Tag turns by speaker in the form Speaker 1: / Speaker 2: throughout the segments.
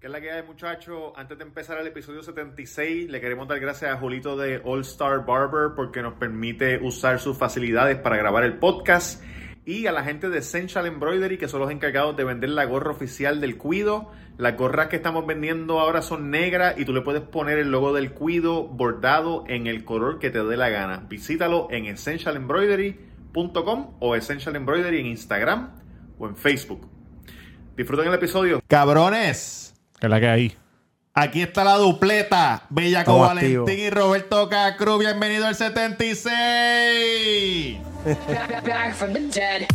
Speaker 1: ¿Qué es la que hay, muchachos? Antes de empezar el episodio 76, le queremos dar gracias a Julito de All Star Barber porque nos permite usar sus facilidades para grabar el podcast. Y a la gente de Essential Embroidery, que son los encargados de vender la gorra oficial del Cuido. Las gorras que estamos vendiendo ahora son negras y tú le puedes poner el logo del Cuido bordado en el color que te dé la gana. Visítalo en essentialembroidery.com o Essential Embroidery en Instagram o en Facebook. Disfruten el episodio.
Speaker 2: Cabrones,
Speaker 3: Que es la que hay.
Speaker 2: aquí está la dupleta. Bellaco
Speaker 4: Estamos
Speaker 2: Valentín
Speaker 4: activos.
Speaker 2: y Roberto Cacru. Bienvenido al 76.
Speaker 5: back, back from the dead.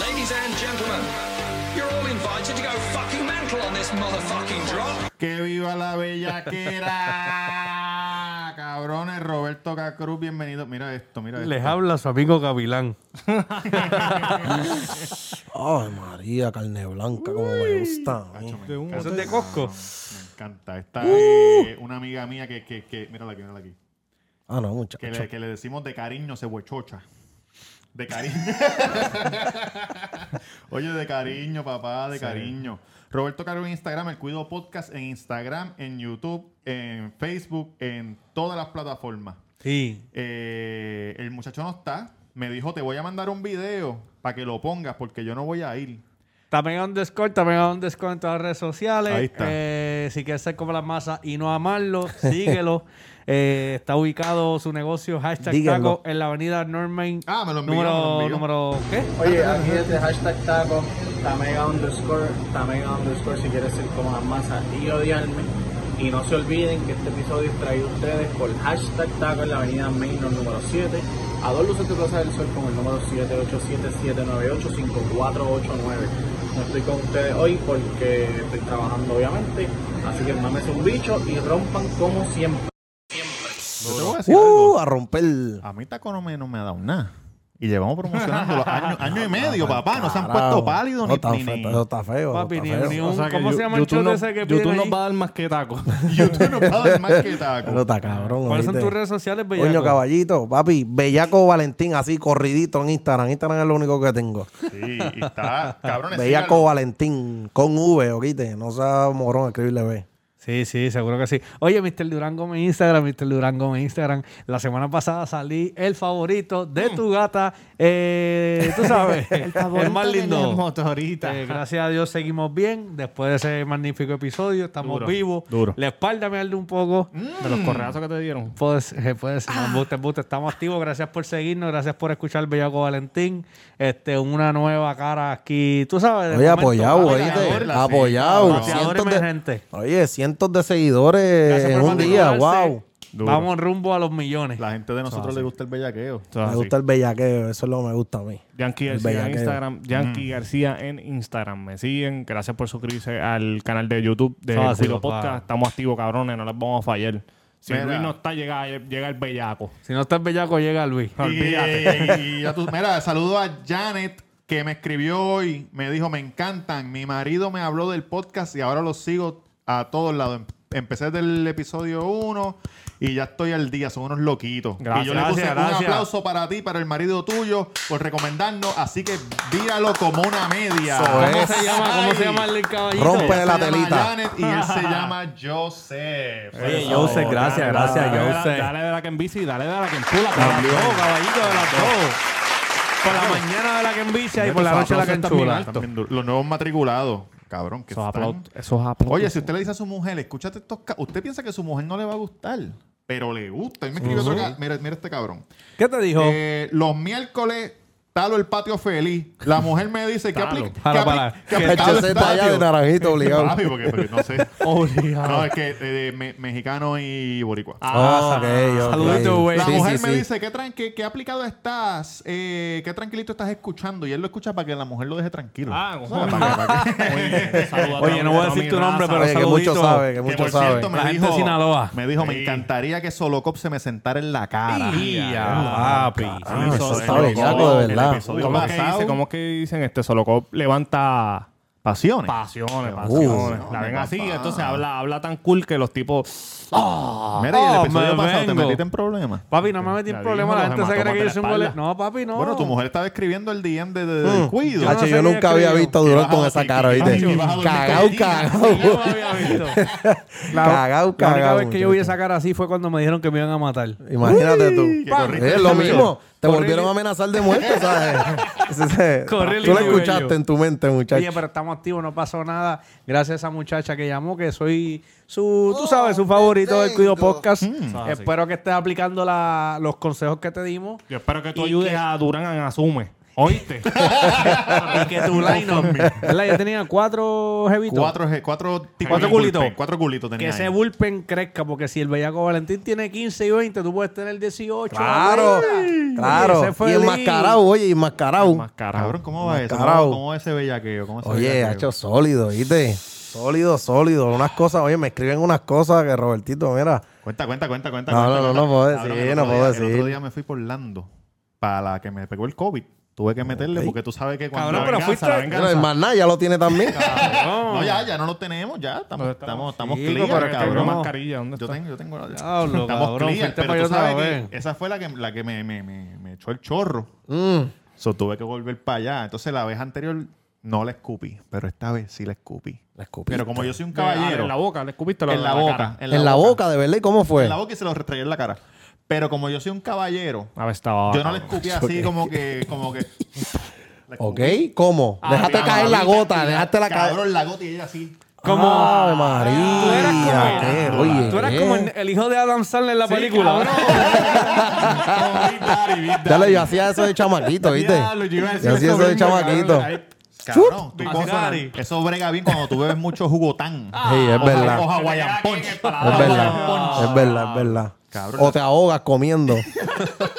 Speaker 6: Ladies and gentlemen, you're all invited to go fucking mental on this motherfucking drop.
Speaker 2: ¡Que viva la bellaquera! Cabrones, Roberto Cacru, bienvenido. Mira esto, mira esto.
Speaker 3: Les habla su amigo Gavilán.
Speaker 4: Ay, María, carne blanca, como me gusta.
Speaker 3: De un montón de Uh. Costco.
Speaker 2: Me encanta. Esta es una amiga mía que, que, que mírala aquí, mírala aquí.
Speaker 4: Ah, no,
Speaker 2: Que
Speaker 4: muchacho.
Speaker 2: le, que le decimos de cariño se huechocha. De cariño. Oye, de cariño, papá, de cariño. Roberto Caro en Instagram, el Cuido Podcast en Instagram, en YouTube, en Facebook, en todas las plataformas.
Speaker 3: Sí.
Speaker 2: Eh, el muchacho no está. Me dijo, te voy a mandar un video para que lo pongas porque yo no voy a ir.
Speaker 3: También on Discord, también on Discord en todas las redes sociales.
Speaker 2: Ahí está.
Speaker 3: Eh, si quieres ser como la masa y no amarlo, síguelo. Eh, está ubicado su negocio, hashtag
Speaker 4: Díganlo.
Speaker 3: taco, en la avenida Norman.
Speaker 2: Ah, me lo envió,
Speaker 3: número,
Speaker 2: me lo envió.
Speaker 3: número, ¿qué?
Speaker 7: Oye, aquí desde hashtag taco, tamega underscore, tamega underscore si quieres ser como la masa y odiarme. Y no se olviden que este episodio es traído a ustedes por hashtag taco en la avenida Mainor número 7, a dos luces de Plaza del Sol con el número 787-798-5489. No estoy con ustedes hoy porque estoy trabajando obviamente, así que mames un bicho y rompan como siempre.
Speaker 2: Yo te voy a decir algo.
Speaker 4: Uh, a romper.
Speaker 2: A mí Taco no me, no me ha dado nada. Y llevamos promocionándolo año, año y medio, papá. No se han
Speaker 4: Ah, Carajo.
Speaker 2: puesto pálidos
Speaker 4: No,
Speaker 2: ni,
Speaker 4: está
Speaker 2: ni-
Speaker 4: feo,
Speaker 2: ni-
Speaker 4: eso está feo.
Speaker 3: Papi,
Speaker 4: eso
Speaker 3: ni-
Speaker 4: Oh, está
Speaker 3: ni
Speaker 4: feo.
Speaker 3: un- ¿Cómo se llama el shot ese que piden ahí?
Speaker 8: dar más que taco.
Speaker 2: YouTube nos va a dar más que Taco.
Speaker 4: Eso está cabrón.
Speaker 3: ¿Cuáles son
Speaker 4: ¿oíste?
Speaker 3: tus redes sociales, bellaco?
Speaker 4: Coño, caballito, papi, Bellaco Valentín, así corridito en Instagram. Instagram es lo único que tengo.
Speaker 2: Sí, y está. Cabrones,
Speaker 4: Bellaco
Speaker 2: síganlo.
Speaker 4: Valentín, con V, oíste. No sea morón, escribirle B.
Speaker 3: Sí, sí, seguro que sí. Oye, Mr. Durango me Instagram, Mr. Durango me Instagram. La semana pasada salí el favorito de tu gata. Eh, tú sabes, el, más lindo.
Speaker 8: motorita.
Speaker 3: Eh, gracias a Dios seguimos bien. Después de ese magnífico episodio, estamos vivos.
Speaker 8: duro. Mm.
Speaker 3: La espalda me arde un poco.
Speaker 8: De
Speaker 4: Hmm.
Speaker 8: los correazos que te dieron.
Speaker 3: Pues, eh, pues, no, embuste, embuste. estamos activos. Gracias por seguirnos, gracias por escuchar Bellaco Valentín. Este, una nueva cara aquí, tú sabes. de
Speaker 4: Oye,
Speaker 3: momento,
Speaker 4: apoyado,
Speaker 3: ¿vale?
Speaker 4: oíste.
Speaker 2: la-
Speaker 4: Apoyado.
Speaker 2: la-
Speaker 3: Bateador
Speaker 4: Cientos de,
Speaker 3: emergente.
Speaker 4: oye, cientos de seguidores
Speaker 3: Gracias
Speaker 4: en
Speaker 3: por
Speaker 4: un día,
Speaker 3: matricularse.
Speaker 4: wow.
Speaker 3: Vamos rumbo a los millones.
Speaker 2: La gente de nosotros le gusta el bellaqueo.
Speaker 3: Ah,
Speaker 4: Me gusta el bellaqueo, eso es lo que me gusta a mí.
Speaker 8: Yankee
Speaker 4: El
Speaker 8: García en
Speaker 4: bellaqueo.
Speaker 8: Instagram. Yankee García en Instagram. Me siguen. Gracias por suscribirse al canal de YouTube de
Speaker 3: Eso así,
Speaker 8: Cuido
Speaker 3: papá.
Speaker 8: Podcast. Estamos activos, cabrones. No les vamos a fallar. Si
Speaker 2: Mira.
Speaker 8: Luis no está, llega, llega el bellaco.
Speaker 3: Si no estás bellaco, llega Luis.
Speaker 2: Y- eh, y ya tú- mira, saludo a Janet que me escribió hoy. Me dijo, me encantan. Mi marido me habló del podcast y ahora lo sigo a todos lados. Em- Empecé del episodio 1 y ya estoy al día. Son unos loquitos.
Speaker 8: Gracias,
Speaker 2: y yo le puse
Speaker 8: gracias,
Speaker 2: un
Speaker 8: gracias.
Speaker 2: aplauso para ti, para el marido tuyo, por recomendarnos. Así que víralo como una media.
Speaker 4: Eso
Speaker 3: ¿Cómo
Speaker 4: es.
Speaker 3: se llama? ¿Cómo se llama el caballito?
Speaker 4: Rompe
Speaker 2: Ella
Speaker 4: la
Speaker 2: se llama
Speaker 4: telita.
Speaker 2: Janet y él se llama Joseph.
Speaker 3: Oye, Joseph, gracias, gracias,
Speaker 8: dale, dale,
Speaker 3: Joseph.
Speaker 8: Dale de la que en bici, dale de la que en pula. Cambió, caballito de las dos.
Speaker 3: Por la mañana de la que envicia y por la
Speaker 2: Esos
Speaker 3: noche de la que
Speaker 2: Pues, aplausos están bien
Speaker 3: enchula.
Speaker 2: altos. Están bien duros. Los nuevos matriculados. Cabrón, que
Speaker 8: Esos
Speaker 2: están-
Speaker 8: aplausos. Esos aplausos.
Speaker 2: Oye, si usted le dice a su mujer, escúchate estos... ca- Usted piensa que su mujer no le va a gustar, pero le gusta. Él me escribió otro ca- Mira, mira este cabrón.
Speaker 3: ¿Qué te dijo?
Speaker 2: Eh, los miércoles Talo el patio feliz. La mujer me dice que
Speaker 8: Talo.
Speaker 2: apli- que
Speaker 3: Para,
Speaker 2: apli-
Speaker 3: para.
Speaker 2: que
Speaker 3: Que
Speaker 2: apli-
Speaker 4: El
Speaker 2: talo
Speaker 4: chesé
Speaker 2: el
Speaker 4: está allá de
Speaker 2: patio.
Speaker 4: naranjito obligado.
Speaker 2: Papi, porque, porque no sé.
Speaker 8: Obligado.
Speaker 2: No, es que eh, me- mexicano y boricua.
Speaker 4: Ah, ok, ok.
Speaker 3: Saludito, güey.
Speaker 2: La
Speaker 4: Sí,
Speaker 2: mujer
Speaker 4: sí,
Speaker 2: me
Speaker 4: sí.
Speaker 2: dice, ¿qué, tran- qué- qué aplicado estás? Eh, ¿Qué tranquilito estás escuchando? Y él lo escucha para que la mujer lo deje tranquilo.
Speaker 8: Ah,
Speaker 2: O sea, para que- para que-
Speaker 3: Oye, no voy a decir tu nombre, pero
Speaker 4: Oye, que mucho
Speaker 3: saludito.
Speaker 4: sabe, que
Speaker 2: que
Speaker 4: mucho
Speaker 2: por
Speaker 4: sabe.
Speaker 2: cierto, me
Speaker 3: La gente
Speaker 2: dijo,
Speaker 3: de Sinaloa.
Speaker 2: Me dijo, me encantaría que Solocop se me sentara en la cara.
Speaker 3: Ya, papi.
Speaker 4: Ah, eso está
Speaker 2: el
Speaker 4: bellaco, de verdad.
Speaker 2: episodio
Speaker 8: ¿Cómo, es que
Speaker 2: pasado.
Speaker 8: dice, ¿Cómo es que dicen este Solocop levanta
Speaker 2: Pasiones.
Speaker 8: pasiones, pasiones?
Speaker 2: no,
Speaker 8: la ven
Speaker 2: papá.
Speaker 8: así, entonces habla, habla tan cool que los tipos
Speaker 2: Mira, y el
Speaker 3: Oh,
Speaker 2: episodio
Speaker 3: me
Speaker 2: pasado te
Speaker 3: vengo.
Speaker 2: metiste en problemas.
Speaker 3: Papi, no me metí en
Speaker 8: La
Speaker 3: problemas. La
Speaker 8: dijo,
Speaker 3: gente
Speaker 8: los
Speaker 3: se cree que yo
Speaker 8: hematomas
Speaker 3: soy
Speaker 8: de
Speaker 3: un
Speaker 8: la
Speaker 3: huele.
Speaker 8: espalda.
Speaker 3: No, papi, no.
Speaker 2: Bueno, tu mujer estaba escribiendo el DM de, de- del cuido.
Speaker 3: Yo no
Speaker 4: Hacho,
Speaker 3: sé
Speaker 4: Mm. yo
Speaker 3: quién
Speaker 4: nunca había
Speaker 3: escribió.
Speaker 4: visto a
Speaker 2: Y
Speaker 4: Durán
Speaker 2: vas a
Speaker 4: con
Speaker 2: dormir
Speaker 4: esa cara,
Speaker 2: con-
Speaker 4: ¿viste?
Speaker 2: y vas a dormir
Speaker 4: Cagao,
Speaker 2: con-
Speaker 3: Yo
Speaker 4: cagao.
Speaker 3: lo había visto.
Speaker 4: Cagao,
Speaker 3: La única
Speaker 4: cagao.
Speaker 3: vez que yo vi
Speaker 4: muchacho.
Speaker 3: esa cara así fue cuando me dijeron que me iban a matar.
Speaker 4: Imagínate tú.
Speaker 2: qué
Speaker 4: Pam.
Speaker 2: corriente
Speaker 4: Es lo
Speaker 2: esa
Speaker 4: mismo. Te
Speaker 3: Corre
Speaker 4: volvieron a
Speaker 3: el-
Speaker 4: amenazar de muerte, ¿sabes? Ese- ese-
Speaker 3: Corre el
Speaker 4: Tú lo
Speaker 3: libro.
Speaker 4: escuchaste en tu mente,
Speaker 3: Oye,
Speaker 4: muchacho.
Speaker 3: pero estamos activos, no pasó nada. Gracias a esa muchacha que llamó, que soy su, tú sabes,
Speaker 4: Oh,
Speaker 3: su favorito del Cuido Podcast.
Speaker 4: Mm.
Speaker 3: Espero que estés aplicando la- los consejos que te dimos.
Speaker 8: Yo espero que tú
Speaker 3: Y
Speaker 8: ayudes
Speaker 3: que-
Speaker 8: a Durán en Asume. ¿Oíste? Este
Speaker 3: y que tu line-up, ¿verdad? Yo tenía cuatro jevitos.
Speaker 2: Cuatro, je- cuatro, tipos
Speaker 3: Cuatro
Speaker 2: de
Speaker 3: culitos.
Speaker 2: bullpen, Cuatro culitos tenía
Speaker 3: Que ese
Speaker 2: ahí.
Speaker 3: bullpen crezca, porque si el bellaco Valentín tiene 15 y 20, tú puedes tener 18.
Speaker 4: Claro,
Speaker 3: Ay,
Speaker 4: claro.
Speaker 3: ese fue
Speaker 4: Y
Speaker 3: el-
Speaker 4: enmascarado, oye, y enmascarado.
Speaker 8: Más carajo.
Speaker 2: Cabrón, ¿cómo va eso?
Speaker 4: Mascarado.
Speaker 2: ¿Cómo, cómo va ese bellaqueo? ¿Cómo ese
Speaker 4: Oye,
Speaker 2: bellaqueo?
Speaker 4: hacho sólido, ¿viste? Sólido, sólido. Unas cosas, oye, me escriben unas cosas que Robertito, mira.
Speaker 2: Cuenta, cuenta, cuenta, cuenta.
Speaker 4: No,
Speaker 2: cuenta,
Speaker 4: no, no,
Speaker 2: cuenta.
Speaker 4: no puedo
Speaker 2: Cabrón,
Speaker 4: decir,
Speaker 2: el
Speaker 4: no
Speaker 2: otro
Speaker 4: puedo
Speaker 2: día- El
Speaker 4: decir.
Speaker 2: otro día me fui por Orlando para la que me pegó el COVID. Tuve que meterle porque tú sabes que cuando...
Speaker 3: Cabrón, pero
Speaker 2: venga-
Speaker 3: fuiste-
Speaker 8: la venganza.
Speaker 4: Mira, el Maná ya lo tiene también.
Speaker 2: No, ya, ya no lo tenemos, ya. Estamos, estamos, estamos
Speaker 3: Sí,
Speaker 2: clear,
Speaker 3: pero que
Speaker 8: Tengo
Speaker 2: cabrón.
Speaker 3: no.
Speaker 8: mascarilla, ¿dónde
Speaker 2: Yo
Speaker 8: está?
Speaker 2: tengo, yo tengo. la-
Speaker 3: Diablo,
Speaker 2: Estamos
Speaker 3: cabrón,
Speaker 2: clear,
Speaker 3: fuiste para
Speaker 2: pero tú
Speaker 3: yo otra
Speaker 2: sabes que
Speaker 3: vez.
Speaker 2: esa fue la que, la que me, me, me, me echó el chorro.
Speaker 4: Mm.
Speaker 2: So, tuve que volver para allá. Entonces, la vez anterior no la escupí, pero esta vez sí la escupí.
Speaker 4: La escupiste.
Speaker 2: Pero como yo soy un
Speaker 8: En la
Speaker 2: caballero,
Speaker 8: boca, le escupiste
Speaker 2: en la boca,
Speaker 4: En la boca, pues. de verdad, ¿y cómo fue?
Speaker 2: en la boca y se lo restrayé en la cara. Pero como yo soy un caballero,
Speaker 8: A ver, estaba.
Speaker 2: yo no le escupí así como que, como que. la escupí.
Speaker 4: ¿Ok? ¿Cómo? Dejaste
Speaker 2: La
Speaker 4: caer la
Speaker 2: babita
Speaker 4: gota,
Speaker 2: y
Speaker 4: dejaste la caer.
Speaker 2: Cabrón, la gota y ella así.
Speaker 3: Como-
Speaker 4: Ave
Speaker 3: Tú eras
Speaker 4: María.
Speaker 3: como-
Speaker 4: qué, oye, eh.
Speaker 3: Tú eras como el, el hijo de Adam Sandler en la película.
Speaker 8: cabrón.
Speaker 4: Dale, yo hacía eso de chamaquito, ¿viste? Yo hacía eso de chamaquito.
Speaker 2: Cabrón, tú
Speaker 3: Chup.
Speaker 2: coges-
Speaker 3: Así,
Speaker 2: eso brega bien cuando tú bebes mucho jugotán.
Speaker 4: Sí, es
Speaker 2: O-
Speaker 4: Ah, verdad.
Speaker 2: O Hawaiian Punch.
Speaker 4: Es verdad, es verdad, es verdad. O te ahogas comiendo.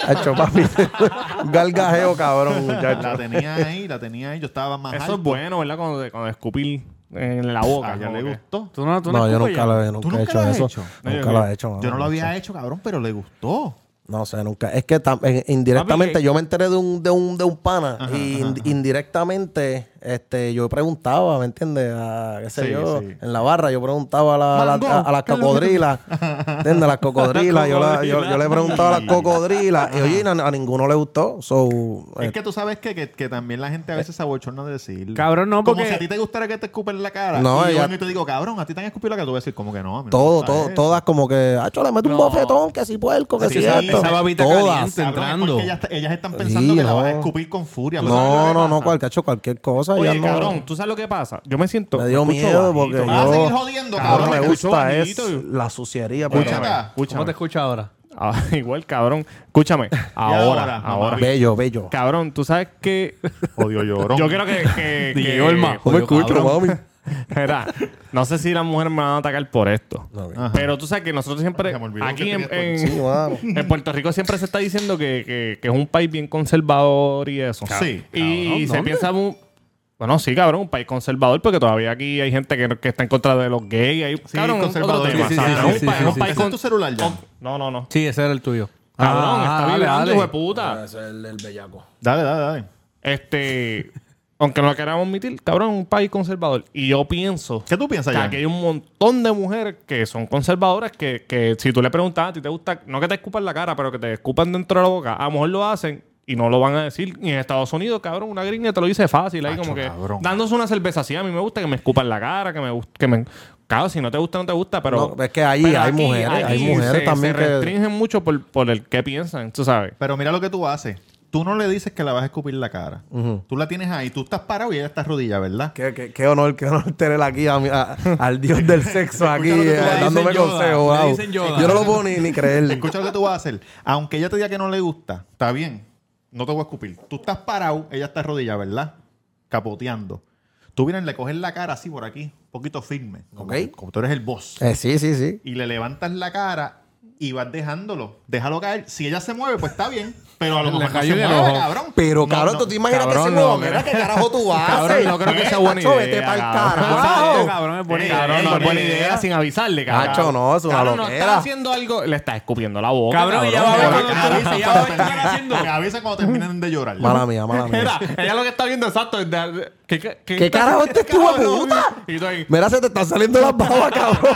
Speaker 4: Hacho, papi. Un Gargajeo, cabrón,
Speaker 2: La
Speaker 4: muchacho.
Speaker 2: tenía ahí, la tenía ahí. Yo estaba más
Speaker 8: Eso
Speaker 2: alto.
Speaker 8: es bueno, ¿verdad? Cuando, cuando escupir en la boca.
Speaker 2: Ah, ya
Speaker 8: como
Speaker 2: le
Speaker 8: que-
Speaker 2: gustó.
Speaker 3: Tú no, tú no
Speaker 4: No, yo
Speaker 3: escupes
Speaker 4: nunca
Speaker 3: ya.
Speaker 4: lo he,
Speaker 2: ¿Tú
Speaker 4: nunca
Speaker 2: nunca
Speaker 4: he hecho
Speaker 2: lo has
Speaker 4: eso.
Speaker 2: hecho?
Speaker 8: No,
Speaker 4: Nunca
Speaker 8: yo-
Speaker 4: lo he hecho, mano,
Speaker 2: Yo no lo
Speaker 4: muchacho.
Speaker 2: había hecho, cabrón, pero le gustó.
Speaker 4: No sé, nunca. Es que tam- en- indirectamente
Speaker 3: Papi, ¿qué?
Speaker 4: yo me enteré de un, de un, de un pana y ind- indirectamente este, yo preguntaba, ¿me entiendes? A, qué sé
Speaker 2: Sí,
Speaker 4: yo,
Speaker 2: sí.
Speaker 4: en la barra yo preguntaba a, la- a la- a- a las cocodrilas, ¿entiendes? A las cocodrilas, yo, la- yo, yo le preguntaba a las cocodrilas y oye, y a, a ninguno le gustó. So,
Speaker 2: Es
Speaker 4: eh,
Speaker 2: que tú sabes que, que, que también la gente a veces se abochorna de decirlo.
Speaker 3: Cabrón, no,
Speaker 2: Como
Speaker 3: porque-
Speaker 2: si a ti te gustara que te escupen en la cara.
Speaker 4: No,
Speaker 2: y yo
Speaker 4: ella-
Speaker 2: vengo y te digo, cabrón, a ti te han escupido la cara. Tú vas a decir, como que no. a mí no me
Speaker 4: todo,
Speaker 2: gusta
Speaker 4: todo,
Speaker 2: eso.
Speaker 4: todas como que, acho, le meto un bofetón, que si puerco, que si
Speaker 2: esa-
Speaker 4: esto.
Speaker 2: esa
Speaker 3: babita
Speaker 4: Todas.
Speaker 3: caliente.
Speaker 2: Cabrón, es
Speaker 3: entrando.
Speaker 2: porque ellas, está- ellas están pensando
Speaker 4: Sí,
Speaker 2: que la vas a
Speaker 4: no.
Speaker 2: escupir con furia. pero ¿sabes lo
Speaker 4: No,
Speaker 2: que
Speaker 4: no, no,
Speaker 2: pasa?
Speaker 4: cualquier, acho, cualquier cosa. ya
Speaker 8: Oye,
Speaker 4: no.
Speaker 8: cabrón, ¿tú sabes lo que pasa? Yo me siento.
Speaker 4: Me dio
Speaker 8: escucho
Speaker 4: miedo
Speaker 8: bajito.
Speaker 4: porque
Speaker 8: Ah,
Speaker 2: Vas a
Speaker 4: yo-
Speaker 2: seguir jodiendo,
Speaker 4: Ahora
Speaker 2: cabrón.
Speaker 4: me
Speaker 8: me escuchó
Speaker 4: gusta es
Speaker 8: bonito.
Speaker 4: la suciería.
Speaker 2: Escucha
Speaker 4: puta.
Speaker 2: acá.
Speaker 3: ¿Cómo te
Speaker 8: Escúchame.
Speaker 3: escuchas ahora?
Speaker 8: Ah, igual, cabrón. Escúchame.
Speaker 2: ahora,
Speaker 8: Ahora,
Speaker 2: mamá?
Speaker 8: ahora.
Speaker 4: Bello, bello.
Speaker 8: Cabrón, tú sabes que.
Speaker 2: Odio llorón.
Speaker 8: Yo quiero que. que, que-
Speaker 4: No me escucho, mami.
Speaker 8: Mira, no sé si las mujeres me van a atacar por esto.
Speaker 2: Ajá.
Speaker 8: Pero tú sabes que nosotros siempre.
Speaker 2: Ay, se me olvidó
Speaker 8: Aquí
Speaker 2: que
Speaker 8: en,
Speaker 2: tenías
Speaker 8: en-
Speaker 4: Sí, mano.
Speaker 8: en Puerto Rico siempre se está diciendo que, que- que es un país bien conservador y eso.
Speaker 2: Sí,
Speaker 8: Y
Speaker 2: cabrón,
Speaker 8: se piensa. mu- bueno, sí, cabrón, un país conservador, porque todavía aquí hay gente que, que está en contra de los gays. Hay,
Speaker 2: Sí,
Speaker 8: cabrón,
Speaker 2: conservador.
Speaker 8: otro tema,
Speaker 2: Sí, sí,
Speaker 8: ¿sabes?
Speaker 2: sí,
Speaker 8: Es un
Speaker 2: sí,
Speaker 8: país-
Speaker 2: sí,
Speaker 8: es un
Speaker 2: sí.
Speaker 8: país
Speaker 2: Ese es
Speaker 8: con-
Speaker 2: tu celular ya.
Speaker 8: oh, No, no, no.
Speaker 3: Sí, ese era el tuyo.
Speaker 8: Cabrón,
Speaker 3: Ah,
Speaker 8: está
Speaker 3: dale,
Speaker 8: vibrando,
Speaker 3: dale.
Speaker 8: hijo de puta.
Speaker 4: Ese es el, el bellaco.
Speaker 2: Dale, dale, dale.
Speaker 8: Este, aunque no lo queramos admitir, cabrón, un país conservador. Y yo pienso
Speaker 2: ¿Qué tú piensas,
Speaker 8: que
Speaker 2: Jan?
Speaker 8: aquí hay un montón de mujeres que son conservadoras que, que si tú le preguntas a ti te gusta, no que te escupan la cara, pero que te escupan dentro de la boca, a lo mejor lo hacen y no lo van a decir. Y en Estados Unidos, cabrón, una gringa te lo dice fácil. Ahí
Speaker 2: Acho,
Speaker 8: como que
Speaker 2: cabrón.
Speaker 8: dándose una cerveza así, a mí me gusta que me escupan la cara, que me gusta, que me... Claro, si no te gusta, no te gusta, pero...
Speaker 4: No, es que ahí
Speaker 8: pero
Speaker 4: hay mujeres, hay mujeres
Speaker 8: se-
Speaker 4: también
Speaker 8: se
Speaker 4: que-
Speaker 8: restringen mucho por, por el que piensan, tú sabes.
Speaker 2: Pero mira lo que tú haces. Tú no le dices que la vas a escupir la cara. Tú la tienes ahí. Tú estás parado y ella está rodilla, ¿verdad?
Speaker 4: Qué, qué, qué honor, qué honor tener aquí a mi- a- al dios del sexo aquí
Speaker 2: Escucha lo que tú le
Speaker 4: eh,
Speaker 2: dicen
Speaker 4: dándome
Speaker 2: Yoda,
Speaker 4: consejos.
Speaker 3: le
Speaker 4: wow.
Speaker 3: dicen Yoda.
Speaker 4: Yo no lo puedo ni, ni creer.
Speaker 2: Escucha lo que tú vas a hacer. Aunque ella te diga que no le gusta, está bien. no te voy a escupir. Tú estás parado, ella está arrodillada, ¿verdad? Capoteando. Tú vienes, le coges la cara así por aquí, un poquito firme. Como,
Speaker 4: Ok.
Speaker 2: como tú eres el boss.
Speaker 4: Eh, sí, sí, sí.
Speaker 2: Y le levantas la cara y vas dejándolo. Déjalo caer. Si ella se mueve, pues está bien. Pero a lo mejor no
Speaker 8: cayó
Speaker 2: se
Speaker 8: en el
Speaker 2: mueve,
Speaker 8: ojo.
Speaker 2: Ah, cabrón.
Speaker 4: Pero,
Speaker 2: No,
Speaker 4: cabrón,
Speaker 2: no.
Speaker 4: tú te imaginas que se
Speaker 8: Cabrón,
Speaker 4: mueva.
Speaker 8: no,
Speaker 4: Mira,
Speaker 8: mira.
Speaker 4: ¿qué carajo tú haces?
Speaker 8: Cabrón, no creo que sea buena
Speaker 4: Tacho,
Speaker 8: idea.
Speaker 4: Vete pa'l
Speaker 8: cabrón.
Speaker 4: carajo.
Speaker 8: Cabrón, es buena
Speaker 2: Eh,
Speaker 8: idea.
Speaker 2: eh,
Speaker 8: no es buena
Speaker 2: eh,
Speaker 8: idea sin avisarle, cabrón.
Speaker 4: Nacho, no, es una
Speaker 8: Cabrón, no
Speaker 4: loquera.
Speaker 8: está haciendo algo. Le está escupiendo la boca.
Speaker 3: Cabrón,
Speaker 8: Cabrón,
Speaker 3: ella va a ver
Speaker 8: Mira,
Speaker 3: cuando tú
Speaker 8: cara.
Speaker 3: dices, ya va a ver qué están haciendo.
Speaker 2: Me avisa cuando terminen de llorar.
Speaker 4: Mala mía, mala mía.
Speaker 8: Mira, ella lo que está viendo exacto es de. ¿Qué, qué, qué,
Speaker 4: ¿Qué carajo este
Speaker 8: cabrón,
Speaker 4: estuvo,
Speaker 8: no?
Speaker 4: puta?
Speaker 8: Y tú ahí,
Speaker 4: Mira, se te están saliendo las babas, cabrón.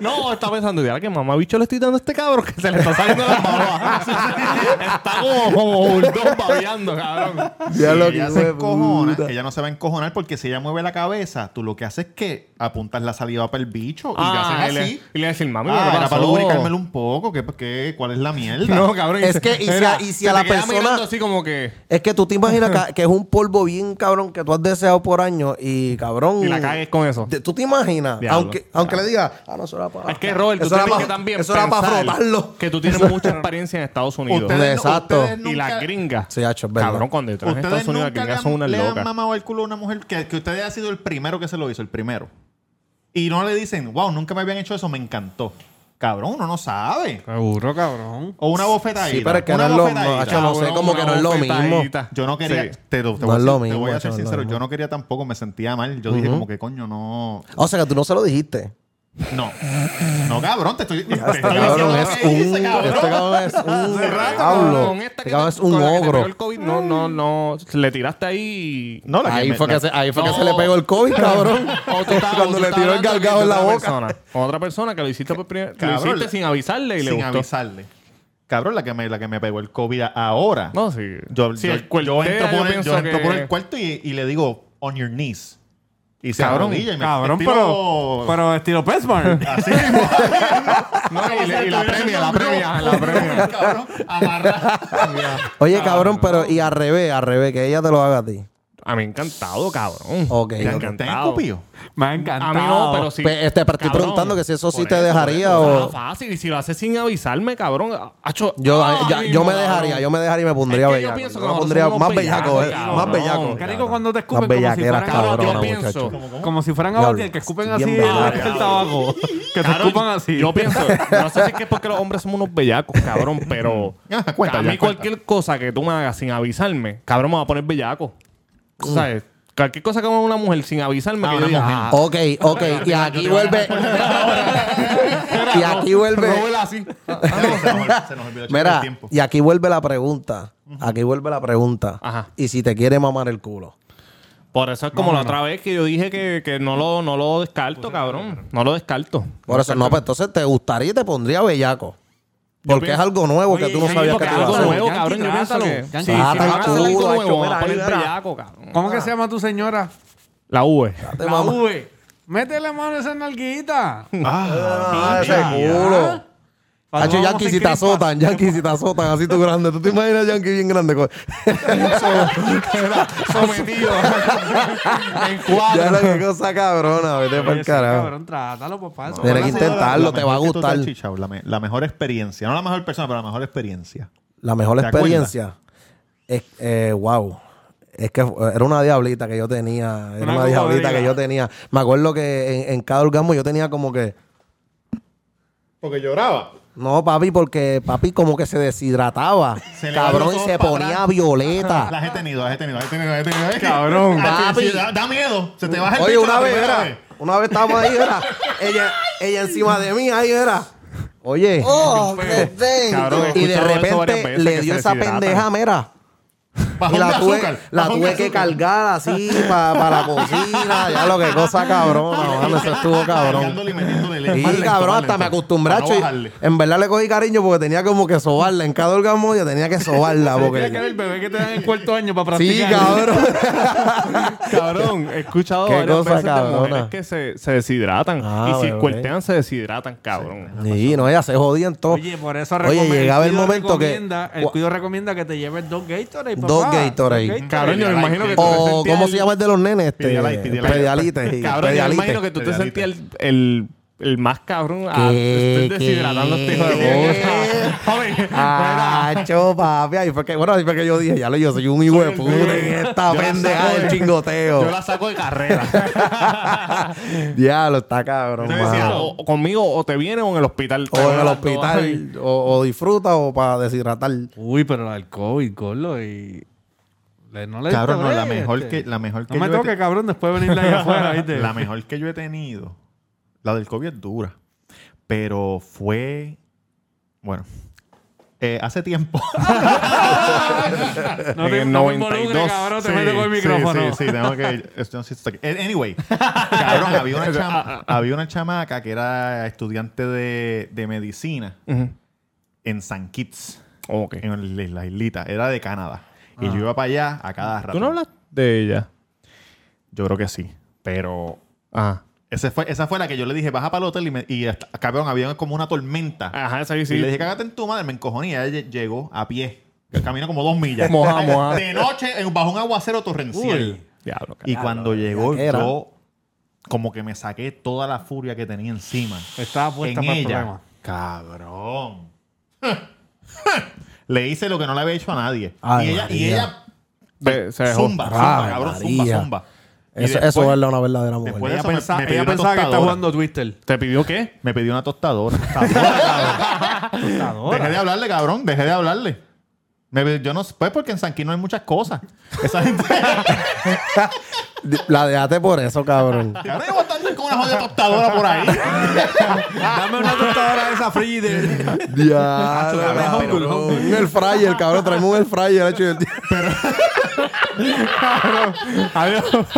Speaker 8: No, está pensando, ya que mamá bicho le estoy dando a este cabrón que se le está saliendo la mamá. está como, como bulldog babeando, cabrón.
Speaker 2: Si
Speaker 4: Ya lo que
Speaker 2: ella se
Speaker 4: hice,
Speaker 2: encojona,
Speaker 4: puta.
Speaker 2: ella no se va a encojonar porque si ella mueve la cabeza, tú lo que haces es que apuntas la saliva para el bicho y
Speaker 8: Ah,
Speaker 2: haces
Speaker 8: y
Speaker 2: así.
Speaker 8: le- y le decís, mami,
Speaker 2: ah,
Speaker 8: ¿qué
Speaker 2: era
Speaker 8: pasó?
Speaker 2: para lubricármelo un poco. ¿Qué, qué, ¿Cuál es la mierda?
Speaker 8: No, cabrón.
Speaker 4: Es que, y si
Speaker 8: Mira,
Speaker 4: a- y si
Speaker 8: se
Speaker 4: a la
Speaker 8: te queda
Speaker 4: persona-
Speaker 8: mirando así como que.
Speaker 4: Es que tú te imaginas ca- que es un polvo bien cabrón que tú has deseado por años y cabrón.
Speaker 8: Y la cagues con eso.
Speaker 4: Te- ¿Tú te imaginas?
Speaker 8: Diablo.
Speaker 4: aunque aunque le digas, ah, no, eso era para.
Speaker 8: Es que, Robert, tú
Speaker 4: eso era
Speaker 8: tienes
Speaker 4: pa-
Speaker 8: que también
Speaker 4: Eso era para
Speaker 8: pensar
Speaker 4: frotarlo.
Speaker 8: que tú tienes mucha experiencia en Estados Unidos.
Speaker 4: Ustedes- Exacto.
Speaker 8: y las gringas.
Speaker 4: Sí, hacho, es verdad.
Speaker 8: cabrón, cuando yo trabajo en
Speaker 2: Ustedes
Speaker 8: Estados Unidos, las
Speaker 2: nunca le
Speaker 8: gringas
Speaker 2: han,
Speaker 8: son unas
Speaker 2: le han
Speaker 8: locas.
Speaker 2: mamado el culo a una mujer que, que usted haya sido el primero que se lo hizo, el primero. Y no le dicen, wow, nunca me habían hecho eso, me encantó. Cabrón, uno no sabe.
Speaker 3: Seguro, cabrón.
Speaker 2: O una bofetadita.
Speaker 4: Sí, pero es que no
Speaker 2: una
Speaker 4: es lo
Speaker 2: bofetadita.
Speaker 4: no, hacho, no sé,
Speaker 8: Cabrón,
Speaker 4: como que
Speaker 8: una
Speaker 4: no es lo mismo.
Speaker 8: bofetadita.
Speaker 2: Yo no quería.
Speaker 8: Sí.
Speaker 2: Te, te voy
Speaker 4: No
Speaker 2: a
Speaker 4: es
Speaker 2: ser-
Speaker 4: lo
Speaker 2: te
Speaker 4: mismo,
Speaker 2: voy a
Speaker 4: eso
Speaker 2: ser
Speaker 4: no es lo
Speaker 2: sincero.
Speaker 4: mismo.
Speaker 2: Yo no quería tampoco, me sentía mal. Yo dije, como que coño, no.
Speaker 4: O sea que tú no se lo dijiste.
Speaker 2: No. No, cabrón, te estoy. te
Speaker 4: Este
Speaker 8: Ah,
Speaker 2: estoy
Speaker 4: cabrón
Speaker 2: diciendo
Speaker 4: es
Speaker 2: lo que hice,
Speaker 4: un.
Speaker 2: cabrón.
Speaker 4: Este cabrón es un.
Speaker 8: Rato,
Speaker 4: Pablo.
Speaker 8: con esta
Speaker 4: Este
Speaker 8: que
Speaker 4: cabrón
Speaker 8: te-
Speaker 4: es un
Speaker 8: con la que te pegó
Speaker 4: ogro.
Speaker 8: el COVID, no, no, no. Le tiraste ahí.
Speaker 2: No, la
Speaker 4: Ahí
Speaker 2: me-
Speaker 4: fue
Speaker 2: la-
Speaker 4: que se, ahí fue que
Speaker 8: No.
Speaker 4: se le pegó el COVID, cabrón.
Speaker 8: O tú estabas- o
Speaker 4: Cuando
Speaker 8: tú
Speaker 4: le
Speaker 8: estabas
Speaker 4: tiró el
Speaker 8: hablando
Speaker 4: galgado
Speaker 8: con
Speaker 4: en la
Speaker 8: otra
Speaker 4: boca.
Speaker 8: persona. Con otra persona que lo hiciste por primera Lo
Speaker 2: Cabrón,
Speaker 8: hiciste sin avisarle y le
Speaker 2: sin
Speaker 8: gustó.
Speaker 2: avisarle. Cabrón, la que me, la que me pegó el COVID a- ahora.
Speaker 8: No, sí.
Speaker 2: Yo,
Speaker 8: Sí,
Speaker 2: yo-
Speaker 8: el cuerpo
Speaker 2: yo
Speaker 8: de
Speaker 2: entro,
Speaker 8: ella,
Speaker 2: por
Speaker 8: yo
Speaker 2: el, yo
Speaker 8: pienso
Speaker 2: entro por
Speaker 8: que-
Speaker 2: el cuarto y, y le digo, on your knees. Y se
Speaker 8: Cabrón,
Speaker 2: arrodilla y me
Speaker 3: Cabrón,
Speaker 2: estilo-
Speaker 3: pero, pero estilo Petsmart.
Speaker 2: Así mismo.
Speaker 8: No, y, le- y la premia, la premia, la premia.
Speaker 2: Cabrón, amarra.
Speaker 4: Oye, cabrón, pero y al revés, al revés, que ella te lo haga a ti.
Speaker 8: A mí encantado, cabrón.
Speaker 4: Ok,
Speaker 8: Me ha
Speaker 4: ok.
Speaker 2: ¿Te han- te han
Speaker 8: encantado.
Speaker 2: escupido?
Speaker 3: Me ha encantado.
Speaker 8: A mí no, pero sí.
Speaker 4: Pe- este, pero estoy preguntando que si eso sí
Speaker 8: por
Speaker 4: te dejaría
Speaker 8: por
Speaker 4: o-
Speaker 8: Ah, fácil. Y si lo haces sin avisarme, cabrón. Acho,
Speaker 4: Yo,
Speaker 8: ay,
Speaker 4: ya- yo me
Speaker 8: cabrón.
Speaker 4: dejaría, yo me dejaría y me pondría
Speaker 8: Es que yo
Speaker 4: bellaco.
Speaker 8: pienso
Speaker 4: Yo
Speaker 8: que
Speaker 4: me
Speaker 8: nosotros
Speaker 4: pondría
Speaker 8: somos
Speaker 4: más
Speaker 8: unos
Speaker 4: bellaco, eh,
Speaker 8: bellacos,
Speaker 4: más
Speaker 8: cabrón.
Speaker 4: bellaco.
Speaker 8: Qué
Speaker 3: rico cuando te escupen
Speaker 4: Más
Speaker 3: como si
Speaker 4: bellaqueras,
Speaker 3: fueran-
Speaker 8: Cabrón,
Speaker 4: cabrona,
Speaker 8: yo
Speaker 4: muchacho.
Speaker 8: pienso.
Speaker 3: Como si fueran
Speaker 4: Diablo,
Speaker 3: abatir, que escupen
Speaker 4: estoy
Speaker 3: así
Speaker 4: bien
Speaker 3: el,
Speaker 4: bellaco.
Speaker 3: el tabaco. Que te
Speaker 8: Cabrón,
Speaker 3: escupan así.
Speaker 8: Yo pienso, no sé si es que es porque los hombres somos unos bellacos, cabrón, pero
Speaker 2: Ah, cuenta,
Speaker 8: a
Speaker 2: ya,
Speaker 8: mí
Speaker 2: cuenta.
Speaker 8: cualquier cosa que tú me hagas sin avisarme, cabrón, me va a poner bellaco. O
Speaker 4: Mm.
Speaker 8: sea, cualquier cosa que me haga una mujer sin avisarme,
Speaker 2: Ah,
Speaker 8: que yo
Speaker 2: una
Speaker 8: diga,
Speaker 2: mujer.
Speaker 8: ah,
Speaker 4: Ok, ok. Y aquí vuelve. Y aquí vuelve.
Speaker 8: róbela así.
Speaker 2: Ah, Se nos ol- se nos olvidó checar el
Speaker 4: Mira,
Speaker 2: tiempo.
Speaker 4: y aquí vuelve la pregunta. Aquí vuelve la pregunta.
Speaker 8: Ajá.
Speaker 4: Y si te quiere mamar el culo.
Speaker 8: Por eso es como la otra vez que yo dije que, que no, lo, no lo descarto, cabrón. No lo descarto.
Speaker 4: Por eso, no, pues entonces te gustaría y te pondría bellaco. Porque es
Speaker 8: pienso-
Speaker 4: algo nuevo que tú no
Speaker 8: Sí,
Speaker 4: sabías que
Speaker 8: porque
Speaker 4: te
Speaker 8: algo
Speaker 4: iba a hacer.
Speaker 8: nuevo,
Speaker 3: Yankee,
Speaker 8: cabrón. Yo pienso
Speaker 3: trátalo.
Speaker 8: que.
Speaker 3: Yankee,
Speaker 8: Sí, sí,
Speaker 4: trátalo,
Speaker 8: van a hacer algo
Speaker 4: chulo,
Speaker 8: nuevo,
Speaker 4: hecho,
Speaker 8: van a
Speaker 4: mira,
Speaker 8: poner
Speaker 4: mira.
Speaker 8: bellaco, cabrón.
Speaker 3: ¿Cómo que se llama tu señora?
Speaker 8: La V.
Speaker 4: Te
Speaker 3: La
Speaker 4: mama-
Speaker 3: V. Mete la mano a esa nalguita.
Speaker 4: Ah, ese culo.
Speaker 8: Ah.
Speaker 4: Hacho, Yankee, si te azotan, Yankee, si te azotan, así tú grande. ¿Tú te imaginas Yankee bien grande? co-
Speaker 8: Sometido. en
Speaker 4: ya
Speaker 8: cuadro.
Speaker 4: la que cosa cabrona, vete por
Speaker 3: Por
Speaker 4: carajo.
Speaker 3: cabrón, trátalo, papá. eso
Speaker 4: Tienes
Speaker 3: va
Speaker 4: que
Speaker 3: a la-
Speaker 4: intentarlo, te va a
Speaker 2: mejor que tú te
Speaker 4: gustar.
Speaker 2: has chichado, la, me- la mejor experiencia. No la mejor persona, pero la mejor experiencia.
Speaker 4: La mejor
Speaker 2: ¿Te acuerdas?
Speaker 4: experiencia. Es, eh, wow. Es que fue- era una diablita que yo tenía. Era
Speaker 3: Una
Speaker 4: una diablita
Speaker 3: cocodrila.
Speaker 4: que yo tenía. Me acuerdo que en, en cada orgasmo yo tenía como que.
Speaker 2: Porque lloraba.
Speaker 4: No, papi, porque papi como que se deshidrataba.
Speaker 2: Se le van
Speaker 4: cabrón,
Speaker 2: los
Speaker 4: y
Speaker 2: ojos
Speaker 4: se
Speaker 2: para
Speaker 4: ponía
Speaker 2: atrás.
Speaker 4: violeta.
Speaker 2: Las he tenido, las he tenido, las he tenido, las he tenido.
Speaker 8: Cabrón.
Speaker 2: Ah,
Speaker 4: Papi.
Speaker 2: sí, da, da miedo. Se te baja el
Speaker 4: Oye,
Speaker 2: bicho
Speaker 4: una
Speaker 2: la
Speaker 4: vez
Speaker 2: primera
Speaker 4: era. Una vez estábamos ahí, era. Ella, ella encima de mí, ahí era. Oye.
Speaker 8: Cabrón, he
Speaker 4: y de
Speaker 8: escuchado eso varias
Speaker 4: repente
Speaker 8: veces,
Speaker 4: le
Speaker 8: que
Speaker 4: dio
Speaker 8: se
Speaker 4: esa
Speaker 8: deshidratan.
Speaker 4: pendeja, mira.
Speaker 2: Bajón
Speaker 4: Y
Speaker 2: de
Speaker 4: la tuve,
Speaker 2: azúcar,
Speaker 4: la
Speaker 2: bajón de
Speaker 4: tuve que
Speaker 2: azúcar.
Speaker 4: cargar así para la cocina. Ya lo que cosa cabrona, mano. Eso estuvo cabrón.
Speaker 2: Cargándole y metiéndole
Speaker 4: Y
Speaker 2: lento, más lento,
Speaker 4: cabrón,
Speaker 2: más
Speaker 4: hasta
Speaker 2: lento,
Speaker 4: me acostumbré.
Speaker 2: pues. para no
Speaker 4: cho- y-
Speaker 2: bajarle.
Speaker 4: en verdad le cogí cariño porque tenía como que sobarla. En cada orgasmo yo tenía que sobarla.
Speaker 3: Tiene que ver
Speaker 4: Porque...
Speaker 3: el bebé que te dan en cuarto año para
Speaker 4: Sí,
Speaker 3: practicar.
Speaker 4: cabrón.
Speaker 8: Cabrón, he escuchado
Speaker 4: Qué
Speaker 8: varias
Speaker 4: cosa
Speaker 8: veces
Speaker 4: cabrona.
Speaker 8: de mujeres que se, se deshidratan.
Speaker 4: Ah,
Speaker 8: y si
Speaker 4: bebé.
Speaker 8: cuertean, se deshidratan, cabrón.
Speaker 4: Sí, no, ella se jodía en todo.
Speaker 3: Oye, por eso
Speaker 4: Oye,
Speaker 3: recome-
Speaker 4: llegaba el
Speaker 3: cuido
Speaker 4: momento que-
Speaker 3: recomienda- El cuido recomienda que te lleves dos Gatorade, papá.
Speaker 4: Dos Gatorade. oh.
Speaker 8: Cabrón, yo me imagino que tú te
Speaker 4: O,
Speaker 8: sentías
Speaker 4: ¿cómo
Speaker 8: el-
Speaker 4: se llama el de los nenes? Este,
Speaker 2: Pedialyte, pedialyte.
Speaker 4: pedialite.
Speaker 8: Cabrón, yo me imagino que tú te
Speaker 2: Pedialite.
Speaker 8: sentías el, el El más cabrón. ah,
Speaker 4: ¿Qué?
Speaker 8: estoy deshidratando a este hijo de
Speaker 4: ¿Qué?
Speaker 8: puta. Joven, mira.
Speaker 4: Ah, cho, papi. Ahí fue que, bueno, ahí fue que yo dije, ya lo yo soy un hijo de puta en esta
Speaker 8: Yo la
Speaker 4: pendeja
Speaker 8: saco
Speaker 4: del
Speaker 8: de-
Speaker 4: chingoteo.
Speaker 8: Yo la saco de carrera.
Speaker 4: Diablo, está cabrón,
Speaker 8: Yo decía, "Oh,
Speaker 4: mano.
Speaker 8: o, o conmigo o te viene o en el hospital.
Speaker 4: O en el hospital, o, o disfruta, o para deshidratar.
Speaker 3: Uy, pero la del COVID, Gordo, y... le- No le diste
Speaker 2: Cabrón, no, la
Speaker 3: break,
Speaker 2: mejor
Speaker 3: este.
Speaker 2: que, la mejor que
Speaker 3: No me
Speaker 2: yo he
Speaker 3: toques,
Speaker 2: te-
Speaker 3: cabrón, después de venir de allá afuera, ¿viste?
Speaker 2: La mejor que yo he tenido, la del COVID es dura, pero fue, bueno, eh, hace tiempo.
Speaker 3: No te,
Speaker 8: En el
Speaker 3: no te involucres,
Speaker 8: 92,
Speaker 3: cabrón, te
Speaker 2: Sí,
Speaker 3: meto con el
Speaker 2: sí,
Speaker 3: micrófono.
Speaker 2: Sí, sí, tengo que. esto no sé si está aquí. Eh, Anyway, cabrón, había una, chama- había una chamaca que era estudiante de, de medicina en San Kitts,
Speaker 8: Ok.
Speaker 2: en el- la islita. Era de Canadá. Y yo iba para allá a cada rato.
Speaker 8: ¿Tú no hablas de ella?
Speaker 2: Yo creo que sí. Pero
Speaker 8: Ajá.
Speaker 2: ese fue, esa fue la que yo le dije, baja para el hotel y, me, y hasta- cabrón, había como una tormenta.
Speaker 8: Ajá, esa ahí
Speaker 2: Y
Speaker 8: Ah, sí.
Speaker 2: le dije, cágate en tu madre, me encojonía. Ella ll- llegó a pie. Camino como dos millas.
Speaker 8: Moja, moja.
Speaker 2: De noche, en- bajo un aguacero torrencial.
Speaker 8: Diablo,
Speaker 2: Y cuando llegó,
Speaker 4: era.
Speaker 2: yo como que me saqué toda la furia que tenía encima.
Speaker 3: Estaba puesta
Speaker 2: en
Speaker 3: para el
Speaker 2: ella.
Speaker 3: problema.
Speaker 2: Cabrón. le hice lo que no le había hecho a nadie.
Speaker 4: Ay,
Speaker 2: y ella, y
Speaker 4: María.
Speaker 2: ella
Speaker 8: Se- se dejó.
Speaker 2: zumba, zumba,
Speaker 4: Ay,
Speaker 2: cabrón,
Speaker 4: María.
Speaker 2: zumba, zumba. Y
Speaker 4: Eso,
Speaker 2: después-
Speaker 4: eso es la- una verdadera mujer.
Speaker 2: después de
Speaker 3: Ella,
Speaker 2: eso me-
Speaker 3: pensaba-
Speaker 2: me
Speaker 3: ella
Speaker 2: pidió una
Speaker 3: pensaba que estaba
Speaker 2: tostadora.
Speaker 3: jugando Twister.
Speaker 8: ¿Te pidió qué?
Speaker 2: Me pidió una tostadora. Tostadora, cabrón. Dejé de hablarle, cabrón. Dejé de hablarle. Me pi- yo no sé, pues porque en San Quino hay muchas cosas. Esa gente.
Speaker 4: pues, La dejaste por eso, cabrón.
Speaker 2: Cabrón, yo voy a estar con una jodida tostadora por ahí.
Speaker 3: Dame una tostadora de esa frigider.
Speaker 4: Diablo,
Speaker 3: Humble,
Speaker 4: cabrón. Un air fryer, cabrón. Traemos un air fryer. hecho del día.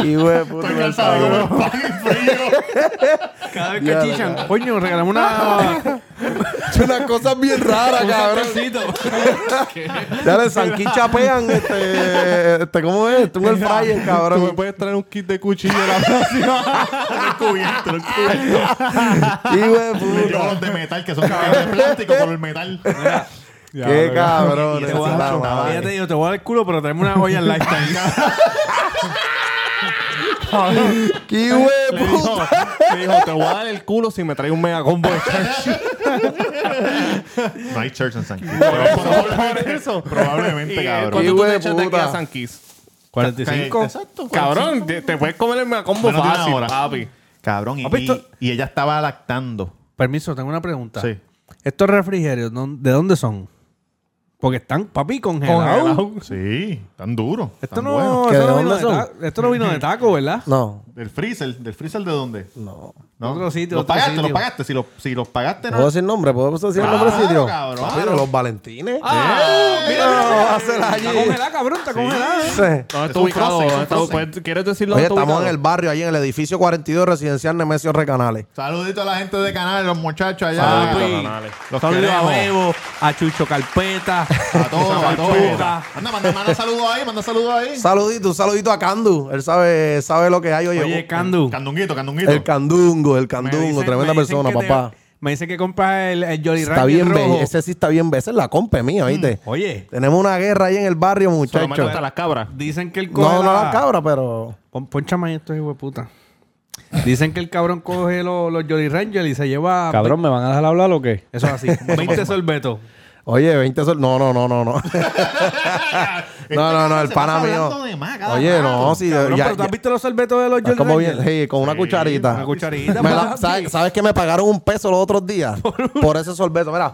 Speaker 4: Hijo de puta,
Speaker 2: Estoy
Speaker 4: me
Speaker 2: cansado
Speaker 4: cabrón.
Speaker 2: de comer pan y frío.
Speaker 3: Cada vez
Speaker 4: Ya,
Speaker 3: que chichan, coño, regalame una...
Speaker 4: Es una cosa bien rara, cabrón.
Speaker 3: Torcito.
Speaker 4: Ya le sanquí chapean, este, este, ¿cómo es? Tú el fryer,
Speaker 8: ¿Tú me
Speaker 4: cabrón.
Speaker 8: puedes traer un kit de cuchillo a la próxima?
Speaker 2: Cubierto, cubierto.
Speaker 4: Hijo de
Speaker 2: Le llevo
Speaker 4: puta.
Speaker 2: los de metal, que son cables de plástico por el metal.
Speaker 4: Qué cabrón.
Speaker 3: Te voy a
Speaker 4: esa es la madre.
Speaker 3: Ella te dijo, te voy a dar el culo, pero traeme una olla en lifetime.
Speaker 4: Qué hijo de
Speaker 8: Le dijo,
Speaker 4: puta.
Speaker 8: le dijo, te voy a dar el culo si me traes un mega combo de church.
Speaker 2: No hay church en San Quino.
Speaker 8: Por eso.
Speaker 2: Probablemente, cabrón.
Speaker 8: ¿Cuánto tú
Speaker 4: Hijo de
Speaker 8: te echas de aquí
Speaker 4: puta.
Speaker 8: a San Kiss?
Speaker 3: 45.
Speaker 2: Exacto.
Speaker 8: Cabrón, te, te puedes comer el mega combo
Speaker 2: Menos de una
Speaker 8: fácil,
Speaker 2: hora.
Speaker 8: papi.
Speaker 2: Cabrón, y,
Speaker 3: ¿Has visto?
Speaker 2: y- y ella estaba lactando.
Speaker 3: Permiso, tengo una pregunta.
Speaker 2: Sí.
Speaker 3: ¿Estos refrigerios ¿dó- de dónde son? Porque están, papi, congelados.
Speaker 2: Sí, tan duro.
Speaker 3: Esto
Speaker 2: tan
Speaker 3: no,
Speaker 2: bueno.
Speaker 4: ¿Que
Speaker 3: esto,
Speaker 4: de
Speaker 3: no
Speaker 4: dónde
Speaker 3: vino de
Speaker 4: son?
Speaker 3: ta- esto no vino de taco, ¿verdad?
Speaker 4: No,
Speaker 2: ¿Del freezer? ¿Del freezer de dónde?
Speaker 4: no.
Speaker 2: No.
Speaker 3: Otro sitio,
Speaker 2: ¿Los
Speaker 3: otro
Speaker 2: pagaste?
Speaker 3: sitio.
Speaker 2: ¿Los pagaste? Si los, si los pagaste,
Speaker 4: ¿Puedo
Speaker 2: no.
Speaker 4: decir nombre? ¿Puedo decir el
Speaker 2: Claro,
Speaker 4: nombre del sitio?
Speaker 2: cabrón.
Speaker 4: Papi, pero los Valentines.
Speaker 2: ¡Eh!
Speaker 4: Mira, no, va a ser allí.
Speaker 3: Está congelada, cabrón, está congelada. ¿eh?
Speaker 4: Sí.
Speaker 8: ¿Dónde está
Speaker 2: Son
Speaker 8: ubicado?
Speaker 2: frozen, son
Speaker 8: ¿Dónde está-
Speaker 2: frozen.
Speaker 8: pues, ¿Quieres decirlo?
Speaker 4: Oye,
Speaker 8: ¿Dónde está
Speaker 4: estamos en el
Speaker 8: ubicado?
Speaker 4: barrio, ahí en el edificio 42 residencial Nemesio Recanales.
Speaker 2: Saludito a la gente de Canales, los muchachos allá.
Speaker 3: Papi,
Speaker 8: canales.
Speaker 2: Ah, Los
Speaker 3: Saludos a
Speaker 2: queremos.
Speaker 3: Bebo, a Chucho Carpeta,
Speaker 2: A todos, a todos.
Speaker 3: Puta.
Speaker 2: Anda, manda, manda saludos ahí, manda saludos ahí.
Speaker 4: Saludito, un saludito a Candu. Él sabe, sabe lo que hay. Oye,
Speaker 3: Oye, Candu.
Speaker 2: Candunguito, candunguito.
Speaker 4: el Candungo, el
Speaker 3: me
Speaker 4: Candungo,
Speaker 3: dicen-
Speaker 4: tremenda
Speaker 3: me dicen
Speaker 4: persona,
Speaker 3: que te-
Speaker 4: papá.
Speaker 3: me dice que compra el, el Jolly
Speaker 4: Está
Speaker 3: Rancher
Speaker 4: bien
Speaker 3: rojo. Mm,
Speaker 4: bello. Ese sí está bien bello. Esa es la compa mía, ¿viste?
Speaker 3: Oye,
Speaker 4: Tenemos una guerra ahí en el barrio,
Speaker 8: Se lo meten
Speaker 4: muchachos.
Speaker 8: hasta las cabras.
Speaker 4: eh,
Speaker 3: dicen que el
Speaker 4: No, no las cabras, pero.
Speaker 3: Pon, ponchame ahí estos hijos de puta. Dicen que el cabrón coge los, los Jolly Rangers y se lleva...
Speaker 9: Cabrón, ¿me van a dejar hablar o qué?
Speaker 3: Eso es así, 20 sorbetos.
Speaker 4: Oye, 20 sol. No, no, no, no, no. no, no,
Speaker 3: Este
Speaker 4: no, el pana mío. Oye, no, sí,
Speaker 3: Cabrón,
Speaker 4: ya.
Speaker 3: pero ¿tú has
Speaker 4: ya-
Speaker 3: visto los sorbetos de los
Speaker 4: está
Speaker 9: Ah,
Speaker 3: Jolly
Speaker 4: como
Speaker 3: Rangers?
Speaker 4: bien, Ah, sí, con una cucharita.
Speaker 3: Una cucharita.
Speaker 4: Me la-
Speaker 3: papi.
Speaker 4: ¿sabes, sabes que me pagaron un peso los otros días? Por ese sorbeto, mira.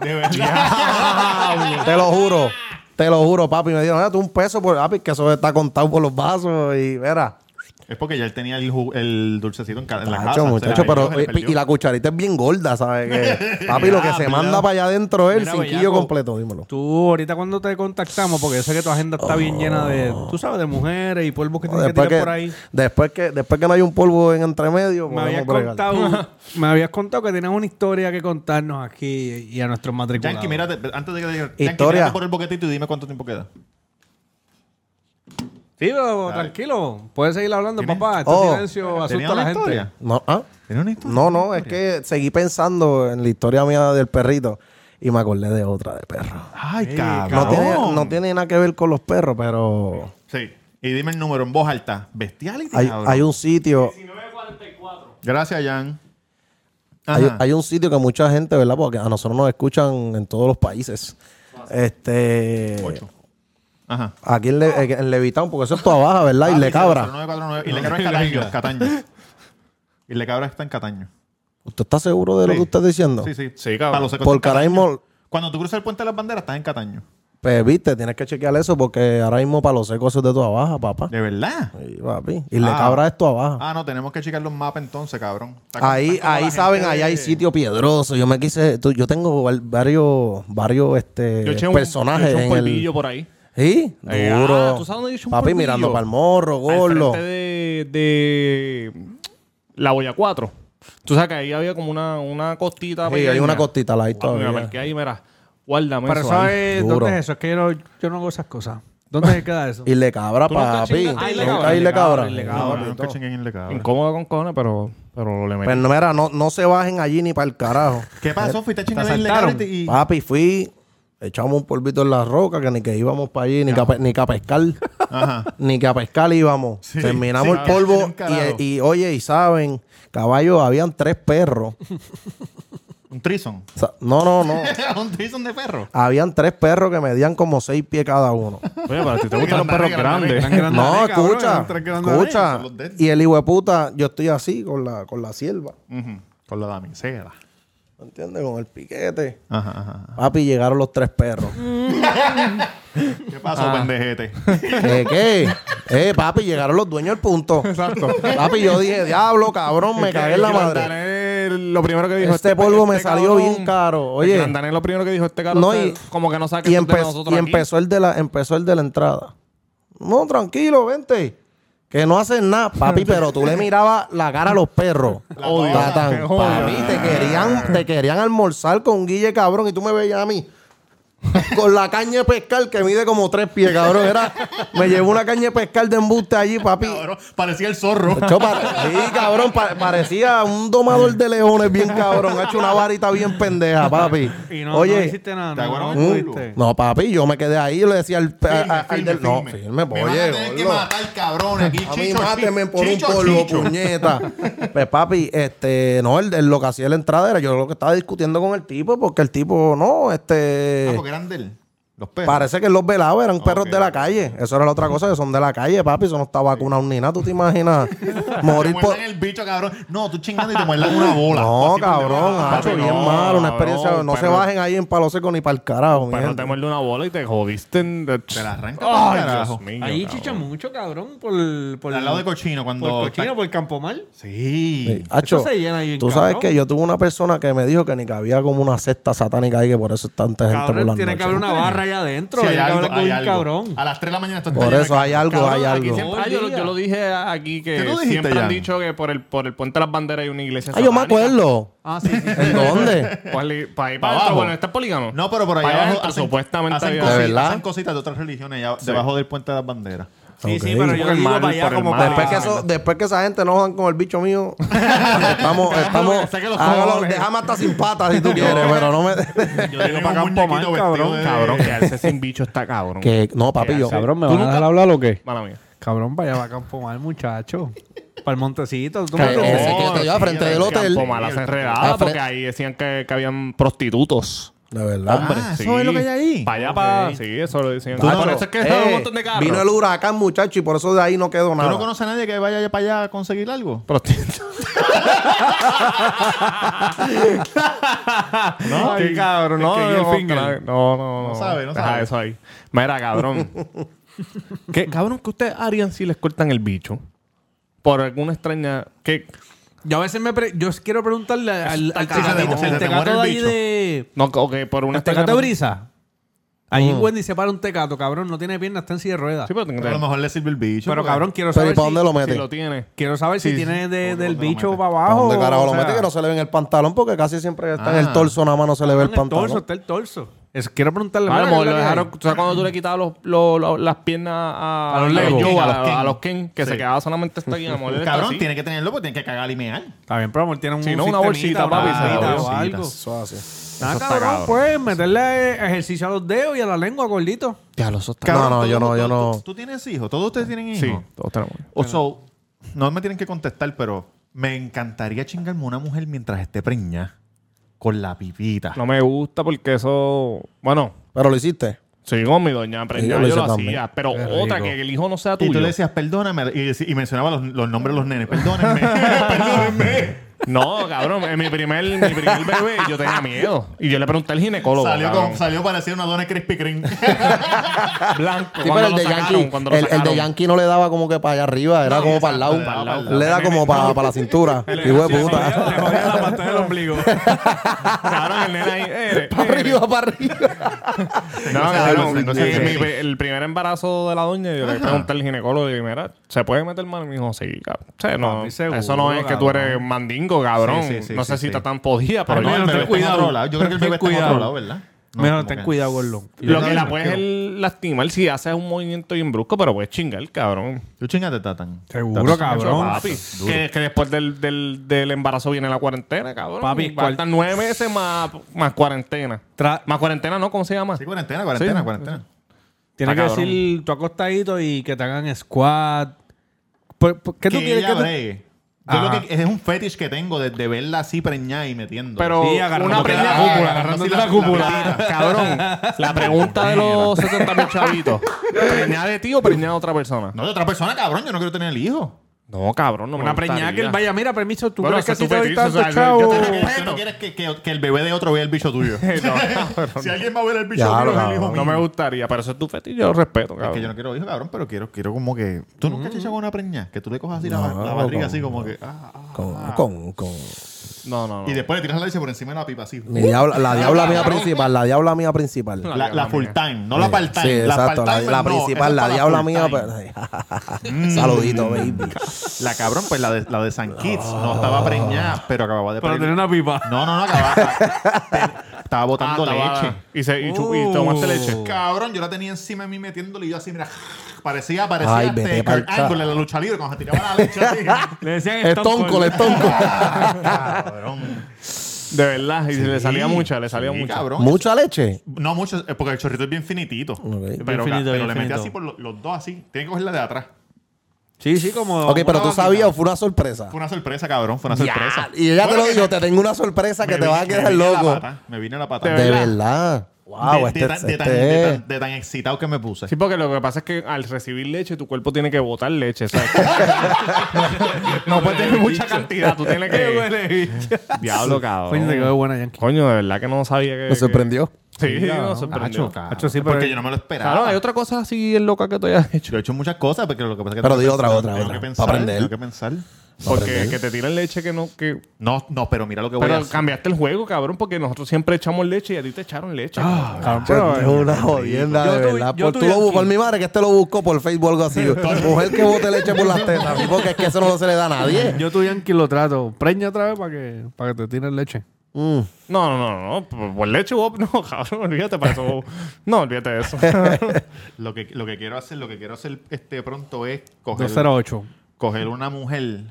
Speaker 4: te lo juro. Te lo juro, papi. Me dieron, "Ah, tú un peso por papi, que eso está contado por los vasos. Y mira.
Speaker 2: Es porque ya él tenía el, ju- el dulcecito en, ca- en la casa.
Speaker 4: Muchacho,
Speaker 2: se
Speaker 4: muchacho,
Speaker 2: la
Speaker 4: pero eh,
Speaker 2: perdió, se
Speaker 4: y- y la cucharita es bien gorda, ¿sabes? Que, papi, lo que se
Speaker 2: Diablo.
Speaker 4: manda para allá adentro es el
Speaker 3: Mira,
Speaker 4: cinquillo
Speaker 3: bellaco.
Speaker 4: completo, dímelo.
Speaker 3: Tú, ahorita cuando te contactamos, porque yo sé que tu agenda está bien llena de, tú sabes, de mujeres y polvos que tienes que
Speaker 4: Después
Speaker 3: tirar
Speaker 4: que,
Speaker 3: por ahí.
Speaker 4: después que después que no hay un polvo en entremedio,
Speaker 3: Me habías,
Speaker 4: podemos bregar.
Speaker 3: contado, me habías contado que tenías una historia que contarnos aquí y a nuestros matriculados.
Speaker 2: Yankee, mírate, antes de que Yankee,
Speaker 4: Historia.
Speaker 2: mírate por el boquetito y dime cuánto tiempo queda.
Speaker 3: Sí, pero
Speaker 2: Dale.
Speaker 3: tranquilo. Puedes seguir hablando,
Speaker 2: ¿Tienes?
Speaker 3: papá. Este
Speaker 4: Oh.
Speaker 2: ¿Tenía
Speaker 3: silencio asusta a la
Speaker 2: una
Speaker 3: gente.
Speaker 2: historia?
Speaker 4: No, ¿ah?
Speaker 2: ¿Tiene una historia?
Speaker 4: no, no, es que seguí pensando en la historia mía del perrito y me acordé de otra de perro.
Speaker 2: Ay,
Speaker 4: No
Speaker 2: cabrón.
Speaker 4: tiene, no tiene nada que ver con los perros, pero
Speaker 2: Sí. Y dime el número en voz alta. Bestiality,
Speaker 4: hay,
Speaker 2: cabrón.
Speaker 4: hay un sitio.
Speaker 2: Gracias, Jan.
Speaker 4: Hay,
Speaker 2: Ajá.
Speaker 4: hay un sitio que mucha gente, ¿verdad? Porque a nosotros nos escuchan en todos los países. Este.
Speaker 2: Ajá.
Speaker 4: Aquí en, Le- eh, en Levitown, porque eso es toda baja,
Speaker 2: Ah,
Speaker 4: ¿verdad? y le cabra.
Speaker 2: 0949. Y le cabra en Cataño. Cataño. Y le cabra está en Cataño.
Speaker 4: ¿Usted está seguro de lo
Speaker 2: Sí.
Speaker 4: que usted está diciendo?
Speaker 2: Sí, sí.
Speaker 8: Sí, cabrón.
Speaker 2: Para los secos
Speaker 4: Porque
Speaker 2: en
Speaker 4: ahora
Speaker 2: Cataño.
Speaker 4: mismo,
Speaker 2: Cuando tú cruzas el puente de las banderas, estás en Cataño.
Speaker 4: pues viste, tienes que chequear eso porque ahora mismo para los secos eso es de toda baja, papá.
Speaker 2: ¿De verdad?
Speaker 4: Sí, papi. Y le
Speaker 2: Ah.
Speaker 4: cabra es toda baja.
Speaker 2: Ah, no, tenemos que checar los mapas entonces, cabrón. Está con-
Speaker 4: Ahí,
Speaker 2: está con la
Speaker 4: ahí
Speaker 2: gente
Speaker 4: saben,
Speaker 2: de-
Speaker 4: ahí hay sitio piedroso. Yo me quise, tú- yo tengo val- varios, varios este
Speaker 8: Yo eché un,
Speaker 4: personajes
Speaker 8: yo eché un
Speaker 4: en
Speaker 8: polvillo
Speaker 4: el.
Speaker 8: por ahí.
Speaker 4: ¿Sí?
Speaker 8: Eh,
Speaker 4: Duro.
Speaker 8: ah, ¿tú sabes dónde yo eché un
Speaker 4: Papi
Speaker 8: polvillo?
Speaker 4: mirando para el morro, gordo.
Speaker 8: Al frente de, de la Boya 4. Tú sabes que ahí había como una, una costita.
Speaker 4: Sí, hay
Speaker 8: pequeña.
Speaker 4: una costita ahí
Speaker 8: Ah, mira,
Speaker 4: todavía.
Speaker 8: marqué ahí, mira. Guárdame
Speaker 3: Pero
Speaker 8: eso ahí.
Speaker 3: ¿sabes
Speaker 4: Duro.
Speaker 3: dónde es eso? Es que yo no, yo no hago esas cosas. ¿Dónde se queda eso?
Speaker 4: Y le cabra,
Speaker 8: ¿Tú nunca
Speaker 4: papi.
Speaker 8: chingaste Isle Cabra?
Speaker 4: Nunca Isle cabra.
Speaker 8: Isle
Speaker 2: No,
Speaker 8: Cabra,
Speaker 2: no, nunca chinguen en la cabra.
Speaker 8: Incómodo con cojones, pero, pero le metí.
Speaker 4: Pues no, mira, no, no se bajen allí ni para el carajo.
Speaker 2: ¿Qué pasó? Fuiste a chingar
Speaker 3: Te
Speaker 2: en la cabra y...
Speaker 3: asaltaron.
Speaker 2: te- y-
Speaker 4: Papi, fui, echamos un polvito en la roca, que ni que íbamos para allí, ni que, a pe- ni que a pescar.
Speaker 2: Ajá.
Speaker 4: ni que a pescar íbamos.
Speaker 2: Sí,
Speaker 4: Terminamos
Speaker 2: sí,
Speaker 4: el
Speaker 2: claro. Tiene un
Speaker 4: polvo
Speaker 2: carajo.
Speaker 4: y, y, oye, y saben, caballo, habían tres perros.
Speaker 2: Un trison.
Speaker 4: O sea, no, no, no.
Speaker 2: un trison de perro.
Speaker 4: habían tres perros que medían como seis pies cada uno.
Speaker 8: Oye, pero a ti te gustan los perros grandes.
Speaker 4: no,
Speaker 2: cabrón,
Speaker 4: escucha,
Speaker 2: eran tres grandes,
Speaker 4: escucha.
Speaker 2: son los de él.
Speaker 4: Y el hijo de puta, yo estoy así con la, con la sierva.
Speaker 2: Ujú. Con la damisela.
Speaker 4: ¿Me entiendes? Con el piquete.
Speaker 2: Ajá, ajá.
Speaker 4: Papi, llegaron los tres perros.
Speaker 2: ¿Qué pasó, pendejete?
Speaker 4: ¿Qué, qué? Eh, papi, llegaron los dueños al punto. Exacto. Papi, yo dije, diablo, cabrón, me cagué en la madre.
Speaker 8: Grandané, Lo primero que dijo
Speaker 4: Este polvo me salió
Speaker 8: cabrón,
Speaker 4: bien caro, oye.
Speaker 8: Grandané lo primero que dijo este cabrón.
Speaker 4: No,
Speaker 8: No,
Speaker 4: y-
Speaker 8: como que no sabe
Speaker 4: Y,
Speaker 8: que tú tengas
Speaker 4: empe-
Speaker 8: nosotros
Speaker 4: y
Speaker 8: aquí.
Speaker 4: empezó, el de la, empezó el de la entrada. No, tranquilo, vente. Que no hacen nada, papi, pero tú le mirabas la cara a los perros.
Speaker 2: odio.
Speaker 4: Tatán.
Speaker 8: Qué odio.
Speaker 4: Papi, te querían, te querían almorzar con Guille, cabrón, y tú me veías a mí. Con la caña de pescar que mide como tres pies, cabrón. Era, me llevó una caña de pescar de embuste allí, papi.
Speaker 2: Cabrón, parecía el zorro.
Speaker 4: Yo pa- sí, cabrón, pa- parecía un domador de leones bien cabrón. Ha hecho una varita bien pendeja, papi.
Speaker 3: Y no, no
Speaker 4: Oye, ¿mm?
Speaker 3: hiciste nada.
Speaker 2: ¿te
Speaker 3: No,
Speaker 2: acuerdas
Speaker 3: no,
Speaker 2: del
Speaker 3: fuiste.
Speaker 4: no, papi, yo me quedé ahí y le decía al, a-
Speaker 2: Firme,
Speaker 4: a- al
Speaker 2: firme,
Speaker 4: del- No,
Speaker 2: firme.
Speaker 4: firme, pues,
Speaker 2: Me van a
Speaker 4: oye,
Speaker 2: tener que
Speaker 4: gordo.
Speaker 2: matar, cabrón. Aquí,
Speaker 4: A mí
Speaker 2: chicho,
Speaker 4: mátenme
Speaker 2: chi-
Speaker 4: por
Speaker 2: chicho,
Speaker 4: un polvo,
Speaker 2: chicho.
Speaker 4: puñeta. Pues papi, este, no, el, el- lo que hacía la entrada era yo lo que estaba discutiendo con el tipo, porque el tipo, no, este.
Speaker 2: Ah, porque eran de él. Los perros. Ah,
Speaker 4: Parece que los velados eran perros
Speaker 2: Ok.
Speaker 4: de la calle. Eso era la otra cosa, que son de la calle, papi. Eso no está vacunado ni nada. ¿Tú te imaginas
Speaker 2: Te
Speaker 4: morir por,
Speaker 2: muerden el bicho, cabrón. No, tú chingando y te muerden una bola.
Speaker 4: No,
Speaker 2: Así por
Speaker 4: cabrón,
Speaker 2: debajo.
Speaker 4: hacho,
Speaker 8: papi,
Speaker 4: bien
Speaker 8: no,
Speaker 4: malo, una
Speaker 8: cabrón,
Speaker 4: experiencia. no se
Speaker 8: perro.
Speaker 4: bajen ahí en palo seco ni para el carajo. mi
Speaker 8: Pero
Speaker 4: gente.
Speaker 8: te muerde una bola y te jodiste. En...
Speaker 2: Te la arranca por
Speaker 8: Ay,
Speaker 2: el
Speaker 8: Dios
Speaker 2: carajo.
Speaker 8: mío.
Speaker 3: Ahí
Speaker 8: cabrón.
Speaker 3: chicha mucho, cabrón, por el... Por
Speaker 2: Al lado de cochino, cuando
Speaker 3: Por cochino,
Speaker 2: está-
Speaker 3: por el Campomar.
Speaker 2: Sí.
Speaker 4: Sí, hacho,
Speaker 3: se llena ahí,
Speaker 4: tú
Speaker 3: cabrón.
Speaker 4: sabes que yo tuve una persona que me dijo que ni que había como una cesta satánica ahí, que por eso es tanta gente por
Speaker 3: Cabrón,
Speaker 4: las
Speaker 3: tiene que
Speaker 4: noches.
Speaker 3: haber una barra allá adentro.
Speaker 2: Sí,
Speaker 3: hay
Speaker 2: hay
Speaker 3: que
Speaker 2: algo,
Speaker 3: hablar con
Speaker 2: hay
Speaker 3: un
Speaker 2: algo.
Speaker 3: cabrón.
Speaker 2: A las 3 de la mañana esto está
Speaker 4: Por
Speaker 2: lleno
Speaker 4: eso
Speaker 2: de-
Speaker 4: hay algo,
Speaker 8: Cabrón,
Speaker 4: hay
Speaker 8: aquí
Speaker 4: algo.
Speaker 8: siempre- ah, yo, lo- yo lo dije aquí que
Speaker 2: ¿Qué tú dijiste,
Speaker 8: siempre han
Speaker 2: Jan?
Speaker 8: dicho que por el, por el puente de las banderas hay una iglesia.
Speaker 4: Ah, yo me
Speaker 8: satánica.
Speaker 4: acuerdo.
Speaker 3: Ah, sí, sí.
Speaker 4: ¿En dónde?
Speaker 8: Para ahí, para ahí,
Speaker 2: Pa'
Speaker 8: para adentro.
Speaker 2: abajo.
Speaker 8: Bueno, está el polígono.
Speaker 2: No, pero por allá
Speaker 8: Pa'
Speaker 2: abajo
Speaker 8: adentro,
Speaker 2: hacen-
Speaker 8: supuestamente
Speaker 2: hacen,
Speaker 4: ¿De
Speaker 8: había-
Speaker 2: cositas,
Speaker 4: verdad?
Speaker 2: hacen cositas de otras religiones allá debajo del puente de las banderas.
Speaker 3: Sí, sí,
Speaker 4: Ok.
Speaker 3: pero yo
Speaker 8: Por el
Speaker 3: digo
Speaker 8: mar,
Speaker 3: para allá
Speaker 8: por el
Speaker 3: como
Speaker 8: mar.
Speaker 3: para...
Speaker 4: Después que, eso, después que esa gente no jodan con el bicho mío, estamos, estamos,
Speaker 2: saque los
Speaker 4: hágalo,
Speaker 2: cojones.
Speaker 4: déjame hasta sin patas si tú quieres, pero no me...
Speaker 2: Yo digo
Speaker 8: Para Campo Man, cabrón, cabrón. Quedarse sin bicho está cabrón.
Speaker 4: que, no, papi, yo,
Speaker 3: Cabrón, ¿me van a dejar hablar o qué?
Speaker 8: Mala mía.
Speaker 3: Cabrón, para allá va a Campomar, muchacho. Para el Montecito. ¿tú me
Speaker 4: Cabrón.
Speaker 3: entiendes?
Speaker 4: Ese que te lleva frente del hotel.
Speaker 8: Campo Mal, las enredadas,
Speaker 4: Ah, fre-
Speaker 8: porque ahí decían que, que habían prostitutos.
Speaker 4: de verdad.
Speaker 2: Ah, eso es lo que hay ahí.
Speaker 8: Para allá, para... Sí, eso lo decían.
Speaker 4: Tacho,
Speaker 8: por eso es que
Speaker 4: eh,
Speaker 8: estaban un montón de carros.
Speaker 4: Vino el huracán, muchacho, y por eso de ahí no quedó
Speaker 2: ¿Tú
Speaker 4: nada.
Speaker 2: no conoces a nadie que vaya allá para allá a conseguir algo?
Speaker 8: Prostitutos. no, qué cabrón. No,
Speaker 2: Es que
Speaker 8: no,
Speaker 2: el finger.
Speaker 8: claro, no, no, no.
Speaker 2: No sabe, no
Speaker 8: Deja
Speaker 2: sabe.
Speaker 8: eso ahí. Mira, cabrón. ¿Qué, cabrón, ¿qué ustedes harían si les cortan el bicho? Por alguna extraña... ¿Qué?
Speaker 3: Yo a veces me... pre- Yo quiero preguntarle al, al
Speaker 2: cabrón.
Speaker 3: tecatito.
Speaker 2: Si se te-
Speaker 3: El
Speaker 2: se te muere
Speaker 3: tecato de
Speaker 2: el
Speaker 3: ahí
Speaker 2: bicho.
Speaker 3: de...
Speaker 8: No, ok, por una
Speaker 3: El tecato de
Speaker 8: extraña-
Speaker 3: brisa. Ahí
Speaker 2: Mm.
Speaker 3: en Wendy se para un tecato, cabrón. No tiene piernas, está en silla de ruedas.
Speaker 8: Sí, pero tengo
Speaker 2: Pero a lo mejor le sirve el bicho.
Speaker 3: Pero
Speaker 2: porque-
Speaker 3: cabrón, quiero
Speaker 4: Pero ¿y
Speaker 3: saber
Speaker 4: para dónde
Speaker 3: si...
Speaker 4: lo
Speaker 8: Si
Speaker 4: mete?
Speaker 8: lo tiene.
Speaker 3: Quiero saber si
Speaker 2: Sí,
Speaker 3: tiene de-
Speaker 2: ¿Dónde
Speaker 3: del
Speaker 2: lo
Speaker 3: bicho
Speaker 2: mete?
Speaker 3: para
Speaker 4: ¿Para
Speaker 3: abajo.
Speaker 4: dónde carajo
Speaker 3: o
Speaker 4: lo
Speaker 3: sea,
Speaker 4: mete? Que no se le ve en el pantalón porque casi siempre está en el
Speaker 2: Ah.
Speaker 4: torso nada más, no se le ve el
Speaker 3: en el torso,
Speaker 4: pantalón.
Speaker 3: está el torso. Es- quiero preguntarle...
Speaker 8: Ah, a lo
Speaker 3: mira, ¿qué
Speaker 8: mejor lo
Speaker 3: es la que
Speaker 8: dejaron,
Speaker 3: hay?
Speaker 8: o sea, cuando tú le quitabas los, los- los- las piernas a,
Speaker 3: A los
Speaker 8: a
Speaker 3: Lego.
Speaker 8: Joe,
Speaker 2: A
Speaker 8: a,
Speaker 2: los
Speaker 8: la-
Speaker 2: Ken.
Speaker 8: a los Ken, que se
Speaker 2: Sí.
Speaker 8: quedaba solamente hasta aquí. A lo mejor él está
Speaker 2: Cabrón,
Speaker 8: así.
Speaker 2: tiene que tenerlo porque tiene que cagar y mear.
Speaker 3: Está bien, pero amor, tiene un
Speaker 8: Sí, no, una
Speaker 3: sistemita,
Speaker 8: bolsita, papi,
Speaker 3: una
Speaker 8: se la
Speaker 3: bolsita o
Speaker 2: bolsita.
Speaker 3: algo.
Speaker 4: Eso es así.
Speaker 3: Nada,
Speaker 8: está
Speaker 3: cabrón,
Speaker 8: cabrón.
Speaker 3: pues meterle ejercicio a los dedos y a la lengua, gordito.
Speaker 4: No, no,
Speaker 2: todo-
Speaker 4: yo no,
Speaker 2: todo-
Speaker 4: yo no.
Speaker 2: ¿Tú, tú tienes hijos? ¿Todos ustedes tienen hijos?
Speaker 8: Sí, todos tenemos.
Speaker 2: O so, no me tienen que contestar, pero Me encantaría chingarme a una mujer mientras esté preñada. Con la pipita.
Speaker 8: No me gusta porque eso. Bueno,
Speaker 4: Pero lo hiciste.
Speaker 8: sí, con mi doña preñada,
Speaker 4: yo lo
Speaker 8: yo lo
Speaker 4: hice también.
Speaker 8: hacía. Pero otra, que el hijo no sea
Speaker 2: y
Speaker 8: tuyo.
Speaker 2: tú le decías, perdóname. Y, decí- y mencionaba los, los nombres de los nenes. Perdónenme. perdónenme.
Speaker 8: No, cabrón, en mi primer, mi primer bebé yo tenía miedo. Y yo le pregunté al ginecólogo.
Speaker 2: Salió,
Speaker 8: cabrón.
Speaker 2: con, salió parecía una dona Krispy Kreme.
Speaker 8: blanco.
Speaker 4: Sí,
Speaker 8: cuando
Speaker 4: pero el
Speaker 8: lo
Speaker 4: de
Speaker 8: sacaron,
Speaker 4: Yankee,
Speaker 8: cuando lo
Speaker 4: el, el de
Speaker 8: sacaron.
Speaker 4: Yankee no le daba como que para allá arriba, era como para el lado.
Speaker 2: para el lado,
Speaker 4: Le da como para, para la cintura. Hijo de puta.
Speaker 8: la pantalla del ombligo. cabrón, el nene ahí. eh,
Speaker 4: Para
Speaker 8: eh,
Speaker 4: arriba, para arriba.
Speaker 8: No,
Speaker 2: Tengo
Speaker 8: cabrón.
Speaker 2: celos, tengo
Speaker 8: eh,
Speaker 2: celos.
Speaker 8: mi pri- el primer embarazo de la doña, yo le pregunté al ginecólogo y mira, ¿se puede meter mano? Y me dijo, sí, cabrón. O sea, no,
Speaker 3: Papi, seguro,
Speaker 8: eso no es que tú eres
Speaker 3: cabrón.
Speaker 8: mandingo, cabrón.
Speaker 2: Sí, sí, sí,
Speaker 8: no sé
Speaker 2: sí,
Speaker 8: si
Speaker 2: sí.
Speaker 8: está tan podía, pero
Speaker 2: Pero
Speaker 8: no,
Speaker 2: el
Speaker 3: no,
Speaker 2: bebé está
Speaker 3: ten
Speaker 2: en
Speaker 3: cuidado.
Speaker 2: otro lado. Yo creo que el
Speaker 3: Ten
Speaker 2: bebé está en
Speaker 3: cuidado.
Speaker 2: otro lado, ¿verdad? No,
Speaker 3: Mejor
Speaker 2: como
Speaker 3: ten
Speaker 2: que-
Speaker 3: cuidado, Gordon.
Speaker 8: Lo que la
Speaker 2: no,
Speaker 8: puedes
Speaker 2: creo.
Speaker 8: el- lastimar si haces un movimiento bien brusco, pero puedes chingar, cabrón.
Speaker 2: Tú chingate, Tatán.
Speaker 3: Seguro,
Speaker 2: Tatán.
Speaker 3: cabrón.
Speaker 8: Papi,
Speaker 2: Duro.
Speaker 8: que, que después del, del, del embarazo viene la cuarentena, cabrón.
Speaker 3: Papi,
Speaker 8: Papi, faltan nueve meses más, más cuarentena.
Speaker 3: Tra-
Speaker 8: Más cuarentena, ¿no? ¿Cómo se llama?
Speaker 2: Sí, cuarentena, cuarentena,
Speaker 8: Sí.
Speaker 2: cuarentena.
Speaker 3: Tienes que
Speaker 8: Está cabrón.
Speaker 3: decir tu acostadito y que te hagan squat. Por- por- ¿Qué tú
Speaker 2: que
Speaker 3: quieres
Speaker 2: ella
Speaker 3: que tú-
Speaker 2: bregue. Yo lo
Speaker 3: Ajá.
Speaker 2: que- es un fetish que tengo de, de verla así preñada y metiendo.
Speaker 8: Pero
Speaker 3: Sí,
Speaker 8: una
Speaker 3: agarrándote
Speaker 8: pregunta,
Speaker 3: la cúpula, agarrándote la cúpula.
Speaker 8: cabrón. La pregunta de los 70 mil chavitos. ¿Preñada de ti o preñada de otra persona?
Speaker 2: No, de otra persona, cabrón. Yo no quiero tener el hijo.
Speaker 8: No, cabrón, no me
Speaker 3: Una preñada que él vaya, mira, permiso, tú
Speaker 8: Bueno,
Speaker 3: crees que así
Speaker 8: ese es
Speaker 3: te doy
Speaker 8: tu
Speaker 3: tanto,
Speaker 8: fetiche, o sea, yo-
Speaker 3: chavo.
Speaker 8: yo
Speaker 2: Tú
Speaker 8: te-
Speaker 2: no quieres que, que- que el bebé de otro vea el bicho tuyo. si alguien va a ver el bicho
Speaker 4: Ya,
Speaker 2: tuyo, es el
Speaker 4: cabrón.
Speaker 2: hijo mío.
Speaker 8: No me gustaría, pero eso es tu fetiche, yo lo respeto, cabrón.
Speaker 2: Es que yo no quiero hijo, cabrón, pero quiero, quiero como que. Tú nunca
Speaker 3: Mm.
Speaker 2: has echado una preña, que tú le cojas así la,
Speaker 4: No,
Speaker 2: la barriga,
Speaker 4: no,
Speaker 2: así como
Speaker 4: no.
Speaker 2: que. ah, ah.
Speaker 4: Con, con, con.
Speaker 8: No, no, no.
Speaker 2: Y después le tiras la leche por encima de la pipa, así.
Speaker 4: Mi diabla- la diabla mía principal, la diabla mía principal.
Speaker 2: La, la full time, no la
Speaker 4: Sí,
Speaker 2: part time.
Speaker 4: Sí, exacto. La,
Speaker 2: part-time,
Speaker 4: la
Speaker 2: no, esa
Speaker 4: principal,
Speaker 2: es
Speaker 4: la
Speaker 2: para
Speaker 4: diabla
Speaker 2: full
Speaker 4: mía.
Speaker 2: time.
Speaker 4: pero- Saludito, baby.
Speaker 2: La cabrón, pues la de, la de San Kitts
Speaker 4: Ah.
Speaker 2: no estaba preñada, pero acababa de
Speaker 3: Pero
Speaker 2: preñar.
Speaker 3: tener una pipa.
Speaker 2: No, no, no, acababa. te- estaba
Speaker 8: Ah,
Speaker 2: botando
Speaker 8: estaba-
Speaker 2: leche.
Speaker 8: Y, se, y, chu- y tomaste leche.
Speaker 2: Cabrón, yo la tenía encima de mí metiéndole y yo así, mira, parecía, parecía
Speaker 4: Ay,
Speaker 2: este
Speaker 4: vete
Speaker 2: Kurt
Speaker 4: pa'l
Speaker 2: Angle en la lucha libre cuando se tiraba la leche así. Ah,
Speaker 3: Le decían
Speaker 4: El
Speaker 3: Stone Cold.
Speaker 4: tonco, el tonco.
Speaker 2: cabrón.
Speaker 8: De verdad, y le salía
Speaker 2: Sí,
Speaker 8: mucha, le salía
Speaker 2: sí,
Speaker 8: mucha.
Speaker 2: cabrón.
Speaker 4: Mucha leche.
Speaker 2: No mucho, eh, porque el chorrito es bien finitito. Pero,
Speaker 3: Bien
Speaker 2: ca-
Speaker 3: finito,
Speaker 2: pero le
Speaker 3: bien
Speaker 2: metí
Speaker 3: finito.
Speaker 2: así por lo- los dos así. Tiene que cogerla de atrás.
Speaker 3: Sí, sí, como.
Speaker 4: Ok, pero
Speaker 3: como
Speaker 4: tú
Speaker 3: una
Speaker 4: sabías,
Speaker 3: vaquita.
Speaker 4: o fue una sorpresa.
Speaker 2: Fue una sorpresa, cabrón. Fue una sorpresa.
Speaker 4: Y ella te
Speaker 2: Bueno,
Speaker 4: lo
Speaker 2: que
Speaker 4: dijo, te tengo una sorpresa que
Speaker 2: me
Speaker 4: te
Speaker 2: vi-
Speaker 4: vas a
Speaker 2: me
Speaker 4: quedar
Speaker 2: vine la
Speaker 4: loco.
Speaker 2: pata, Me vine la
Speaker 4: De
Speaker 2: pata.
Speaker 4: verdad. Wow,
Speaker 2: de,
Speaker 4: este
Speaker 2: de tan, de tan- de
Speaker 4: este-
Speaker 2: tan- de tan excitado que me puse.
Speaker 8: Sí, porque lo que pasa es que al recibir leche, tu cuerpo tiene que botar leche, ¿sabes? no
Speaker 4: pues,
Speaker 8: puedes tener mucha cantidad, tú tienes que... Diablo,
Speaker 3: Coño, te
Speaker 8: cabrón.
Speaker 3: quedó buena, Yankee.
Speaker 8: Coño, de verdad que no sabía que...
Speaker 4: Me sorprendió.
Speaker 8: Sí,
Speaker 2: Sí,
Speaker 8: no,
Speaker 2: cabrón.
Speaker 8: sorprendió.
Speaker 2: Nacho,
Speaker 3: Hacho, sí, pero-
Speaker 2: Porque yo no me lo esperaba.
Speaker 8: Claro, hay otra cosa así bien loca que tú hayas hecho.
Speaker 2: Yo he hecho muchas cosas, porque lo que pasa es que...
Speaker 4: Pero
Speaker 2: tengo
Speaker 4: di
Speaker 2: que
Speaker 4: otra,
Speaker 2: pensar,
Speaker 4: otra,
Speaker 2: tengo
Speaker 4: otra,
Speaker 2: que
Speaker 4: pa'
Speaker 2: pensar,
Speaker 4: aprender.
Speaker 2: Tengo que pensar.
Speaker 8: Porque
Speaker 4: aprendí.
Speaker 8: que te tiran leche que no... Que...
Speaker 2: No, no, pero mira lo que voy a
Speaker 8: Pero
Speaker 2: hacer.
Speaker 8: cambiaste el juego, cabrón, porque nosotros siempre echamos leche y a ti te echaron leche. cabrón.
Speaker 4: Pero es una jodienda,
Speaker 3: Yo
Speaker 4: de
Speaker 3: tuve-
Speaker 4: verdad.
Speaker 3: yo
Speaker 4: Por, tú
Speaker 3: tuve
Speaker 4: lo buscó,
Speaker 3: aquí-
Speaker 4: mi madre, que este lo buscó por Facebook o algo así. Mujer que bote leche por las tetas, sí, porque es que eso no se le da a nadie.
Speaker 3: Yo tu Yankee lo trato. Preña otra vez para que, para que te tiren leche.
Speaker 4: Mm.
Speaker 8: No, no, no, no. Por, por leche, Bob, no, cabrón, olvídate para eso. No, olvídate de eso.
Speaker 2: Lo que, lo que quiero hacer, lo que quiero hacer este pronto es coger,
Speaker 3: 208.
Speaker 2: coger una mujer.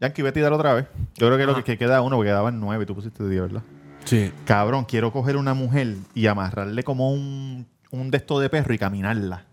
Speaker 2: Yankee, vete y dar otra vez. Yo creo que lo que, que queda uno, porque quedaban nueve y tú pusiste diez, ¿verdad?
Speaker 3: Sí.
Speaker 2: Cabrón, quiero coger una mujer y amarrarle como un, un desto de perro y caminarla.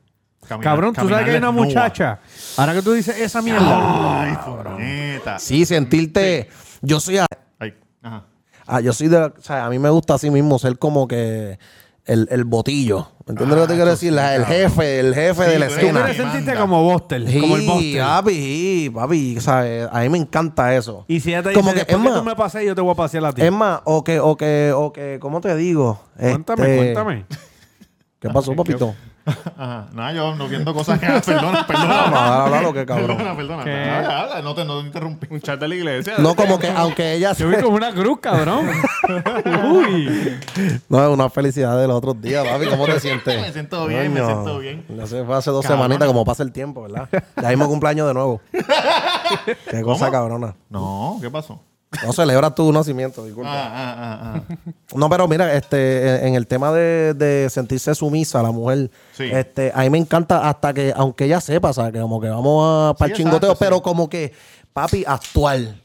Speaker 2: Caminar-
Speaker 3: Cabrón, tú sabes que hay
Speaker 2: caminarla
Speaker 3: una
Speaker 2: desnuda.
Speaker 3: muchacha. Ahora que tú dices esa mierda.
Speaker 2: Ay, puñeta.
Speaker 4: Sí, sentirte. Yo soy a-
Speaker 2: Ay, ajá.
Speaker 4: Ah, yo soy de. la- O sea, a mí me gusta así mismo ser como que. El, el botillo. ¿Me entiendes
Speaker 2: Ah,
Speaker 4: lo que te quiero decir? La- el jefe, el jefe
Speaker 2: Sí,
Speaker 4: de la
Speaker 2: tú eres-
Speaker 3: Tú
Speaker 4: escena.
Speaker 3: quieres sentirte como Buster.
Speaker 4: Sí, ah,
Speaker 3: Como el Buster.
Speaker 4: papi, sí, papi. o sea, eh, a mí me encanta eso.
Speaker 3: Y si ella te
Speaker 4: Como
Speaker 3: dice,
Speaker 4: que, es
Speaker 3: después que
Speaker 4: más,
Speaker 3: tú me pasé, yo te voy a pasear a ti.
Speaker 4: es más, o que, o que, o que, ¿cómo te digo?
Speaker 3: Cuéntame,
Speaker 4: Este,
Speaker 3: cuéntame.
Speaker 4: ¿Qué pasó, papito?
Speaker 2: Ajá. No, yo no viendo cosas que. Perdona,
Speaker 4: Vamos
Speaker 2: perdona.
Speaker 4: a hablar lo que cabrón.
Speaker 2: perdona, perdona. Habla, habla, no te, no te interrumpí.
Speaker 8: Un chat de la iglesia.
Speaker 4: No, como que, aunque ella
Speaker 3: Yo vi
Speaker 4: se,
Speaker 3: como una cruz, cabrón. Uy.
Speaker 4: No, es una felicidad de los otros días, papi. ¿Cómo te sientes?
Speaker 2: Me siento bien, me
Speaker 4: Coño.
Speaker 2: siento bien.
Speaker 4: No sé, fue hace dos
Speaker 2: Cabrón.
Speaker 4: semanitas como pasa el tiempo, ¿verdad? Ya mismo cumpleaños de nuevo. Qué cosa cabrona.
Speaker 2: No, ¿qué pasó?
Speaker 4: No celebras tu nacimiento, disculpa.
Speaker 2: Ah, ah, ah, ah.
Speaker 4: No, pero mira, este, en- en el tema de, de sentirse sumisa la mujer,
Speaker 2: Sí.
Speaker 4: este, a mí me encanta hasta que, aunque ella sepa, ¿sabes? Que como que vamos a para el
Speaker 2: Sí,
Speaker 4: chingoteo,
Speaker 2: exacto, sí.
Speaker 4: pero como que, papi, actual.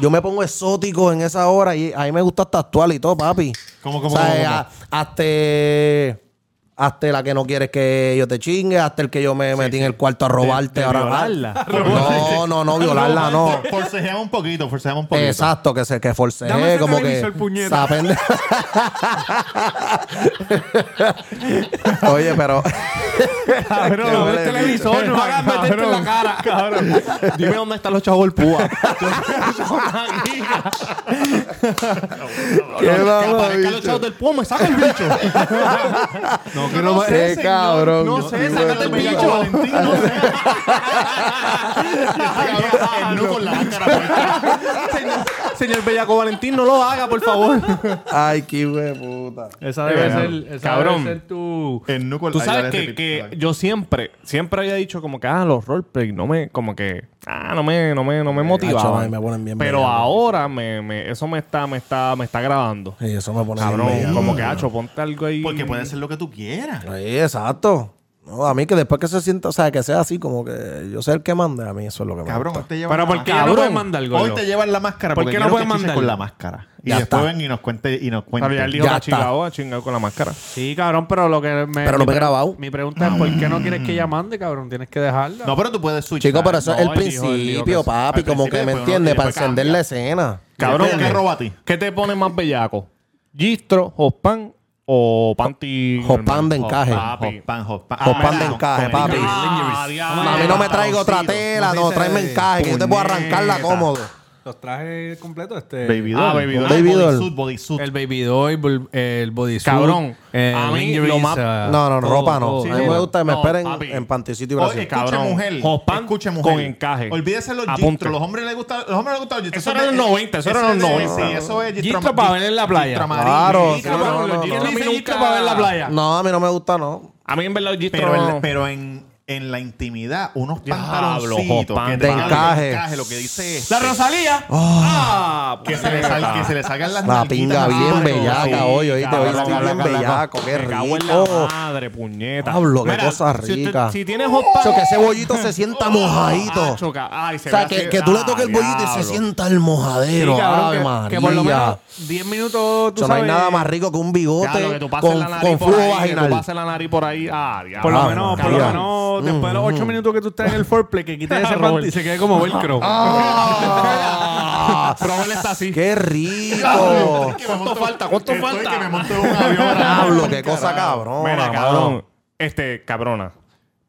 Speaker 4: Yo me pongo exótico en esa hora y a mí me gusta hasta actual y todo, papi.
Speaker 2: ¿Cómo, cómo,
Speaker 4: O sea,
Speaker 2: cómo, cómo?
Speaker 4: a- hasta Hasta la que no quieres que yo te chingue, hasta el que yo me metí en el cuarto a robarte.
Speaker 3: de
Speaker 4: ahora
Speaker 3: violarla.
Speaker 4: No, no, no, violarla Ah, no.
Speaker 2: For- Forcejeamos un poquito, forcejeamos un poquito.
Speaker 4: Exacto, que se que forcejé,
Speaker 8: Dame ese
Speaker 4: como que
Speaker 8: televisor, puñeta.
Speaker 4: se apende- Oye, pero
Speaker 8: Cabrón,
Speaker 4: Qué
Speaker 8: no
Speaker 4: huele
Speaker 8: el
Speaker 4: de
Speaker 8: televisor,
Speaker 4: bicho.
Speaker 8: no hagas meterte en la cara. Cabrón. Dime dónde están los chavos del púa.
Speaker 4: Qué
Speaker 8: Que
Speaker 4: bajo,
Speaker 8: aparezcan los
Speaker 4: bicho.
Speaker 8: chavos del púa, me saca el bicho.
Speaker 2: No quiero más-
Speaker 4: Qué
Speaker 2: señor.
Speaker 4: cabrón.
Speaker 2: No
Speaker 4: Yo-
Speaker 2: sé,
Speaker 4: yo-
Speaker 2: sácate el
Speaker 4: yo-
Speaker 2: bicho, Valentín, no sé. Ah, no, con la máscara puesta.
Speaker 8: señor, Ah, señor Bellaco Valentín, no lo haga, por favor.
Speaker 4: Ay, qué hue puta.
Speaker 3: Esa debe
Speaker 2: Cabrón.
Speaker 3: ser, esa
Speaker 8: Cabrón.
Speaker 3: debe ser tu...
Speaker 2: El nuco-
Speaker 8: Tú
Speaker 2: ahí
Speaker 8: sabes
Speaker 2: dale
Speaker 8: que,
Speaker 2: repeat.
Speaker 8: que yo siempre, siempre había dicho como que, ah, los roleplay no me, como que, ah, no me, no me, no me motivaba.
Speaker 4: ay, me ponen bien
Speaker 8: Pero
Speaker 4: bellaco.
Speaker 8: ahora me, me, eso me está, me está, me está grabando.
Speaker 4: Y eso me pone
Speaker 8: Cabrón,
Speaker 4: bien bellaco.
Speaker 8: como que, hacho, ponte algo ahí.
Speaker 2: Porque puede ser lo que tú quieras.
Speaker 4: Sí, exacto. No, a mí que después que se sienta, o sea, que sea así, como que yo sé el que mande, a mí eso es lo que me
Speaker 2: Cabrón, hoy
Speaker 4: gusta.
Speaker 2: te llevan
Speaker 8: Pero
Speaker 2: la
Speaker 8: porque
Speaker 2: máscara.
Speaker 8: no puedes
Speaker 2: Cabrón,
Speaker 8: mandar el
Speaker 2: Hoy
Speaker 8: gordo.
Speaker 2: te llevan la máscara.
Speaker 8: ¿Por
Speaker 2: porque
Speaker 8: qué no
Speaker 2: quiero
Speaker 8: puedes
Speaker 2: que chiches
Speaker 8: mandar?
Speaker 2: con la máscara? Y
Speaker 4: Ya
Speaker 2: después
Speaker 4: está.
Speaker 2: ven y nos cuenten. Y nos
Speaker 8: Pero ya
Speaker 2: cuenten.
Speaker 8: él dijo
Speaker 4: Ya
Speaker 8: que ha
Speaker 4: está.
Speaker 8: chingado, ha chingado con la máscara.
Speaker 3: Sí, cabrón, pero lo que me...
Speaker 4: Pero lo
Speaker 3: eh, mi
Speaker 4: ve
Speaker 3: pre-
Speaker 4: grabado.
Speaker 3: Mi pregunta es, ¿por qué no quieres que ella mande, cabrón? Tienes que dejarla.
Speaker 2: No, pero tú puedes switch.
Speaker 4: Chico, pero eso
Speaker 8: No,
Speaker 4: es el
Speaker 8: él dijo- él dijo
Speaker 4: principio,
Speaker 8: que sí.
Speaker 4: papi,
Speaker 2: Al
Speaker 4: como
Speaker 2: principio,
Speaker 4: que me
Speaker 2: pues, uno
Speaker 4: entiendes,
Speaker 2: tiene
Speaker 4: para
Speaker 2: que
Speaker 4: encender
Speaker 2: cambiar.
Speaker 4: la escena.
Speaker 8: Cabrón,
Speaker 2: ¿qué roba a ti?
Speaker 8: ¿Qué te pone más bellaco? ¿Gistro, Hospan o Panty?
Speaker 4: Hot pan de encaje.
Speaker 2: Hot pan, hot pan.
Speaker 4: Hot
Speaker 2: Ah,
Speaker 4: pan de
Speaker 2: con-
Speaker 4: encaje,
Speaker 2: con-
Speaker 4: papi.
Speaker 8: Ah,
Speaker 4: a mí no me traigo otra tela, no, tráeme encaje, que yo te puedo arrancarla cómodo.
Speaker 3: Los trajes completos, este...
Speaker 2: Baby
Speaker 8: Ah,
Speaker 2: doll.
Speaker 8: baby doll.
Speaker 4: Baby doll.
Speaker 2: Bodysuit, bodysuit.
Speaker 3: El baby doll, el bodysuit.
Speaker 8: Cabrón, a mí lo más-
Speaker 4: No, no, ropa no.
Speaker 8: sí,
Speaker 4: a mí
Speaker 8: no.
Speaker 4: me gusta que me
Speaker 8: No,
Speaker 4: esperen
Speaker 8: papi.
Speaker 4: en panticito y
Speaker 2: Oye,
Speaker 4: Brasil.
Speaker 2: escuche
Speaker 8: cabrón.
Speaker 2: mujer.
Speaker 8: Hotpan
Speaker 2: escuche mujer.
Speaker 8: con encaje.
Speaker 2: Olvídese los
Speaker 8: Apunte.
Speaker 2: gistros. Los hombres les gusta, los hombres les gusta los gistros.
Speaker 8: Eso era
Speaker 2: de-
Speaker 8: los 90, eso era
Speaker 2: es
Speaker 8: los
Speaker 2: de-
Speaker 8: 90.
Speaker 2: Sí, eso es
Speaker 3: Gistro para ver en la playa.
Speaker 4: Claro,
Speaker 2: Claro.
Speaker 4: sí, no, no,
Speaker 8: ¿Quién
Speaker 4: no.
Speaker 8: dice
Speaker 3: Nunca-
Speaker 8: gistro para ver la playa?
Speaker 4: No, a mí no me gusta, no.
Speaker 8: A mí en verdad el gistro
Speaker 2: Pero, en-
Speaker 8: no.
Speaker 2: pero en, en la intimidad, unos
Speaker 8: Diablo,
Speaker 2: pantaloncitos
Speaker 8: Hotpan
Speaker 2: que
Speaker 8: de
Speaker 2: tengan
Speaker 4: encaje.
Speaker 2: Lo que dice es
Speaker 8: La Rosalía.
Speaker 4: Oh.
Speaker 8: Ah,
Speaker 2: que se le salgan, que se le salgan las
Speaker 4: La
Speaker 2: nalguitas
Speaker 4: pinga
Speaker 2: así,
Speaker 4: bien
Speaker 2: pero-
Speaker 4: bellaca hoy, oíste, hoy
Speaker 8: Cabrón,
Speaker 4: estoy bien
Speaker 8: cabrón, cabrón.
Speaker 4: bellaco, qué
Speaker 8: Me cago en la
Speaker 4: rico.
Speaker 8: madre, puñeta.
Speaker 4: Pablo, qué
Speaker 8: Mira,
Speaker 4: cosa
Speaker 8: si usted-
Speaker 4: rica.
Speaker 8: Si tienes hotpan.
Speaker 4: Eso, que ese bollito se sienta mojadito.
Speaker 8: Ah, choca. Oh, Ay, se
Speaker 4: o sea,
Speaker 8: ve
Speaker 4: que,
Speaker 8: así.
Speaker 4: que tú le
Speaker 8: Ah,
Speaker 4: toques el bollito y
Speaker 8: diablo.
Speaker 4: se sienta el mojadero. Ave María.
Speaker 3: que, por lo menos 10 minutos, tú
Speaker 4: Eso no
Speaker 3: sabes...
Speaker 4: hay nada más rico que un bigote
Speaker 8: Claro, que tú pases
Speaker 4: con,
Speaker 8: la nariz
Speaker 4: con
Speaker 8: por
Speaker 4: flujo
Speaker 8: ahí, que tú
Speaker 4: vaginal.
Speaker 8: pases la nariz por ahí. Ah, diablo.
Speaker 3: Por lo
Speaker 4: Ah,
Speaker 3: menos, por lo
Speaker 4: cabrón. Mm.
Speaker 3: menos, después de los 8 minutos que tú estás en el foreplay, que quites
Speaker 8: Ah,
Speaker 3: ese panty y se quede como velcro.
Speaker 4: ¡Ah!
Speaker 8: Robert está así.
Speaker 4: ¡Qué rico!
Speaker 8: ¿Cuánto falta? ¿Cuánto
Speaker 2: Estoy
Speaker 8: falta?
Speaker 2: que me monté en un avión ahora.
Speaker 4: Pablo, qué cosa cabrona,
Speaker 8: Mira,
Speaker 4: mano.
Speaker 8: cabrón. Este, cabrona.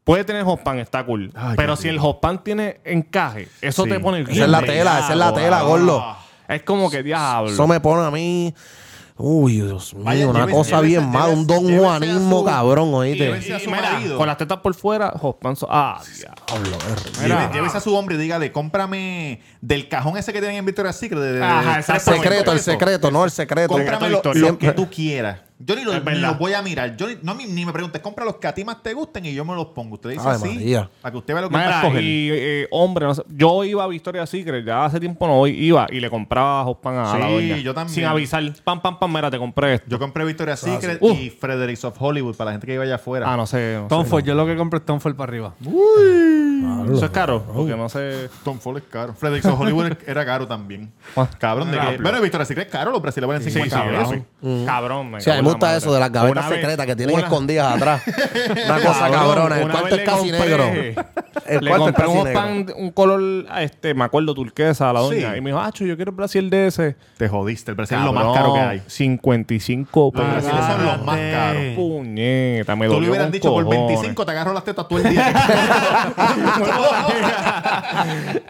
Speaker 8: Puede tener hotpan, está cool. pero si el hotpan tiene encaje, eso te pone el
Speaker 4: Esa es la tela, esa es la tela, gordo.
Speaker 8: Es como que diablo.
Speaker 4: Eso me pone a mí. Uy, Dios mío,
Speaker 2: Vaya,
Speaker 4: una
Speaker 2: llévese-
Speaker 4: cosa
Speaker 2: llévese-
Speaker 4: bien mala, un don
Speaker 2: llévese a
Speaker 4: Juanismo
Speaker 2: su-
Speaker 4: cabrón, oíste.
Speaker 2: Llévese a
Speaker 8: Y
Speaker 2: su
Speaker 8: mira,
Speaker 2: marido.
Speaker 8: con las tetas por fuera, hotpan. so- ah, diablo.
Speaker 2: Llévese, llévese a su hombre y dígale, cómprame del cajón ese que tienen en Victoria's Secret. De, de- de-
Speaker 8: Ajá,
Speaker 2: de-
Speaker 8: exacto.
Speaker 4: El secreto, el secreto, no, el secreto.
Speaker 2: Cómprame lo,
Speaker 8: Victoria.
Speaker 2: lo
Speaker 4: Siempre-
Speaker 2: que tú quieras. Yo ni, lo-
Speaker 8: Es
Speaker 2: ni
Speaker 8: verdad.
Speaker 2: los voy a mirar. Yo ni, no, ni, ni me preguntes, compra los que a ti más te gusten y yo me los pongo. Usted dice
Speaker 4: Ay,
Speaker 2: así.
Speaker 4: María.
Speaker 2: Para que usted vea lo que va a
Speaker 8: Mira,
Speaker 2: escoger.
Speaker 8: y eh, hombre, no sé, yo iba a Victoria Secret, ya hace tiempo no voy, iba y le compraba hotpan a la
Speaker 2: Sí,
Speaker 8: doña.
Speaker 2: yo también.
Speaker 8: Sin avisar, pam, pam, pam, mira, te compré esto.
Speaker 2: Yo compré Victoria's Secret
Speaker 8: Uh.
Speaker 2: y Fredericks of Hollywood para la gente que iba allá afuera.
Speaker 8: Ah, no sé. no sé.
Speaker 3: Tom Ford, yo lo que compré es Tom Ford para arriba.
Speaker 8: Eso es caro, porque no sé.
Speaker 2: Tom Ford es caro. Fredericks of Hollywood era caro también.
Speaker 8: Ah.
Speaker 2: Cabrón, de que.
Speaker 8: Diablo.
Speaker 2: Bueno, Victoria's Secret es caro, los brasileños valen 50 pesos.
Speaker 8: cabrón. Cabrón, me
Speaker 4: Sí, a mí me
Speaker 8: cago en la
Speaker 4: gusta
Speaker 8: madre.
Speaker 4: eso de las gavetas
Speaker 8: Una vez-
Speaker 4: secretas que tienen
Speaker 8: una-
Speaker 4: escondidas atrás. Una cosa
Speaker 8: Cabrón,
Speaker 4: cabrona. El
Speaker 8: una
Speaker 4: cuarto es
Speaker 8: vez le
Speaker 4: casi negro.
Speaker 8: compré-
Speaker 4: El
Speaker 8: Le
Speaker 4: cuarto es
Speaker 8: compré
Speaker 4: casi
Speaker 8: un
Speaker 4: negro.
Speaker 8: pan, un color, este, me acuerdo, turquesa a la doña.
Speaker 2: Sí.
Speaker 8: Y me dijo, Acho, yo quiero el Brasil de ese.
Speaker 2: Te jodiste. El Brasil es lo
Speaker 8: Cabrón,
Speaker 2: más caro que hay.
Speaker 8: 55
Speaker 2: Los
Speaker 8: pesos.
Speaker 2: brasileños son los más caros.
Speaker 8: Puñeta, me
Speaker 2: Tú
Speaker 8: dolió
Speaker 2: le hubieras
Speaker 8: con
Speaker 2: dicho por
Speaker 8: cojones.
Speaker 2: 25 te agarro las tetas todo el día.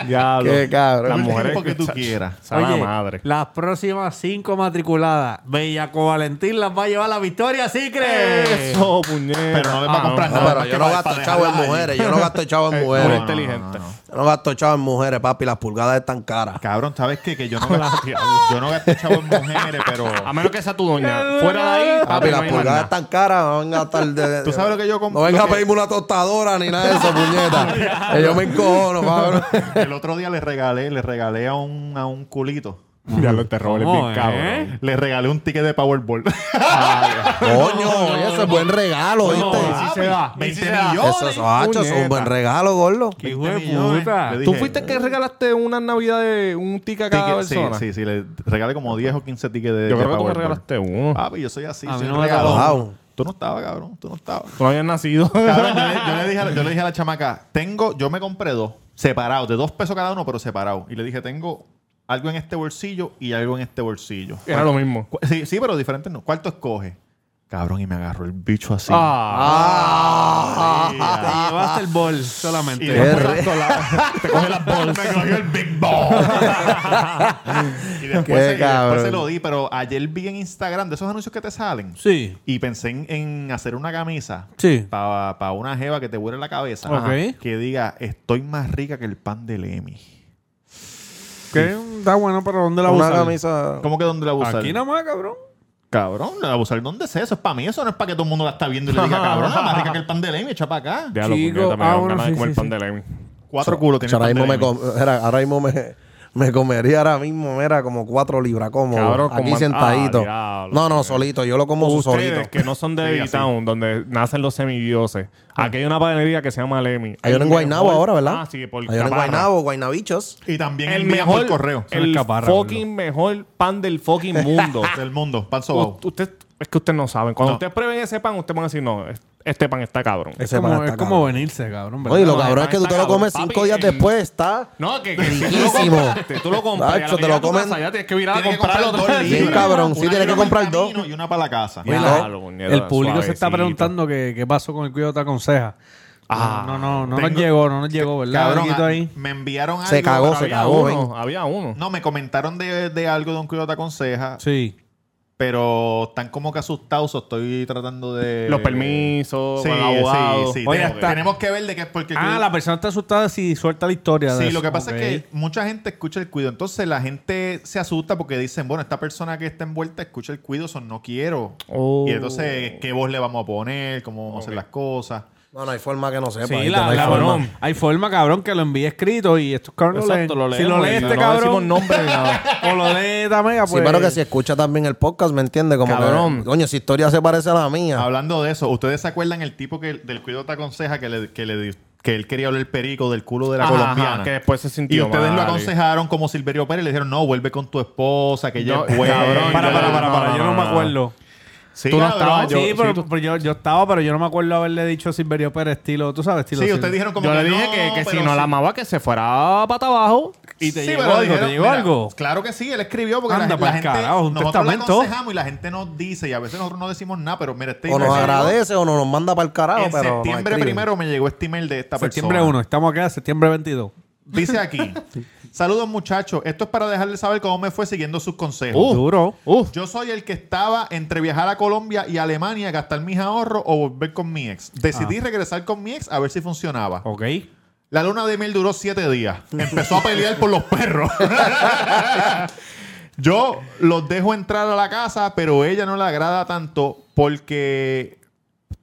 Speaker 8: Diablo.
Speaker 4: Qué cabrón.
Speaker 8: Las
Speaker 2: El
Speaker 8: mujeres
Speaker 2: tiempo que tú quieras.
Speaker 8: Sana madre.
Speaker 3: las próximas 5 matriculadas, Bellaco Valentín las va a llevar a la victoria, ¿sí crees?
Speaker 4: Eh.
Speaker 8: Eso, puñeta.
Speaker 2: Pero no les va a
Speaker 8: Ah,
Speaker 2: comprar
Speaker 8: no.
Speaker 4: No,
Speaker 2: nada.
Speaker 4: pero
Speaker 2: más
Speaker 4: yo
Speaker 2: que
Speaker 4: no
Speaker 2: para-
Speaker 4: gasto
Speaker 2: para
Speaker 4: chavo en
Speaker 2: dejarla ahí.
Speaker 4: mujeres. Yo no gasto chavo
Speaker 2: Eh,
Speaker 4: en
Speaker 8: Tú eres
Speaker 4: mujeres.
Speaker 2: este-
Speaker 8: inteligente.
Speaker 4: Yo no gasto chavo en mujeres, papi. Las pulgadas están caras.
Speaker 2: Cabrón, ¿sabes qué? Que yo no gasté, yo no gasté chavo en mujeres, pero...
Speaker 8: A menos que sea tu doña. Fuera de ahí,
Speaker 4: Papi,
Speaker 8: no
Speaker 4: las
Speaker 8: hay más
Speaker 4: Ah, pulgadas
Speaker 8: nada.
Speaker 4: están caras. No venga a estar de-
Speaker 2: ¿Tú sabes lo que yo comp-
Speaker 4: No venga
Speaker 2: lo
Speaker 4: a
Speaker 2: que-
Speaker 4: pedirme una tostadora ni nada de eso, puñeta. Que yo me encojono, cabrón.
Speaker 2: El otro día le regalé, le regalé a un, a un culito.
Speaker 8: Ya lo te robé,
Speaker 3: ¿Cómo,
Speaker 8: bien
Speaker 3: eh?
Speaker 8: cabrón.
Speaker 2: Le regalé un ticket de Powerball.
Speaker 4: Ah, Coño, oye, eso es buen regalo, ¿viste?
Speaker 8: sí se da.
Speaker 2: 20
Speaker 8: Sí se da.
Speaker 2: millones.
Speaker 4: Eso es, hacho, eso es un buen regalo, gordo.
Speaker 3: ¡Qué
Speaker 2: 20
Speaker 3: hijo de
Speaker 2: millones.
Speaker 3: puta!
Speaker 2: Le
Speaker 8: Tú
Speaker 2: dije,
Speaker 8: fuiste que regalaste una Navidad de un tica a cada
Speaker 2: ticket- sí,
Speaker 8: persona.
Speaker 2: sí, sí, le regalé como 10 o 15 tickets de de
Speaker 8: Yo creo que tú me
Speaker 2: Powerball.
Speaker 8: regalaste uno.
Speaker 2: Ah. Papi, yo soy así,
Speaker 3: A
Speaker 2: soy
Speaker 3: mí
Speaker 2: un
Speaker 3: no me
Speaker 2: regalón.
Speaker 4: regalado.
Speaker 2: Tú no estabas, cabrón. Tú no estabas.
Speaker 8: Tú no habías nacido.
Speaker 2: Cabrón, yo, le, yo le dije a la, yo le dije a la chamaca, tengo, yo me compré dos, separados, de dos pesos cada uno, pero separados. Y le dije, tengo algo en este bolsillo y algo en este bolsillo.
Speaker 8: Era lo mismo.
Speaker 2: Cu- Sí, sí, pero diferentes no. ¿Cuál tú escoges? Cabrón, y me agarró el bicho así.
Speaker 8: Ah.
Speaker 2: Ah,
Speaker 3: Te llevaste el bol solamente.
Speaker 2: Y después
Speaker 4: re-
Speaker 2: con la- te coge las bolas. Me cogió el Big Ball. y
Speaker 4: Qué
Speaker 2: después, se, y después
Speaker 4: cabrón.
Speaker 2: se lo di, pero ayer vi en Instagram de esos anuncios que te salen.
Speaker 3: Sí.
Speaker 2: Y pensé en, en hacer una camisa
Speaker 3: Sí.
Speaker 2: para una jeva que te huele la cabeza.
Speaker 3: Ok.
Speaker 2: Que diga, estoy más rica que el pan de Lemmy.
Speaker 3: Que Está bueno, pero ¿dónde la
Speaker 4: Una
Speaker 3: usas?
Speaker 4: camisa.
Speaker 2: ¿Cómo que dónde la usar?
Speaker 3: Oh. Aquí nada más, cabrón.
Speaker 2: Cabrón, la usar dónde es eso? Es para mí, eso no es para que todo el mundo la está viendo y le diga, cabrón, la más rica que el pan de Lemmy, echa para acá.
Speaker 8: Ya lo
Speaker 3: Chico,
Speaker 8: puñeta, me
Speaker 3: ah,
Speaker 8: dieron
Speaker 3: bueno,
Speaker 8: ganas de
Speaker 3: sí,
Speaker 8: comer
Speaker 3: sí,
Speaker 8: pan
Speaker 3: sí.
Speaker 8: de Lemmy.
Speaker 2: Cuatro culos tiene el
Speaker 4: Ahora
Speaker 2: pan de
Speaker 4: mismo, me,
Speaker 2: Lemmy.
Speaker 4: com- era- ahora mismo me, me comería ahora mismo, mira, como cuatro libras como
Speaker 8: Cabrón,
Speaker 4: aquí
Speaker 8: como-
Speaker 4: sentadito.
Speaker 8: Ah, diablo,
Speaker 4: no, no, solito. Yo lo como solito.
Speaker 8: Ustedes que no son de
Speaker 2: Sí,
Speaker 8: Levitown, donde nacen los semidioses. Aquí hay una panadería que se llama Lemmy.
Speaker 4: Hay uno en Guaynabo
Speaker 8: Por-
Speaker 4: ahora, ¿verdad?
Speaker 8: Ah, sí, por
Speaker 4: Hay uno en
Speaker 8: Caparra.
Speaker 4: Guaynabo, Guaynabichos.
Speaker 2: Y también
Speaker 8: El
Speaker 2: envían
Speaker 8: mejor
Speaker 2: por correo.
Speaker 8: El
Speaker 3: Caparra,
Speaker 8: fucking mejor pan del fucking mundo.
Speaker 2: del mundo, pan sobao.
Speaker 8: U- usted, es que ustedes no saben. Cuando
Speaker 2: No.
Speaker 8: ustedes prueben ese pan, ustedes van a decir, no, es- este pan está cabrón.
Speaker 3: Es
Speaker 4: Ese pan
Speaker 3: como,
Speaker 4: está
Speaker 3: es como venirse, cabrón. ¿verdad?
Speaker 4: Oye, lo
Speaker 8: No,
Speaker 4: cabrón es que tú
Speaker 8: está
Speaker 4: te lo
Speaker 8: cabrón.
Speaker 4: comes
Speaker 8: Papi, eh,
Speaker 4: cinco días
Speaker 8: el-
Speaker 4: después, está.
Speaker 8: No, que, que si tú lo
Speaker 4: Riquísimo.
Speaker 8: compraste, tú lo compraste.
Speaker 4: Nacho, te lo comen-
Speaker 8: Ya tienes que virar a
Speaker 2: Tiene que
Speaker 8: comprarlo
Speaker 2: comprar
Speaker 8: otra
Speaker 2: dos
Speaker 8: vez.
Speaker 4: libras.
Speaker 2: libras.
Speaker 4: cabrón, sí,
Speaker 2: Una
Speaker 4: tiene que
Speaker 2: libra para el
Speaker 4: comprar dos.
Speaker 2: camino Y una para la casa.
Speaker 4: Mira,
Speaker 8: Claro, puñeta,
Speaker 3: El público se está
Speaker 8: suavecito.
Speaker 3: preguntando que- qué pasó con el cuidado te aconseja.
Speaker 8: Ah,
Speaker 3: no, no, no, no nos
Speaker 2: tengo-
Speaker 3: llegó, no nos llegó, ¿verdad?
Speaker 2: Cabrón, ah.
Speaker 3: Alguito
Speaker 2: a-
Speaker 3: ahí.
Speaker 2: me enviaron algo.
Speaker 4: ah, Se cagó,
Speaker 2: pero
Speaker 4: se
Speaker 8: Había
Speaker 2: había-
Speaker 4: cagó,
Speaker 8: uno,
Speaker 4: ven.
Speaker 8: había uno.
Speaker 2: No, me comentaron de, de algo de un cuidado te aconseja,
Speaker 3: Sí.
Speaker 2: pero están como que asustados. o Estoy tratando de.
Speaker 8: Los permisos,
Speaker 2: Eh, Sí,
Speaker 8: con el abogado.
Speaker 2: sí, sí.
Speaker 3: Oye,
Speaker 2: tenemos,
Speaker 3: hasta-
Speaker 2: tenemos que ver de qué es porque. el
Speaker 3: Ah,
Speaker 2: cuido-
Speaker 3: la persona está asustada si suelta la historia. de
Speaker 2: Sí,
Speaker 3: eso.
Speaker 2: lo que pasa es
Speaker 3: Ok.
Speaker 2: que mucha gente escucha el cuido. Entonces la gente se asusta porque dicen, bueno, esta persona que está envuelta escucha el cuido, son no quiero.
Speaker 8: Oh.
Speaker 2: Y entonces, ¿qué voz le vamos a poner? ¿Cómo vamos a hacer las cosas?
Speaker 4: No, no hay forma que no sepa.
Speaker 8: Sí,
Speaker 4: ¿viste?
Speaker 8: la-
Speaker 4: no hay
Speaker 8: la-
Speaker 4: forma.
Speaker 8: cabrón.
Speaker 3: Hay forma, cabrón, que lo envíe escrito y estos cabrones lo
Speaker 8: Exacto,
Speaker 3: leen.
Speaker 8: lo
Speaker 3: Si lo
Speaker 8: leemos y
Speaker 3: lee
Speaker 8: no
Speaker 3: este
Speaker 8: decimos
Speaker 3: cabrón.
Speaker 8: nombre ni nada.
Speaker 3: o lo lee esta mega,
Speaker 4: Sí,
Speaker 3: pues.
Speaker 4: pero que si escucha también el podcast, ¿me entiendes? Como
Speaker 8: Cabrón.
Speaker 4: que, coño, si historia se parece a la mía.
Speaker 2: Hablando de eso, ¿ustedes se acuerdan el tipo que del cuido te aconseja que le, que le di- que él quería oler perico del culo de la
Speaker 8: Ajá,
Speaker 2: colombiana?
Speaker 8: ajá, que después se
Speaker 2: Y
Speaker 8: sintió
Speaker 2: ustedes
Speaker 8: mal
Speaker 2: lo
Speaker 8: y-
Speaker 2: aconsejaron como Silverio Pérez le dijeron, no, vuelve con tu esposa, que ella
Speaker 8: No,
Speaker 2: es buena.
Speaker 8: cabrón,
Speaker 3: Para, para, para,
Speaker 8: No,
Speaker 3: para. yo
Speaker 8: no, no,
Speaker 3: no,
Speaker 8: no.
Speaker 3: me acuerdo.
Speaker 2: Sí,
Speaker 8: Tú no
Speaker 2: cabrón.
Speaker 8: estabas, Ah,
Speaker 3: sí,
Speaker 8: yo- sí,
Speaker 3: pero,
Speaker 8: tú-
Speaker 3: pero yo, yo estaba, pero yo no me acuerdo haberle dicho a Silverio Pérez estilo, tú sabes, estilo.
Speaker 2: Sí,
Speaker 3: Sil-
Speaker 2: ustedes dijeron como
Speaker 8: Yo
Speaker 2: que
Speaker 8: le dije
Speaker 2: no,
Speaker 8: que, que si
Speaker 2: pero
Speaker 8: no la
Speaker 2: sí.
Speaker 8: amaba, que se fuera para abajo.
Speaker 3: Y te
Speaker 2: Sí,
Speaker 3: llegó
Speaker 2: pero
Speaker 3: algo,
Speaker 2: dijeron,
Speaker 3: te llegó
Speaker 2: mira,
Speaker 3: algo.
Speaker 2: Claro que sí, él escribió porque
Speaker 3: Anda
Speaker 2: la,
Speaker 3: pa'l
Speaker 2: la gente
Speaker 3: carajo, un
Speaker 2: nosotros le
Speaker 3: testamento.
Speaker 2: aconsejamos y la gente nos dice y a veces nosotros no decimos nada, pero mira, este
Speaker 4: o nos
Speaker 2: email-
Speaker 4: agradece o no nos manda para el carajo,
Speaker 2: En
Speaker 4: pero nos
Speaker 2: septiembre
Speaker 4: escriben.
Speaker 2: primero me llegó este email de esta
Speaker 3: Septiembre
Speaker 2: persona.
Speaker 3: 1, estamos acá, septiembre 22.
Speaker 2: Dice aquí, saludos muchachos, esto es para dejarles saber cómo me fue siguiendo sus consejos.
Speaker 3: Uh, Duro.
Speaker 8: Uf.
Speaker 2: Yo soy el que estaba entre viajar a Colombia y Alemania, gastar mis ahorros o volver con mi ex. Decidí regresar con mi ex a ver si funcionaba.
Speaker 3: Ok.
Speaker 2: La luna de miel duró siete días. Empezó a pelear por los perros. Yo los dejo entrar a la casa, pero ella no le agrada tanto porque,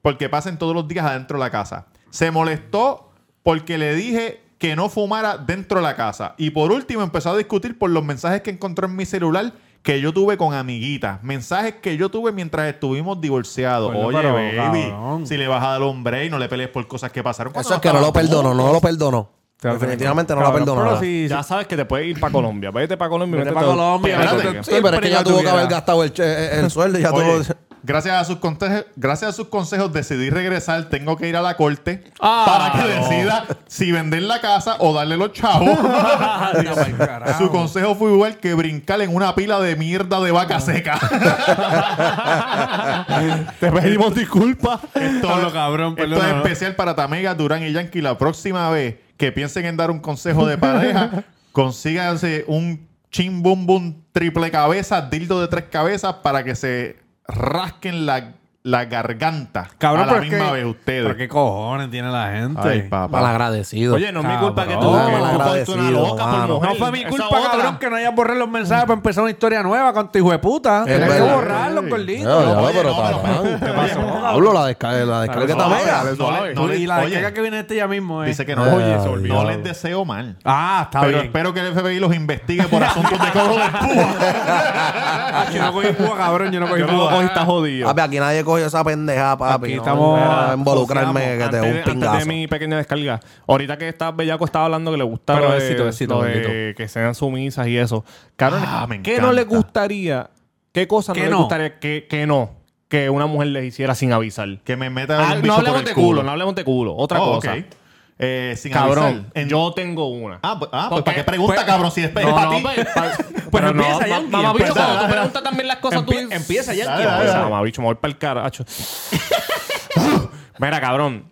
Speaker 2: porque pasen todos los días adentro de la casa. Se molestó porque le dije que no fumara dentro de la casa. Y por último empezó a discutir por los mensajes que encontró en mi celular que yo tuve con amiguitas. Mensajes que yo tuve mientras estuvimos divorciados.
Speaker 3: Bueno,
Speaker 2: Oye,
Speaker 3: pero,
Speaker 2: baby,
Speaker 3: cabrón.
Speaker 2: si le vas a dar hombre y no le pelees por cosas que pasaron. cuando
Speaker 4: Eso es que no
Speaker 2: estaban
Speaker 4: lo perdono,
Speaker 2: juntos.
Speaker 4: no lo perdono.
Speaker 3: Claro,
Speaker 4: Definitivamente no
Speaker 3: cabrón,
Speaker 4: lo perdono.
Speaker 3: pero
Speaker 4: nada.
Speaker 3: sí,
Speaker 8: Ya sabes que te puedes ir para Colombia. Vete para Colombia. y
Speaker 3: Vete
Speaker 8: métete
Speaker 3: pa'
Speaker 8: todo-
Speaker 3: Colombia,
Speaker 8: Espérate.
Speaker 2: métete-
Speaker 4: Sí, pero es que ya tuvo que haber gastado el, che- eh, el sueldo y ya
Speaker 2: Oye,
Speaker 4: tuvo...
Speaker 2: gracias, a sus conte- gracias a sus consejos decidí regresar. Tengo que ir a la corte
Speaker 8: Ah,
Speaker 2: para que
Speaker 8: no.
Speaker 2: decida si vender la casa o darle los chavos. Su consejo fue igual que brincar en una pila de mierda de
Speaker 8: Ah.
Speaker 2: vaca seca.
Speaker 8: Te pedimos disculpas.
Speaker 3: Pablo, cabrón,
Speaker 2: esto
Speaker 3: perdóname.
Speaker 2: es especial para Tamega, Durán y Yankee. La próxima vez que piensen en dar un consejo de pareja, consíganse un chin bum bum triple cabeza, dildo de tres cabezas para que se rasquen la, la garganta
Speaker 3: Cabrón,
Speaker 2: a la
Speaker 3: pero es
Speaker 2: misma
Speaker 3: que-
Speaker 2: vez ustedes.
Speaker 3: Pero qué cojones tiene la gente.
Speaker 2: Ay, papá.
Speaker 4: Malagradecido.
Speaker 8: Oye, no es mi culpa que tú
Speaker 3: Cabrón,
Speaker 8: que tú cogiste
Speaker 4: malagradecido,
Speaker 8: una loca por
Speaker 4: mano.
Speaker 8: mujer.
Speaker 3: No fue mi
Speaker 8: Esa
Speaker 3: culpa,
Speaker 8: otra.
Speaker 3: cabrón, que no hayas borrado los mensajes para empezar una historia nueva con tu hijo de puta. Tienes que
Speaker 4: verdad.
Speaker 3: borrarlos,
Speaker 2: Sí.
Speaker 4: No,
Speaker 3: gordito.
Speaker 4: ya,
Speaker 2: oye,
Speaker 4: pero
Speaker 2: no, pero-
Speaker 4: cabrón.
Speaker 2: ¿Qué pasó?
Speaker 4: Hablo la descarga, la descarga
Speaker 2: No,
Speaker 4: está mega.
Speaker 2: no, no, le- no le-
Speaker 3: y la
Speaker 2: oye,
Speaker 3: descarga que viene este ya mismo es.
Speaker 2: dice que no,
Speaker 4: Ay,
Speaker 2: Oye, se
Speaker 4: Dios.
Speaker 2: olvidó. no les deseo mal.
Speaker 3: Ah, está
Speaker 2: pero
Speaker 3: bien.
Speaker 2: espero que el FBI los investigue por asuntos de cobro de púa.
Speaker 3: Ah, yo no cogí púa, cabrón. Yo no cogí Ah,
Speaker 8: Yo no lo
Speaker 3: púa.
Speaker 8: cogí, está jodido.
Speaker 4: Papi, aquí nadie cogió esa pendejada, papi.
Speaker 3: Aquí
Speaker 4: no,
Speaker 3: estamos-
Speaker 4: no voy a involucrarme
Speaker 8: Vamos,
Speaker 4: que te
Speaker 8: antes
Speaker 4: dé
Speaker 8: de-
Speaker 4: un
Speaker 8: antes de
Speaker 4: pingazo.
Speaker 8: mi pequeña descarga. Ahorita que está Bellaco estaba hablando que le gusta
Speaker 3: Pero
Speaker 8: lo de-
Speaker 3: besito, besito,
Speaker 8: lo de
Speaker 3: bendito.
Speaker 8: que sean sumisas y eso. Cabrón,
Speaker 2: Ah, me
Speaker 8: ¿qué no le
Speaker 2: encanta.
Speaker 8: gustaría? ¿Qué cosa no
Speaker 3: ¿Qué
Speaker 8: le
Speaker 3: no?
Speaker 8: gustaría que, que no? que una mujer les hiciera sin avisar.
Speaker 2: Que me meta
Speaker 8: Ah,
Speaker 2: un bicho
Speaker 8: no hablemos
Speaker 2: por
Speaker 8: de
Speaker 2: el
Speaker 8: culo, no hablemos de culo. Otra
Speaker 2: Oh,
Speaker 8: cosa.
Speaker 2: ok. Eh, sin
Speaker 8: Cabrón,
Speaker 2: avisar. En-
Speaker 8: yo tengo una.
Speaker 2: Ah, pues, ah, pues,
Speaker 8: Porque-
Speaker 2: ¿para qué pregunta,
Speaker 8: pues-
Speaker 2: cabrón? Si es
Speaker 8: No,
Speaker 2: para
Speaker 8: no,
Speaker 2: ti.
Speaker 8: pues, pa-
Speaker 3: Pero
Speaker 8: pero no,
Speaker 3: empieza,
Speaker 8: ma-
Speaker 3: Yankee,
Speaker 8: mamabicho,
Speaker 2: empieza,
Speaker 8: cuando tú
Speaker 2: dale.
Speaker 8: preguntas también las cosas, tú
Speaker 2: Empie-
Speaker 8: empieza
Speaker 2: Yankee, empieza.
Speaker 8: Mamabicho, me voy para el caracho. Mira, cabrón,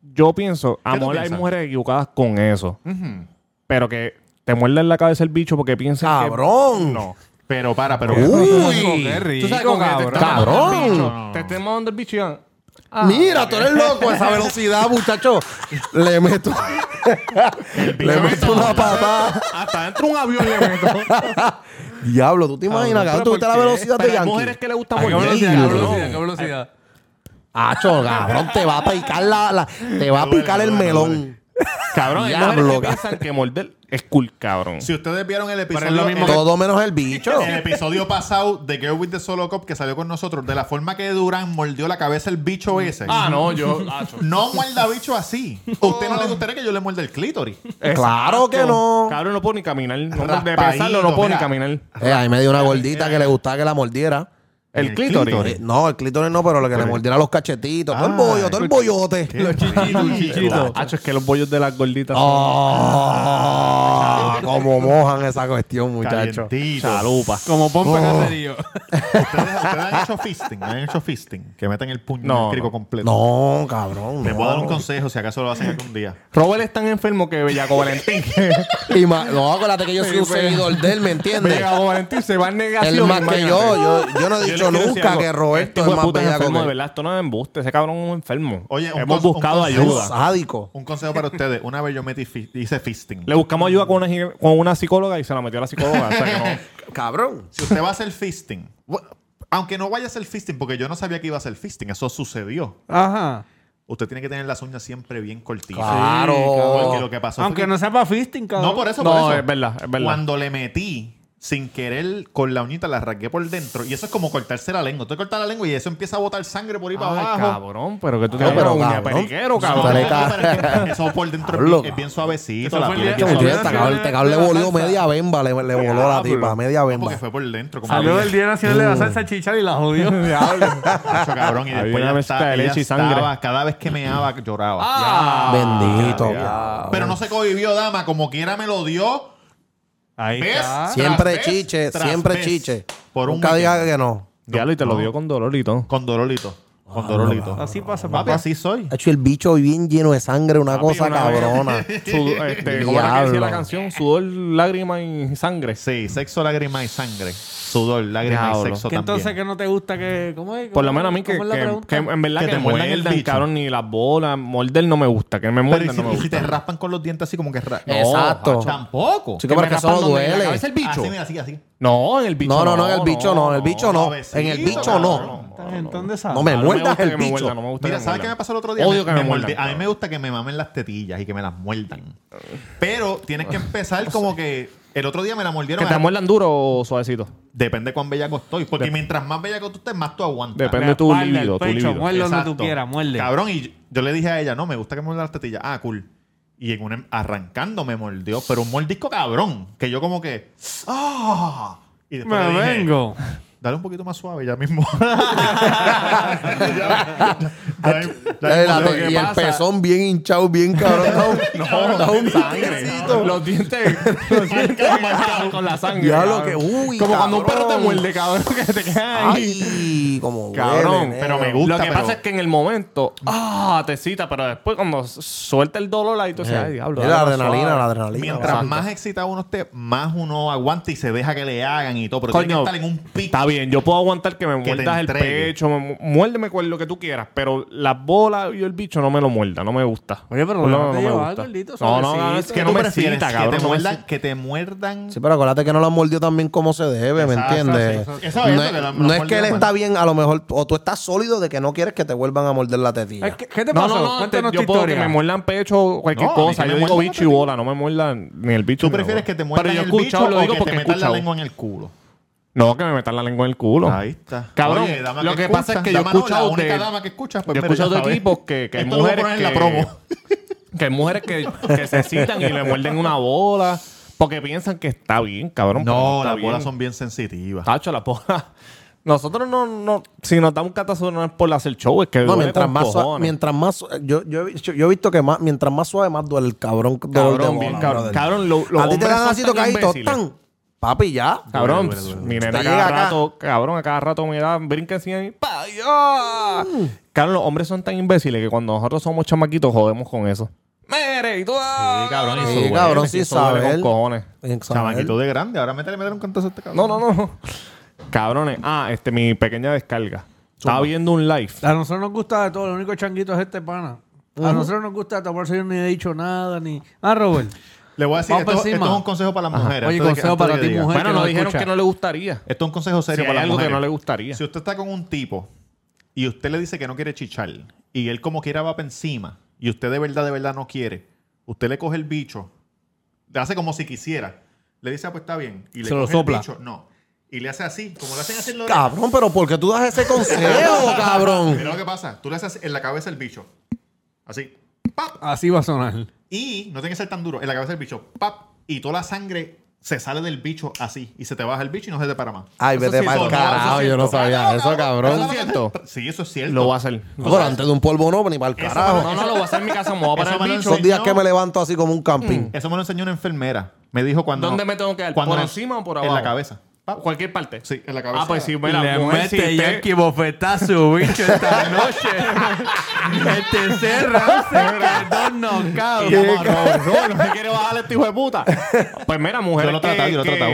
Speaker 8: yo pienso, a
Speaker 2: tú
Speaker 8: lo mejor hay
Speaker 2: piensas?
Speaker 8: mujeres equivocadas con eso. Pero que te muerden la cabeza el bicho porque piensan que-
Speaker 4: ¡Cabrón! Uh.
Speaker 8: No.
Speaker 2: Pero para, pero.
Speaker 4: ¡Uy!
Speaker 3: Qué rico,
Speaker 8: Tú sabes con que te
Speaker 3: cabrón.
Speaker 8: están mamando el
Speaker 4: ¡Cabrón!
Speaker 8: bicho. Te están mamando el bicho y van,
Speaker 4: Mira, tú eres loco
Speaker 8: Ah.
Speaker 4: a esa velocidad, muchacho. Le meto. le meto una patada.
Speaker 8: Hasta dentro de un avión le meto.
Speaker 4: Diablo, ¿tú te imaginas, cabrón? ¿Tuviste la velocidad de
Speaker 8: Pero hay mujeres
Speaker 4: Yankee?
Speaker 8: que le gusta
Speaker 3: ¿A qué
Speaker 8: morder.
Speaker 3: velocidad? ¿A qué
Speaker 8: cabrón.
Speaker 3: velocidad? ¿A qué velocidad?
Speaker 4: Acho, cabrón, te va a picar la, la- te va a
Speaker 2: Duele,
Speaker 4: picar el
Speaker 2: duele,
Speaker 4: melón.
Speaker 8: Cabrón, hay
Speaker 4: Diablo,
Speaker 8: mujeres que
Speaker 4: cabrón.
Speaker 8: piensan que morder es cool, cabrón.
Speaker 2: Si ustedes vieron el episodio.
Speaker 8: es lo mismo
Speaker 2: el-
Speaker 4: Todo menos el bicho.
Speaker 2: El episodio pasado de Girl with the Solo Cop que salió con nosotros, de la forma que Durán mordió la cabeza el bicho ese.
Speaker 8: Ah, no, yo. acho.
Speaker 2: No muerda bicho así. ¿A usted no le gustaría que yo le muerda el clítoris?
Speaker 4: Claro que no.
Speaker 8: Cabrón, no puedo ni caminar. No, de
Speaker 2: Raspadito,
Speaker 8: pensarlo, no puedo
Speaker 2: mira.
Speaker 8: ni caminar.
Speaker 4: Eh, ahí me dio una gordita que le gustaba que la mordiera.
Speaker 8: El,
Speaker 2: El
Speaker 8: clítoris.
Speaker 2: clítoris.
Speaker 4: Eh, No, el clítoris no, pero lo que le mordiera los cachetitos. Todo el
Speaker 2: Ah,
Speaker 4: bollo, todo el bollote.
Speaker 2: Los chichitos, los chichitos.
Speaker 8: Acho, es que los bollos de las gorditas.
Speaker 4: Oh, como mojan esa cuestión, muchacho.
Speaker 8: Chalupa.
Speaker 3: Como pompa caserío.
Speaker 2: Ustedes, ustedes han hecho fisting, han hecho fisting, que meten el puño en
Speaker 8: No,
Speaker 2: el crico
Speaker 8: no.
Speaker 2: completo.
Speaker 4: No, cabrón.
Speaker 2: Les
Speaker 4: no.
Speaker 2: voy a dar un consejo si acaso lo hacen algún día.
Speaker 8: Robert es tan enfermo que Bellaco Valentín.
Speaker 4: Y ma- no, acuérdate que yo soy un seguidor de él, ¿me entiendes?
Speaker 8: Bellaco Valentín se va en negación.
Speaker 4: Él más que
Speaker 8: imagínate.
Speaker 4: yo, yo. yo no he
Speaker 8: Yo
Speaker 4: dicho
Speaker 8: les quiero decir
Speaker 4: nunca
Speaker 8: algo.
Speaker 4: que
Speaker 8: Este
Speaker 4: Roberto es
Speaker 8: hijo de
Speaker 4: más
Speaker 8: puta es
Speaker 4: bellaco
Speaker 8: enfermo, de
Speaker 4: que él.
Speaker 8: verdad, esto no es embuste. Ese cabrón es un enfermo.
Speaker 2: Oye, un
Speaker 8: Hemos
Speaker 2: cons- un
Speaker 8: buscado
Speaker 2: consejo.
Speaker 8: ayuda.
Speaker 4: Es sádico.
Speaker 2: Un consejo para ustedes. Una vez yo metí fi- hice fisting.
Speaker 8: Le buscamos ayuda con una, gine- con una psicóloga y se la metió a la psicóloga. o sea que no.
Speaker 4: Cabrón.
Speaker 2: Si usted va a hacer fisting, bu- aunque no vaya a hacer fisting, porque yo no sabía que iba a hacer fisting, eso sucedió.
Speaker 3: Ajá.
Speaker 2: Usted tiene que tener las uñas siempre bien cortitas. Porque
Speaker 4: Claro.
Speaker 2: lo que pasó fue
Speaker 3: Aunque
Speaker 2: que-
Speaker 3: no sepa fisting, cabrón.
Speaker 2: No, por eso,
Speaker 8: No,
Speaker 2: por eso.
Speaker 8: es verdad, es verdad.
Speaker 2: Cuando le metí, sin querer, con la uñita la rasgué por dentro. Y eso es como cortarse la lengua. Usted corta la lengua y eso empieza a botar sangre por ahí para
Speaker 8: Ay,
Speaker 2: abajo.
Speaker 8: cabrón, pero que tú
Speaker 4: No,
Speaker 8: tienes
Speaker 4: pero
Speaker 8: uña
Speaker 4: cabrón.
Speaker 8: periquero,
Speaker 2: No,
Speaker 8: cabrón.
Speaker 2: no,
Speaker 4: Dale,
Speaker 2: no, pero es que eso por dentro es bien-
Speaker 4: Cabrón.
Speaker 2: es bien suavecito.
Speaker 3: Eso
Speaker 2: La
Speaker 3: fue el
Speaker 2: piel es
Speaker 3: día
Speaker 2: bien
Speaker 4: Este
Speaker 3: que volvió
Speaker 2: suave.
Speaker 3: a
Speaker 4: cabrón, este cabrón le voló media bemba, le, le voló la tipa, media
Speaker 2: No, Porque
Speaker 4: bemba.
Speaker 2: fue por dentro. Como
Speaker 3: Salió
Speaker 2: que-
Speaker 3: del Día Nacional de la Salsa Chichar y la jodió. Ah,
Speaker 2: Mucho cabrón. Y
Speaker 8: Había
Speaker 2: después
Speaker 8: una
Speaker 2: ya
Speaker 8: mezcla
Speaker 2: está-
Speaker 8: de
Speaker 2: ella
Speaker 8: leche y
Speaker 2: estaba-
Speaker 8: sangre.
Speaker 2: Cada vez que meaba, lloraba.
Speaker 4: Ah. Bendito.
Speaker 2: Pero no se cohibió, dama. Como quiera me lo dio.
Speaker 3: Ahí
Speaker 2: ¿Ves?
Speaker 3: está.
Speaker 4: Siempre
Speaker 2: Tras
Speaker 4: chiche,
Speaker 2: vez, tras
Speaker 4: siempre
Speaker 2: vez.
Speaker 4: chiche.
Speaker 2: Por un
Speaker 4: Nunca
Speaker 2: weekend.
Speaker 4: diga que no.
Speaker 8: Diablo, y te lo dio con dolor y todo.
Speaker 2: Con dolorito.
Speaker 8: Ah,
Speaker 2: Con dolorito.
Speaker 3: Así pasa,
Speaker 2: Papi,
Speaker 3: papá.
Speaker 2: así soy.
Speaker 4: Ha hecho el bicho bien lleno de sangre, una
Speaker 8: Papi,
Speaker 4: cosa
Speaker 8: una vez-
Speaker 4: cabrona.
Speaker 8: Su- este, ¿Cómo era que decía
Speaker 4: Diablo.
Speaker 8: la canción? Sudor, lágrimas y sangre.
Speaker 2: Sí, sexo, lágrima y sangre. Sudor, lágrima y
Speaker 8: Diablo.
Speaker 2: sexo
Speaker 3: Que
Speaker 2: también.
Speaker 3: entonces que no te gusta que. ¿Cómo es?
Speaker 8: Por lo menos a mí que,
Speaker 3: ¿Cómo es la
Speaker 8: que-
Speaker 3: pregunta?
Speaker 8: que en verdad
Speaker 2: Que
Speaker 8: que,
Speaker 2: te muerdan el
Speaker 8: muerdan,
Speaker 2: bicho.
Speaker 8: cabrón, ni las bolas. Morder no me gusta. Que me
Speaker 2: Pero y
Speaker 8: muerdan
Speaker 2: si,
Speaker 8: no me
Speaker 2: y si te
Speaker 8: gusta.
Speaker 2: raspan con los dientes así como que ra-
Speaker 4: No, Exacto.
Speaker 2: macho, Tampoco.
Speaker 4: Chico, pero que eso no duele.
Speaker 8: Es el bicho.
Speaker 2: Así, mira, así, así.
Speaker 8: No, en el bicho.
Speaker 4: No, no, no, en el bicho no, en el bicho no.
Speaker 2: suavecito,
Speaker 4: En el bicho no.
Speaker 3: ¿Dónde sabes?
Speaker 4: No me
Speaker 8: No me
Speaker 4: muerdas
Speaker 8: gusta
Speaker 4: el
Speaker 8: que me
Speaker 4: bicho.
Speaker 8: muerdan, no me gusta
Speaker 2: Mira,
Speaker 8: que me
Speaker 2: ¿sabes qué me
Speaker 8: muerdan.
Speaker 2: pasó el otro día?
Speaker 8: Odio que me
Speaker 2: mordí-
Speaker 8: muerdan.
Speaker 2: A mí me gusta que me mamen las tetillas y que me las muerdan. Pero tienes que empezar como que... El otro día me la mordieron.
Speaker 8: Que te muerdan duro o suavecito.
Speaker 2: Depende cuán bellaco estoy. Porque mientras más bellaco tú estés, más tú aguantas.
Speaker 8: Depende de tu
Speaker 3: espalda, el
Speaker 8: libido, tu
Speaker 3: pecho,
Speaker 8: libido.
Speaker 3: muerde. Muérdelo donde tú
Speaker 2: Exacto.
Speaker 3: quieras, muerde.
Speaker 2: Cabrón, y yo, yo le dije a ella, no, me gusta que me muerdan las tetillas. Ah, cool. Y en un, arrancando me mordió, pero un mordisco cabrón. Que yo como que... ¡Ah! Y después
Speaker 3: Me
Speaker 2: le dije,
Speaker 3: vengo.
Speaker 2: Dale un poquito más suave ya mismo. Ya- ya- ya- ya
Speaker 4: Eh, la
Speaker 2: mismo
Speaker 4: te-
Speaker 2: le-
Speaker 4: y el pezón bien hinchado, bien cabrón. No, no, un sangrecito.
Speaker 8: Los dientes. Los dientes marcados con la sangre.
Speaker 4: Diablo
Speaker 8: cabrón.
Speaker 4: que uy.
Speaker 8: Como cuando un perro te
Speaker 4: cabrón.
Speaker 8: muerde, cabrón, que te queda ahí.
Speaker 4: Ay, como duele,
Speaker 8: Cabrón,
Speaker 4: nene.
Speaker 2: pero me gusta.
Speaker 8: Lo que
Speaker 2: pero-
Speaker 8: pasa es que en el momento, ah, te cita, pero después cuando suelta el dolor ahí, tú dices,
Speaker 3: Eh,
Speaker 8: ay, diablo.
Speaker 4: Es la
Speaker 8: dale más
Speaker 4: adrenalina, la
Speaker 8: suave.
Speaker 4: adrenalina.
Speaker 2: Mientras más excitado uno esté, más uno aguanta y se deja que le hagan y todo. Pero tiene
Speaker 8: Coño,
Speaker 2: que estar en un pico.
Speaker 8: Está bien, yo puedo aguantar que me
Speaker 2: Que te
Speaker 8: muerdas el
Speaker 2: entregue.
Speaker 8: pecho, me mu- muérdeme con lo que tú quieras, pero las bolas y el bicho no me lo muerda, no me gusta.
Speaker 3: Oye, pero
Speaker 8: No, no,
Speaker 3: déjate
Speaker 8: no me
Speaker 3: llevar,
Speaker 8: gusta.
Speaker 3: gordito,
Speaker 8: No, no,
Speaker 3: suavecito.
Speaker 8: no, es que
Speaker 2: ¿Qué
Speaker 8: no
Speaker 2: tú
Speaker 8: me
Speaker 2: prefieres?
Speaker 8: excita,
Speaker 2: que,
Speaker 8: cabrón.
Speaker 2: te
Speaker 8: no me
Speaker 2: muerdan,
Speaker 8: excita.
Speaker 2: que te muerdan.
Speaker 4: Sí, pero acuérdate que no lo han mordido también como se debe, ¿me
Speaker 2: Exacto, sí,
Speaker 4: entiendes?
Speaker 2: sí, sí. Eso es
Speaker 4: no
Speaker 2: lo que
Speaker 4: es,
Speaker 2: lo han
Speaker 4: no es que él
Speaker 2: mordido,
Speaker 4: está bien, a lo mejor, o tú estás sólido de que no quieres que te vuelvan a morder la tetilla.
Speaker 3: Ay, ¿Qué qué te
Speaker 8: No,
Speaker 3: pasó?
Speaker 8: no, no,
Speaker 3: Cuéntanos
Speaker 8: te-
Speaker 3: tu
Speaker 8: yo puedo que
Speaker 3: historia.
Speaker 8: me muerdan pecho o cualquier
Speaker 2: No, a mí
Speaker 8: cosa.
Speaker 2: que
Speaker 8: Yo
Speaker 2: me
Speaker 8: digo
Speaker 2: muerdan
Speaker 8: bicho y bola, no me muerdan ni el
Speaker 2: ¿Tú
Speaker 8: bicho. ni la
Speaker 2: prefieres
Speaker 8: bola.
Speaker 2: que te muerdan
Speaker 8: Pero yo
Speaker 2: el
Speaker 8: he escuchado,
Speaker 2: bicho
Speaker 8: lo digo
Speaker 2: o que
Speaker 8: porque
Speaker 2: te
Speaker 8: he
Speaker 2: metan la
Speaker 8: escuchado.
Speaker 2: lengua en el culo?
Speaker 8: No, que me metan la lengua en el culo.
Speaker 2: Ahí está.
Speaker 8: Cabrón,
Speaker 2: Oye, dama
Speaker 8: lo que pasa
Speaker 2: escucha,
Speaker 8: es que yo he
Speaker 2: dama no,
Speaker 8: escuchado
Speaker 2: La única
Speaker 8: de-
Speaker 2: dama que escuchas, pues
Speaker 8: yo he
Speaker 2: mira, ya
Speaker 8: escuchado de
Speaker 2: sabes.
Speaker 8: tipos que, que hay
Speaker 2: Esto lo voy a
Speaker 8: mujeres
Speaker 2: poner
Speaker 8: que,
Speaker 2: en la promo.
Speaker 8: que hay mujeres que, que se excitan y le muerden una bola porque piensan que está bien, cabrón. pero
Speaker 2: No,
Speaker 8: está
Speaker 2: las bolas
Speaker 8: bien.
Speaker 2: son bien sensitivas.
Speaker 8: Tacho, las bolas. Nosotros no, no, si nos da un catazo no es por hacer show, es que
Speaker 4: No,
Speaker 8: duele
Speaker 4: mientras
Speaker 8: con
Speaker 4: más, sua-
Speaker 8: cojones.
Speaker 4: mientras más su- yo, yo, he visto- yo he visto que más, mientras más suave, más duele el cabrón. dolor de
Speaker 8: Cabrón, bien
Speaker 4: bola,
Speaker 8: cabrón.
Speaker 4: brother.
Speaker 8: Cabrón, lo- los
Speaker 4: a ti te
Speaker 8: hombres
Speaker 4: dan
Speaker 8: son
Speaker 4: así
Speaker 8: tan
Speaker 4: tocaditos,
Speaker 8: imbéciles.
Speaker 4: tan. Papi, ya.
Speaker 8: Cabrón,
Speaker 2: Duele, duele, duele.
Speaker 8: mi nena
Speaker 4: Te
Speaker 8: cada
Speaker 4: llega acá.
Speaker 8: rato, cabrón, a cada rato me da brinca encima de mí. ¡Pa! ¡Ya! Cabrón, los hombres son tan imbéciles que cuando nosotros somos chamaquitos jodemos con eso. ¡Mere! ¡Y tú! Sí,
Speaker 2: cabrón, y
Speaker 4: Sí, cabrón, sí sabe
Speaker 8: Con
Speaker 4: él.
Speaker 8: cojones.
Speaker 4: Exacto.
Speaker 2: Chamaquito de grande. Ahora métele, métele un cantazo a este cabrón.
Speaker 8: No, no, no. Cabrones. Ah, este, mi pequeña descarga. Estaba viendo un live.
Speaker 3: A nosotros nos gusta de todo, lo único changuito es este pana. A nosotros nos gusta de todo, por eso yo ni he dicho nada, ni... Ah, Robert.
Speaker 2: Le voy a decir,
Speaker 3: Vamos
Speaker 2: esto,
Speaker 3: por encima.
Speaker 2: esto es un consejo para las mujeres. antes de
Speaker 3: Oye,
Speaker 2: que-
Speaker 3: consejo
Speaker 2: antes de
Speaker 3: para
Speaker 2: que
Speaker 3: ti,
Speaker 2: diga.
Speaker 3: mujer.
Speaker 8: Bueno,
Speaker 3: que
Speaker 8: nos
Speaker 3: no
Speaker 8: dijeron
Speaker 3: escucha.
Speaker 8: que no le gustaría.
Speaker 2: Esto es un consejo serio
Speaker 8: Si
Speaker 2: para
Speaker 8: hay
Speaker 2: las
Speaker 8: algo que
Speaker 2: mujeres.
Speaker 8: no le gustaría.
Speaker 2: Si usted está con un tipo y usted le dice que no quiere chichar y él como quiera va para encima y usted de verdad, de verdad no quiere, usted le coge el bicho, le hace como si quisiera, le dice, ah, pues está bien, y le
Speaker 3: Se lo
Speaker 2: coge
Speaker 3: sopla.
Speaker 2: el bicho, no. Y le hace así, como le hacen así en la oreja.
Speaker 4: Cabrón, pero ¿por qué tú das ese consejo, cabrón?
Speaker 2: Mira lo que pasa, tú le haces en la cabeza el bicho, así, pap,
Speaker 3: Así va a sonar.
Speaker 2: y no tiene que ser tan duro, en la cabeza el bicho, pap, y toda la sangre se sale del bicho así, y se te baja el bicho y no se te para más.
Speaker 4: Ay,
Speaker 2: Eso
Speaker 4: vete
Speaker 2: sí es
Speaker 4: para el
Speaker 2: todo, no, eso
Speaker 4: carajo,
Speaker 2: es
Speaker 4: yo no
Speaker 2: cierto.
Speaker 4: sabía eso, cabrón.
Speaker 2: ¿Eso es cierto? Sí, eso es cierto.
Speaker 8: Lo va a hacer.
Speaker 4: Bueno, antes de un polvo no, ni para el
Speaker 2: Eso
Speaker 4: carajo.
Speaker 8: No, no, lo voy a hacer en mi casa. Me voy a
Speaker 2: Eso
Speaker 8: parar
Speaker 2: me
Speaker 8: el
Speaker 2: lo
Speaker 8: bicho.
Speaker 4: Esos días
Speaker 2: no. Mm.
Speaker 4: que me levanto así como un camping.
Speaker 2: Eso me lo enseñó una enfermera. Me dijo cuando.
Speaker 8: ¿Dónde me tengo que dar?
Speaker 2: cuando
Speaker 8: ¿Por
Speaker 2: nos-
Speaker 8: encima o por
Speaker 2: En la
Speaker 8: abajo?
Speaker 2: cabeza. Pa-
Speaker 8: Cualquier parte.
Speaker 2: Sí, en la cabeza.
Speaker 8: Ah, pues sí, mira, mujer, si usted-
Speaker 3: bofetazo, bicho, esta noche. este cerra, dos knockouts.
Speaker 2: Y llamo a Robert.
Speaker 8: No, no me quiere bajar este hijo de puta. Pues mira, mujer.
Speaker 2: Yo lo he tratado, yo lo he tratado.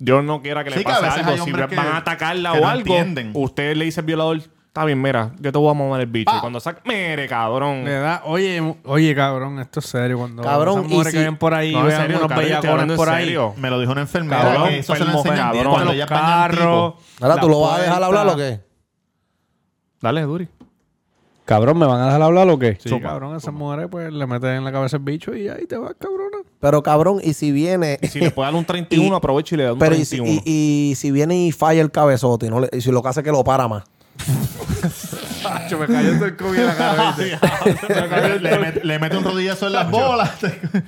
Speaker 8: Yo no quiera que le
Speaker 2: Sí, que a
Speaker 8: pase
Speaker 2: veces hay
Speaker 8: algo. Si
Speaker 2: hombres que-
Speaker 8: van a atacarla
Speaker 2: que
Speaker 8: o
Speaker 2: no
Speaker 8: algo,
Speaker 2: entienden.
Speaker 8: usted le dice al violador, está bien, mira, yo te voy a mamar el bicho.
Speaker 2: Pa.
Speaker 8: Y cuando saca, mire, cabrón.
Speaker 3: Le da- oye, mu- oye, cabrón, esto es serio. Cuando
Speaker 4: Cabrón,
Speaker 3: esas mujeres
Speaker 4: y si-
Speaker 3: que vienen por ahí,
Speaker 8: No, en
Speaker 3: vean
Speaker 8: serio,
Speaker 3: unos
Speaker 8: cabrón, estoy hablando
Speaker 3: bellacones
Speaker 8: en
Speaker 3: por ahí.
Speaker 8: serio.
Speaker 2: Me lo dijo una enfermera.
Speaker 3: Cabrón,
Speaker 2: que eso se lo
Speaker 8: enfermo,
Speaker 2: enseñan
Speaker 8: cabrón.
Speaker 2: cuando
Speaker 8: Los
Speaker 2: ya
Speaker 3: carros.
Speaker 4: Ahora, ¿tú
Speaker 3: la
Speaker 4: lo vas a dejar
Speaker 3: puerta.
Speaker 4: hablar o qué?
Speaker 8: Dale, Duri.
Speaker 3: Cabrón, ¿me van a dejar hablar o qué? Sí,
Speaker 2: cabrón,
Speaker 3: cabrón, esas mujeres pues le meten en la cabeza el bicho y ahí te vas, cabrona.
Speaker 4: Pero cabrón, y si viene.
Speaker 8: Y si le puede dar un 31,
Speaker 4: Y-
Speaker 8: aprovecho y le da un
Speaker 4: Pero y si,
Speaker 8: 31.
Speaker 4: y- y si viene y falla el cabezote y, no le- y si lo que hace es que lo para más.
Speaker 3: me cayó el COVID en la
Speaker 2: entienden. le, met- le mete un rodillazo en las bolas.
Speaker 8: Trate,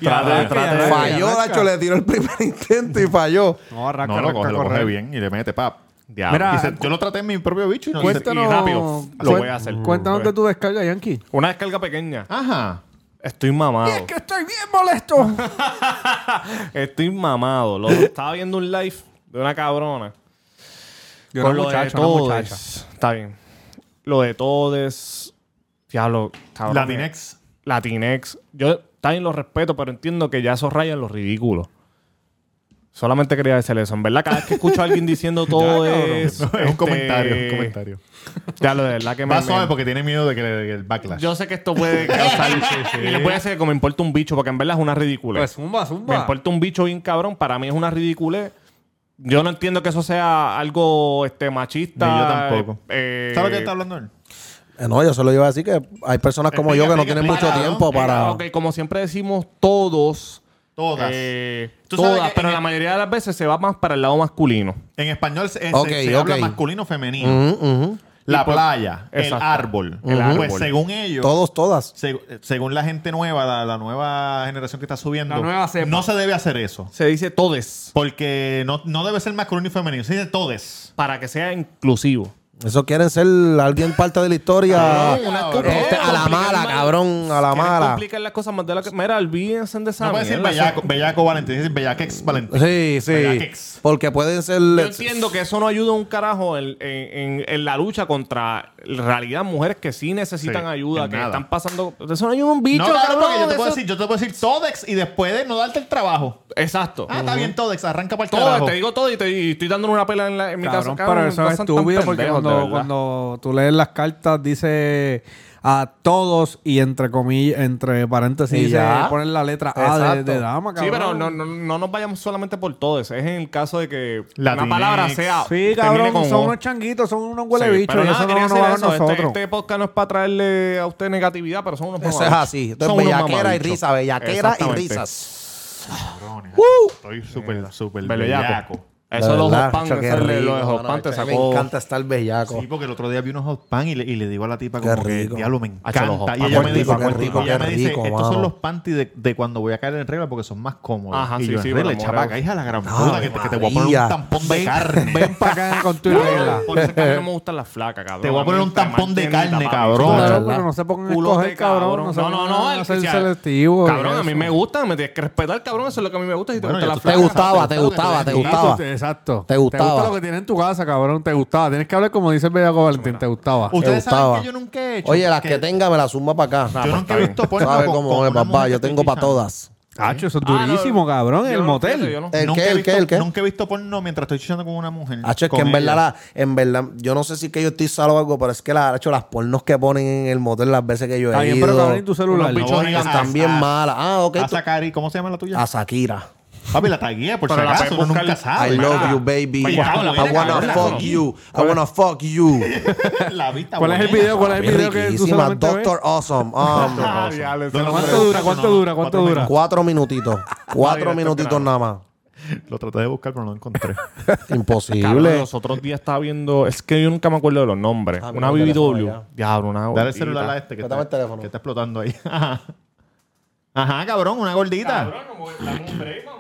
Speaker 8: trate.
Speaker 4: Falló, Dacho, le tiró el primer intento y falló.
Speaker 3: No, arranca,
Speaker 2: no, lo
Speaker 3: arranca
Speaker 2: coge,
Speaker 3: a
Speaker 2: lo coge
Speaker 3: correr.
Speaker 2: bien y le mete pap.
Speaker 8: Diablo.
Speaker 3: Mira,
Speaker 2: Y se- yo lo traté en mi propio bicho y no se-
Speaker 3: Cuéntanos,
Speaker 8: Y rápido, lo
Speaker 3: cuen-
Speaker 8: voy a hacer. Pues.
Speaker 3: Cuéntanos de tu descarga, Yankee.
Speaker 8: Una descarga pequeña.
Speaker 2: Ajá.
Speaker 8: Estoy mamado.
Speaker 3: estoy bien molesto.
Speaker 8: Estoy mamado. loco. estaba viendo un live de una cabrona.
Speaker 3: Yo
Speaker 8: con
Speaker 3: era
Speaker 8: lo de
Speaker 3: muchacho, no
Speaker 8: todes.
Speaker 3: muchacha.
Speaker 8: Está bien. Lo de todes. Diablo, cabrón. eh,
Speaker 2: Latinex.
Speaker 8: Latinex. Yo también lo respeto, pero entiendo que ya esos rayan los ridículos. Solamente quería decir eso. En verdad, cada vez que escucho a alguien diciendo todo es.
Speaker 2: Es un comentario, un comentario.
Speaker 8: Ya lo de verdad que me.
Speaker 2: Va suave
Speaker 8: Este, me-
Speaker 2: porque tiene miedo de que le dé el backlash.
Speaker 8: Yo sé que esto puede causar. Y le puede hacer que me importa un bicho, porque en verdad es una ridícula.
Speaker 3: Pues zumba, zumba.
Speaker 8: Me importa un bicho bien cabrón. Para mí es una ridiculez. Yo no entiendo que eso sea algo este, machista.
Speaker 2: Ni yo tampoco.
Speaker 8: eh,
Speaker 2: ¿Sabes lo que está hablando él?
Speaker 4: Eh, no, yo solo iba a decir que hay personas como yo que no
Speaker 2: Explica,
Speaker 4: tienen
Speaker 2: explica,
Speaker 4: mucho
Speaker 2: ¿no?
Speaker 4: tiempo
Speaker 8: Eh,
Speaker 4: para.
Speaker 8: ok, como siempre decimos, todos.
Speaker 2: Todas.
Speaker 8: eh,
Speaker 2: Tú sabes
Speaker 8: todas,
Speaker 2: que
Speaker 8: pero
Speaker 2: en
Speaker 8: la
Speaker 2: el-
Speaker 8: mayoría de las veces se va más para el lado masculino.
Speaker 2: En español se, se-
Speaker 4: Ok,
Speaker 2: se
Speaker 4: ok. Mm.
Speaker 2: habla masculino femenino.
Speaker 4: Ujú, ujú.
Speaker 2: La
Speaker 8: Y pues-
Speaker 2: playa, el
Speaker 8: Exacto.
Speaker 2: árbol.
Speaker 8: El
Speaker 2: Pues
Speaker 8: árbol.
Speaker 2: según ellos,
Speaker 4: Todos, todas.
Speaker 2: seg- según la gente nueva, la, la nueva generación que está subiendo,
Speaker 3: La nueva cepa.
Speaker 2: no se debe hacer eso.
Speaker 8: Se dice todes.
Speaker 2: Porque no, no debe ser masculino y femenino, se dice todes.
Speaker 8: Para que sea inclusivo.
Speaker 4: Eso quieren ser alguien parte de la historia.
Speaker 2: Cabrón, Ah, una
Speaker 4: Este, a la
Speaker 8: Complicar
Speaker 4: mala,
Speaker 8: mal-
Speaker 4: cabrón, a la
Speaker 8: Quieren
Speaker 4: mala.
Speaker 8: complicar las cosas más de la que. Mira, olvídense de esa
Speaker 2: No puede decir
Speaker 8: mierda.
Speaker 2: bellaco, bellaco Valentín, dice bellaquex Valentín.
Speaker 4: Sí, sí.
Speaker 2: Bellaquex.
Speaker 4: Porque pueden ser.
Speaker 8: Yo entiendo que eso no ayuda un carajo en, en- en- en la lucha contra en realidad mujeres que sí necesitan
Speaker 2: Sí,
Speaker 8: ayuda,
Speaker 2: en
Speaker 8: que
Speaker 2: nada.
Speaker 8: están pasando. Eso no ayuda un bicho,
Speaker 2: No, claro,
Speaker 8: cabrón,
Speaker 2: porque yo te, puedo
Speaker 8: eso-
Speaker 2: decir, yo te puedo decir todex y después de no darte el trabajo.
Speaker 8: Exacto.
Speaker 2: Ah, está bien todex, arranca para el
Speaker 8: Todo,
Speaker 2: carajo.
Speaker 8: te digo todo y, te- y estoy dando una pela en, la, en mi
Speaker 3: Cabrón,
Speaker 8: casa. cabrón,
Speaker 3: pero eso es
Speaker 8: pasan tan
Speaker 3: estúpido porque
Speaker 8: pendejos, de
Speaker 3: cuando,
Speaker 8: verdad.
Speaker 3: cuando tú lees las cartas dice a todos y entre comillas, entre
Speaker 4: Y
Speaker 3: paréntesis, se
Speaker 4: ya.
Speaker 3: ponen la letra A de,
Speaker 4: Exacto.
Speaker 3: de dama,
Speaker 8: Sí,
Speaker 3: cabrón.
Speaker 8: pero no, no, no nos vayamos solamente por todo eso. Es en el caso de que
Speaker 2: Latinx.
Speaker 8: una palabra sea.
Speaker 3: Sí,
Speaker 8: termine
Speaker 3: cabrón,
Speaker 8: con
Speaker 3: son
Speaker 8: O.
Speaker 3: unos changuitos, son unos
Speaker 8: Sí,
Speaker 3: huele bichos.
Speaker 8: pero
Speaker 3: y
Speaker 8: nada,
Speaker 3: eso
Speaker 8: quería
Speaker 3: no, no
Speaker 8: hacer
Speaker 3: va a
Speaker 8: eso. Este-
Speaker 3: nosotros.
Speaker 8: Este, podcast no es para traerle a usted negatividad, pero son unos
Speaker 4: Eso es
Speaker 8: mamabichos.
Speaker 4: así. Entonces,
Speaker 8: Son unos
Speaker 4: bellaquera y
Speaker 8: mamabichos.
Speaker 4: risa, bellaquera y
Speaker 8: Exactamente.
Speaker 4: risas.
Speaker 2: Cabrones, Estoy súper, súper
Speaker 8: Bellaco.
Speaker 2: bellaco.
Speaker 8: Eso los hot pan,
Speaker 4: Chacho, qué
Speaker 8: eso le-
Speaker 4: rico,
Speaker 8: los hot
Speaker 4: mano,
Speaker 8: pan te
Speaker 4: chacho, a mí
Speaker 8: sacó-
Speaker 4: Me encanta estar bellaco.
Speaker 2: Sí, porque el otro día vi unos hot pan y le, y le digo a la tipa
Speaker 4: Qué
Speaker 2: como que,
Speaker 4: rico.
Speaker 2: diablo, me
Speaker 8: Ah, chalos hot
Speaker 2: encanta. Y
Speaker 8: pan,
Speaker 2: ella me
Speaker 8: qué
Speaker 2: dice,
Speaker 8: rico, qué
Speaker 2: y
Speaker 8: rico,
Speaker 2: ella
Speaker 4: qué
Speaker 2: me dice,
Speaker 4: rico,
Speaker 2: estos son
Speaker 4: mano".
Speaker 2: los panties de, de cuando voy a caer en regla porque son más cómodos.
Speaker 8: Ajá,
Speaker 2: y
Speaker 8: sí,
Speaker 2: yo
Speaker 8: sí,
Speaker 2: en
Speaker 8: me
Speaker 2: regla,
Speaker 8: enamoré.
Speaker 2: chamaca, hija de la gran puta, que, te- que te voy a poner
Speaker 4: María.
Speaker 2: un tampón de carne.
Speaker 3: Ven para acá con tu regla.
Speaker 8: Por eso es que a mí no me gustan las flacas, cabrón.
Speaker 2: Te voy a poner un tampón de
Speaker 8: Mantén,
Speaker 2: carne,
Speaker 8: papi.
Speaker 2: cabrón.
Speaker 3: Claro,
Speaker 4: ¿verdad?
Speaker 3: pero no se pongan a
Speaker 8: Culote,
Speaker 3: escoger, cabrón.
Speaker 8: cabrón.
Speaker 3: No, se
Speaker 8: No, no,
Speaker 3: pongan
Speaker 8: no,
Speaker 3: a
Speaker 8: el
Speaker 3: ser
Speaker 8: que sea-
Speaker 3: selectivo.
Speaker 8: Cabrón, a mí
Speaker 3: eso.
Speaker 8: me gustan, me tienes que respetar, cabrón. Eso es lo que a mí me gusta. Si te
Speaker 2: Bueno,
Speaker 8: gustan
Speaker 2: ya tú
Speaker 8: las flacas.
Speaker 4: Te gustaba, te gustaba, te
Speaker 3: Y tú
Speaker 4: gustaba.
Speaker 3: te- Exacto.
Speaker 4: Te gustaba.
Speaker 3: gusta lo que tienes en tu casa, cabrón. Te gustaba. Tienes que hablar como dice el Bellaco Valentín. Te gustaba.
Speaker 2: Ustedes saben
Speaker 4: gustaba.
Speaker 2: que yo nunca he hecho.
Speaker 4: Oye, las que tenga me las suma para acá.
Speaker 2: Yo nunca he visto porno
Speaker 4: ¿Sabes
Speaker 2: con-
Speaker 4: cómo
Speaker 2: con
Speaker 4: es,
Speaker 2: una
Speaker 4: papá?
Speaker 2: mujer
Speaker 4: Yo
Speaker 2: que
Speaker 4: tengo
Speaker 2: esté
Speaker 4: para todas.
Speaker 3: Hacho, eso es
Speaker 8: Ah, no,
Speaker 3: durísimo, cabrón.
Speaker 8: yo
Speaker 3: El
Speaker 8: no,
Speaker 3: motel.
Speaker 8: fíjate, yo no.
Speaker 4: ¿El
Speaker 2: Nunca
Speaker 4: qué?
Speaker 2: he
Speaker 4: ¿El qué?
Speaker 2: visto-
Speaker 4: ¿El qué?
Speaker 2: Nunca he visto porno mientras estoy chichando con una mujer.
Speaker 4: Hacho, es que
Speaker 2: Con
Speaker 4: en
Speaker 2: ella.
Speaker 4: verdad, la, en verdad, yo no sé si es que yo estoy salo o algo, pero es que la, hecho, las pornos que ponen en el motel las veces que yo
Speaker 3: Está
Speaker 4: he
Speaker 3: bien,
Speaker 4: ido
Speaker 3: pero cabrón, y tu celular.
Speaker 2: Unos bichos
Speaker 3: No,
Speaker 2: gigantes.
Speaker 4: están bien
Speaker 2: Ah,
Speaker 4: malas. Ah, ok.
Speaker 2: A
Speaker 4: tú-
Speaker 2: sacar, ¿y cómo se llama la tuya?
Speaker 4: A Shakira.
Speaker 2: Papi, la taguía, por si
Speaker 8: Pero la
Speaker 2: acaso.
Speaker 8: puedes
Speaker 2: Uno nunca
Speaker 8: buscar-
Speaker 2: sabe. Pues,
Speaker 4: I love you, baby.
Speaker 8: Vaya, habla,
Speaker 4: I wanna
Speaker 8: habla,
Speaker 4: fuck
Speaker 8: habla.
Speaker 4: you. I wanna fuck you.
Speaker 2: La vista
Speaker 3: ¿Cuál es el
Speaker 2: buena.
Speaker 3: video? ¿Cuál es el video que tú
Speaker 4: Riquísima.
Speaker 3: solamente ves?
Speaker 4: Doctor Awesome. Ah,
Speaker 2: No, no,
Speaker 3: ¿Cuánto
Speaker 2: no, no,
Speaker 3: dura?
Speaker 2: no,
Speaker 3: ¿Cuánto
Speaker 2: no,
Speaker 3: dura?
Speaker 2: no,
Speaker 3: ¿Cuánto
Speaker 2: cuatro
Speaker 3: dura?
Speaker 4: Cuatro minutitos. Cuatro minutitos nada más.
Speaker 2: minutos. Lo traté de buscar, pero no lo encontré.
Speaker 8: Cabrón,
Speaker 4: Imposible.
Speaker 8: los otros días estaba viendo. Es que yo nunca me acuerdo de los nombres.
Speaker 4: Ah,
Speaker 8: una
Speaker 4: mira, el teléfono
Speaker 8: BBW.
Speaker 4: allá.
Speaker 8: Diablo, una.
Speaker 2: Dale
Speaker 8: gordita.
Speaker 2: el celular a este que está,
Speaker 4: Dame el teléfono.
Speaker 2: que está explotando ahí. Ajá. Ajá, cabrón, una gordita.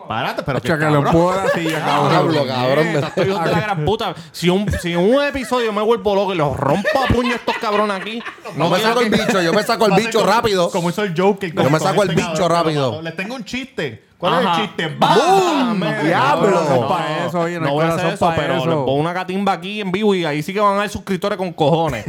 Speaker 2: Párate, pero
Speaker 3: Chaca, lo
Speaker 2: cabrón.
Speaker 3: puedo dar así, ya, cabrón.
Speaker 4: Diablo, cabrón.
Speaker 8: Neta, estoy hijo de Eh, la gran puta. Si un, si un episodio me vuelvo loco y los rompo a puño estos cabrones aquí.
Speaker 4: No me saco el bicho. Yo me saco el
Speaker 2: Va a ser
Speaker 4: bicho
Speaker 2: como-
Speaker 4: rápido.
Speaker 2: Como hizo el Joker. con-
Speaker 4: me
Speaker 2: con
Speaker 4: saco el bicho
Speaker 2: cabrón,
Speaker 4: rápido.
Speaker 2: pero Les tengo un chiste. ¿Cuál es
Speaker 8: Ajá.
Speaker 2: el chiste? ¡Bum!
Speaker 4: ¡Diablo!
Speaker 3: No, no, pa' eso, oye, no hay
Speaker 8: voy a hacer
Speaker 3: corazón
Speaker 8: eso,
Speaker 3: pa'
Speaker 8: pero
Speaker 3: eso.
Speaker 8: les pongo una catimba aquí en vivo y ahí sí que van a haber suscriptores con cojones.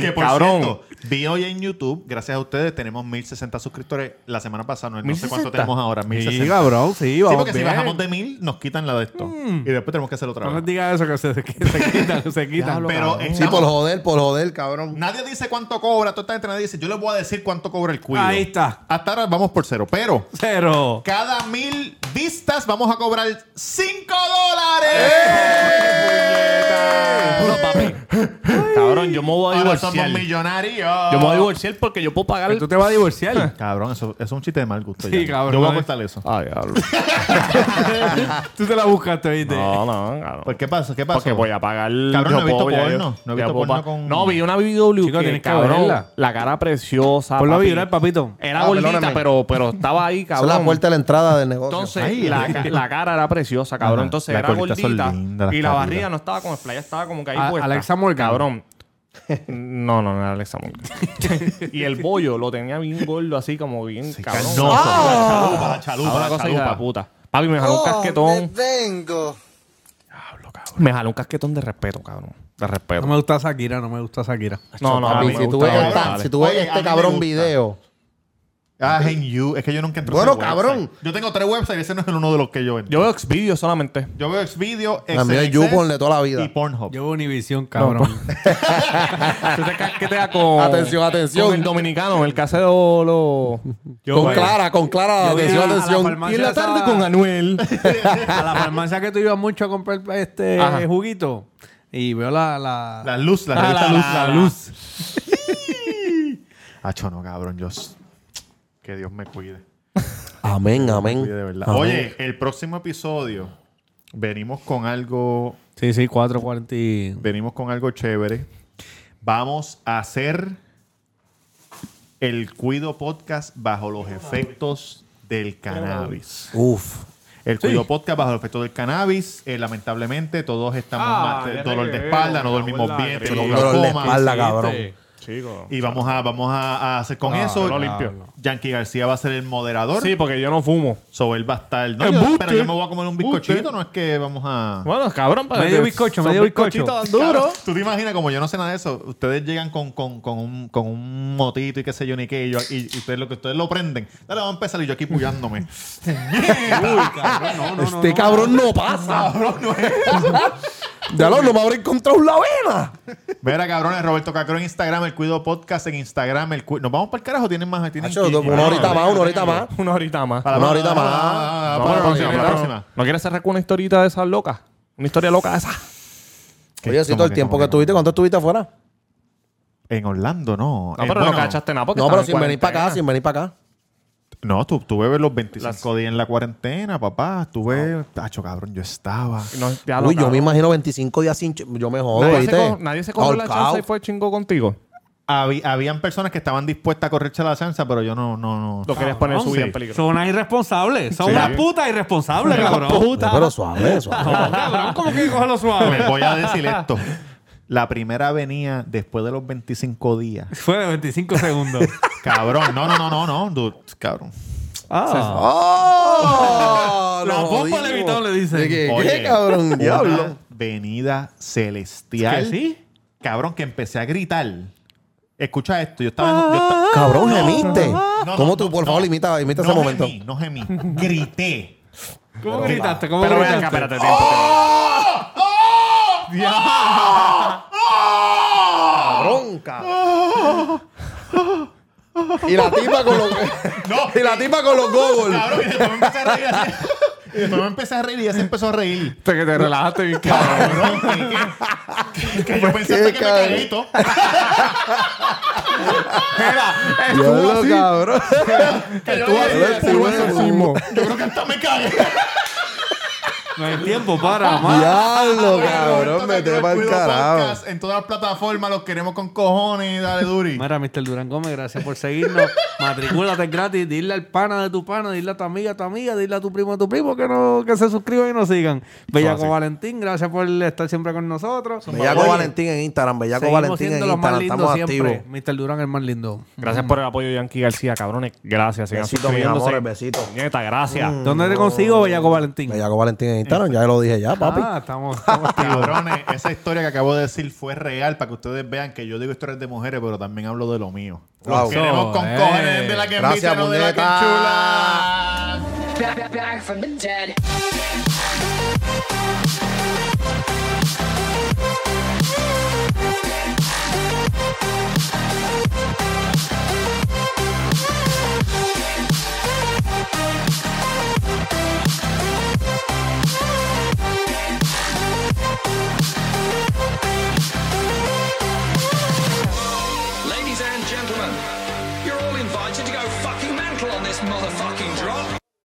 Speaker 2: Que por
Speaker 8: Cabrón.
Speaker 2: cierto, vi hoy en YouTube, gracias a ustedes, tenemos 1060 suscriptores la semana pasada. No, no sé cuánto
Speaker 8: 1060.
Speaker 2: tenemos ahora, 1060.
Speaker 3: Sí, cabrón, sí,
Speaker 2: Sí,
Speaker 3: vamos
Speaker 2: porque si
Speaker 3: bien.
Speaker 2: bajamos de 1000, nos quitan la de esto. Y después tenemos que hacer otra
Speaker 3: No
Speaker 2: vez.
Speaker 3: les digas eso, que se, que se quitan, se quitan.
Speaker 2: Pero
Speaker 3: Cabrón.
Speaker 4: Sí,
Speaker 2: estamos-
Speaker 4: por joder, por joder, cabrón.
Speaker 2: nadie dice cuánto cobra. Toda esta gente nadie dice, yo les voy a decir cuánto cobra el cuido.
Speaker 3: Ahí está.
Speaker 2: Hasta ahora vamos por cero. Pero
Speaker 3: Cero.
Speaker 2: cada mil vistas vamos a cobrar 5 dólares.
Speaker 8: Bueno, papi. Cabrón, ¡Eh! yo me voy a
Speaker 2: Ahora
Speaker 8: divorciar.
Speaker 2: somos
Speaker 8: Yo
Speaker 2: millonarios.
Speaker 8: me voy a divorciar porque yo puedo pagar.
Speaker 3: Que tú te vas a divorciar.
Speaker 2: Cabrón, eso, eso es un chiste de mal gusto.
Speaker 3: Sí,
Speaker 2: ya.
Speaker 3: cabrón.
Speaker 2: Yo voy a
Speaker 8: eh.
Speaker 2: cortar eso.
Speaker 8: Ay, diablo.
Speaker 3: tú te la buscaste, ¿viste?
Speaker 8: No, no, cabrón.
Speaker 2: ¿Por Pues, qué pasa? ¿Qué pasa?
Speaker 8: Porque voy a pagar.
Speaker 2: Cabrón, no he visto
Speaker 8: ya,
Speaker 2: porno.
Speaker 8: yo-
Speaker 2: No he
Speaker 8: ya
Speaker 2: visto
Speaker 8: puedo
Speaker 2: porno
Speaker 8: pa-
Speaker 2: con-
Speaker 8: No, vi una BBW
Speaker 3: Chico,
Speaker 8: que,
Speaker 3: tienes que
Speaker 8: cabrón,
Speaker 3: verla.
Speaker 8: la cara preciosa.
Speaker 3: Ponlo a
Speaker 8: papi.
Speaker 3: vibrar, papito.
Speaker 8: Era
Speaker 4: Ah,
Speaker 8: gordita,
Speaker 4: perdóname.
Speaker 8: pero, pero estaba ahí,
Speaker 4: Esa es
Speaker 8: cabrón.
Speaker 4: la puerta de la entrada del negocio.
Speaker 8: Entonces,
Speaker 2: Ay,
Speaker 8: la,
Speaker 2: ay.
Speaker 8: ca- la cara era preciosa, cabrón.
Speaker 2: Ajá.
Speaker 8: Entonces,
Speaker 2: Las
Speaker 8: era
Speaker 2: colitas son
Speaker 8: gordita.
Speaker 2: lindas, las
Speaker 8: y la
Speaker 2: colitas.
Speaker 8: barriga no estaba con el playa, estaba como que ahí
Speaker 3: A-
Speaker 8: puesta.
Speaker 3: Alexa Morgan.
Speaker 8: Cabrón. No, no, no era Alexa Morgan. y el bollo lo tenía bien gordo, así como bien, cabrón.
Speaker 2: No, chalupa, la chalupa,
Speaker 8: Ahora
Speaker 2: la
Speaker 8: cosa hija de
Speaker 2: chalupa.
Speaker 8: puta. Papi, me jaló un casquetón. Me jaló un casquetón de respeto, cabrón.
Speaker 3: No
Speaker 8: De respeto.
Speaker 3: me gusta Shakira, no me gusta Shakira.
Speaker 8: No, no, a
Speaker 4: Papi,
Speaker 8: mí me
Speaker 4: si tú
Speaker 8: gusta
Speaker 4: ves
Speaker 8: Gabriel,
Speaker 4: esta-
Speaker 8: dale.
Speaker 4: si tú ves
Speaker 2: Oye, a mí
Speaker 4: este
Speaker 2: me
Speaker 4: cabrón
Speaker 2: gusta.
Speaker 4: video,
Speaker 2: Ah, Hey You. Es que yo nunca entro
Speaker 4: Bueno,
Speaker 2: ese website.
Speaker 4: cabrón.
Speaker 2: Yo tengo tres websites y ese no es el uno de los que yo entro.
Speaker 8: Yo veo Xvideos solamente.
Speaker 2: Yo veo Xvideo,
Speaker 4: También
Speaker 2: XXX
Speaker 4: YouPorn de toda la vida.
Speaker 2: Y Pornhub.
Speaker 3: Yo veo Univision, cabrón.
Speaker 8: Tú te casqueteas con.
Speaker 4: Atención, atención.
Speaker 8: Con el dominicano, el casero. Lo...
Speaker 3: Yo
Speaker 4: con
Speaker 3: veo-
Speaker 4: Clara, con Clara,
Speaker 3: Yo voy
Speaker 4: atención,
Speaker 3: a- a la
Speaker 4: atención.
Speaker 3: farmacia esa-
Speaker 8: Anuel.
Speaker 3: a la farmacia que tú ibas mucho a comprar este
Speaker 8: Ajá.
Speaker 3: eh, juguito y veo la la,
Speaker 2: La luz, la,
Speaker 3: Ah,
Speaker 2: revista
Speaker 3: la luz, la luz.
Speaker 2: Acho, no, cabrón. Yo... Que Dios me cuide.
Speaker 4: Amén, amén.
Speaker 2: Cuide de verdad.
Speaker 4: Amén.
Speaker 2: Oye, el próximo episodio venimos con algo...
Speaker 3: Sí, sí, 440 y...
Speaker 2: Venimos con algo chévere. Vamos a hacer el Cuido Podcast bajo los efectos del cannabis.
Speaker 4: Uf.
Speaker 2: El Cuido Podcast bajo los efectos del cannabis. Eh, lamentablemente, todos estamos
Speaker 8: Ah,
Speaker 2: mal-
Speaker 8: ya
Speaker 2: dolor de
Speaker 8: regué,
Speaker 2: espalda, no
Speaker 8: me
Speaker 2: dormimos
Speaker 8: acuerdo
Speaker 2: bien,
Speaker 8: la
Speaker 2: tenemos
Speaker 4: crema. Dolor de
Speaker 2: glaucoma.
Speaker 4: espalda. La cabrón.
Speaker 8: Chico.
Speaker 2: Y vamos a, vamos a, a hacer con eso.
Speaker 8: no Ah, limpio.
Speaker 4: Ah,
Speaker 2: Yankee García va a ser el moderador.
Speaker 8: Sí, porque yo no fumo.
Speaker 2: So él va a estar. No,
Speaker 8: Embuste.
Speaker 2: yo- pero yo me voy a comer un bizcochito,
Speaker 8: Embuste.
Speaker 2: no es que vamos a.
Speaker 8: Bueno, cabrón, para
Speaker 3: Medio
Speaker 8: que-
Speaker 3: bizcocho,
Speaker 8: son
Speaker 3: medio bizcocho.
Speaker 8: bizcochitos dan duro.
Speaker 2: Tú te imaginas, como yo no sé nada de eso, ustedes llegan con, con, con, un, con un motito y qué sé yo, ni qué, y, yo- y ustedes, lo que ustedes lo prenden. Dale, vamos a empezar y yo aquí puyándome.
Speaker 4: este cabrón no pasa. Ya lo, no me habré encontrado la vena.
Speaker 2: Mira, cabrones, Roberto Cacro en Instagram, el Cuido Podcast en Instagram. El Cuido- Nos vamos para el carajo, tienen más. Tienen
Speaker 4: Hacho,
Speaker 2: que-
Speaker 4: una horita más, una horita más.
Speaker 8: Una horita más.
Speaker 2: Para
Speaker 4: Una
Speaker 2: la-
Speaker 4: horita
Speaker 2: para la-
Speaker 4: más.
Speaker 2: para la-
Speaker 4: Vamos
Speaker 2: Para la
Speaker 4: a
Speaker 2: próxima,
Speaker 4: la
Speaker 2: para la
Speaker 8: Cabrón,
Speaker 2: próxima.
Speaker 8: ¿No quieres cerrar con una historita de esas locas? Una historia loca de esas.
Speaker 4: Oye, sí, todo el
Speaker 2: que-
Speaker 4: tiempo
Speaker 2: cómo que
Speaker 4: que
Speaker 2: no?
Speaker 4: estuviste, ¿cuánto estuviste afuera?
Speaker 2: En Orlando, no.
Speaker 8: No,
Speaker 2: Eh,
Speaker 8: pero no
Speaker 2: bueno,
Speaker 8: cachaste nada porque
Speaker 4: Eh, No, pero
Speaker 8: estabas en
Speaker 4: sin venir para acá,
Speaker 8: cuarentena.
Speaker 4: sin venir para acá.
Speaker 2: No, tú, tú bebes los 25 días en la cuarentena, papá. Tú bebes. Tacho, cabrón, yo estaba.
Speaker 8: No, ya lo
Speaker 4: Uy, yo
Speaker 8: cabrón.
Speaker 4: me imagino 25 días sin. ch- Yo me jodo,
Speaker 8: nadie,
Speaker 4: ¿viste?
Speaker 8: se co- nadie se cogió la
Speaker 4: Ahorcao.
Speaker 8: chance y fue chingo contigo.
Speaker 2: Habi- habían personas que estaban dispuestas a correrse la chanza, pero yo no, no, no.
Speaker 8: Lo querías poner su vida
Speaker 2: sí.
Speaker 8: en peligro.
Speaker 3: Son unas irresponsables. Son
Speaker 2: Sí.
Speaker 3: unas putas irresponsables, cabrón.
Speaker 4: Oye, Pero suave, suave.
Speaker 3: Cabrón, ¿cómo que coge lo suave?
Speaker 2: Les voy a decir esto. La primera venía después de los 25 días.
Speaker 3: Fue de 25 segundos.
Speaker 2: Cabrón, no, no, no, no, no, dude, cabrón.
Speaker 3: Ah.
Speaker 4: ¡Oh!
Speaker 3: La
Speaker 4: lo
Speaker 3: pompa
Speaker 4: jodimos.
Speaker 3: levitón, le dicen.
Speaker 4: ¿De qué?
Speaker 2: Oye,
Speaker 4: ¿Qué, cabrón?
Speaker 2: una
Speaker 4: Diablo.
Speaker 2: Venida celestial.
Speaker 3: ¿Que sí?
Speaker 2: Cabrón, que empecé a gritar. Escucha esto, yo estaba. en- yo esta-
Speaker 4: Cabrón,
Speaker 2: No,
Speaker 4: gemiste.
Speaker 2: no, no,
Speaker 4: ¿Cómo
Speaker 2: no,
Speaker 4: tú,
Speaker 2: no,
Speaker 4: por
Speaker 2: no.
Speaker 4: favor, imita, imita
Speaker 2: no
Speaker 4: ese Este momento?
Speaker 2: Gemí, no gemí, grité.
Speaker 3: ¿Cómo gritaste? ¿Cómo
Speaker 8: Pero ven
Speaker 3: gritaste?
Speaker 8: acá, espérate, tiempo. tiempo.
Speaker 4: Cabrón, cabrón. Y la tipa con los. y la tipa con los goggles.
Speaker 2: Cabrón, y después me empecé a reír así. Y después me empecé a reír y ya se empezó a reír.
Speaker 8: Te, te relajaste bien, cabrón.
Speaker 2: Cabrón, que, que- que yo pensé hasta que me
Speaker 4: cabrón.
Speaker 2: caguito.
Speaker 4: Diablo, cabrón.
Speaker 2: Que yo
Speaker 4: Tú
Speaker 2: dije,
Speaker 4: haces
Speaker 2: "Yo
Speaker 4: el exorcismo.
Speaker 2: creo que hasta me cagué.
Speaker 3: No hay tiempo para más.
Speaker 4: Diablo,
Speaker 2: Oye, Roberto,
Speaker 4: cabrón. Me
Speaker 2: Taquero,
Speaker 4: te va el
Speaker 2: Cuido
Speaker 4: carajo.
Speaker 2: Podcast, En todas las plataformas los queremos con cojones. Dale, Duri.
Speaker 3: Mira, Mr. Durán Gómez, gracias por seguirnos. Matricúlate gratis. Dile al pana de tu pana, dile a tu amiga, a tu amiga, dile a tu primo, a tu primo que, no, que se suscriban y nos sigan. Bellaco Valentín, gracias por estar siempre con nosotros.
Speaker 4: Bellaco
Speaker 3: Oye,
Speaker 4: Valentín en Instagram. Bellaco
Speaker 3: seguimos
Speaker 4: Valentín en
Speaker 3: siendo los más
Speaker 4: Instagram.
Speaker 3: lindos
Speaker 4: Estamos
Speaker 3: siempre.
Speaker 4: activos.
Speaker 3: Mr. Durán, el más lindo.
Speaker 8: Gracias por el apoyo, Yankee García, cabrones. Gracias. Sigan
Speaker 4: Besitos, mis
Speaker 8: suscribiéndose.
Speaker 4: amores, besitos. Mm.
Speaker 8: Nieta, gracias.
Speaker 3: ¿Dónde te consigo, Bellaco Valentín?
Speaker 4: Bellaco Valentín en Instagram. Ya lo dije ya, papi.
Speaker 3: Ah, estamos, estamos activos.
Speaker 2: Cabrones, esa historia que acabo de decir fue real para que ustedes vean que yo digo historias de mujeres, pero también hablo de lo mío. Los
Speaker 4: Wow.
Speaker 2: queremos con
Speaker 3: Eh.
Speaker 2: cojones de la que
Speaker 4: Gracias,
Speaker 2: invita, no de la que
Speaker 4: puñeta.
Speaker 2: chula.
Speaker 5: Back, back from the dead.
Speaker 6: Ladies and gentlemen, you're all invited to go fucking mental on this motherfucking drop.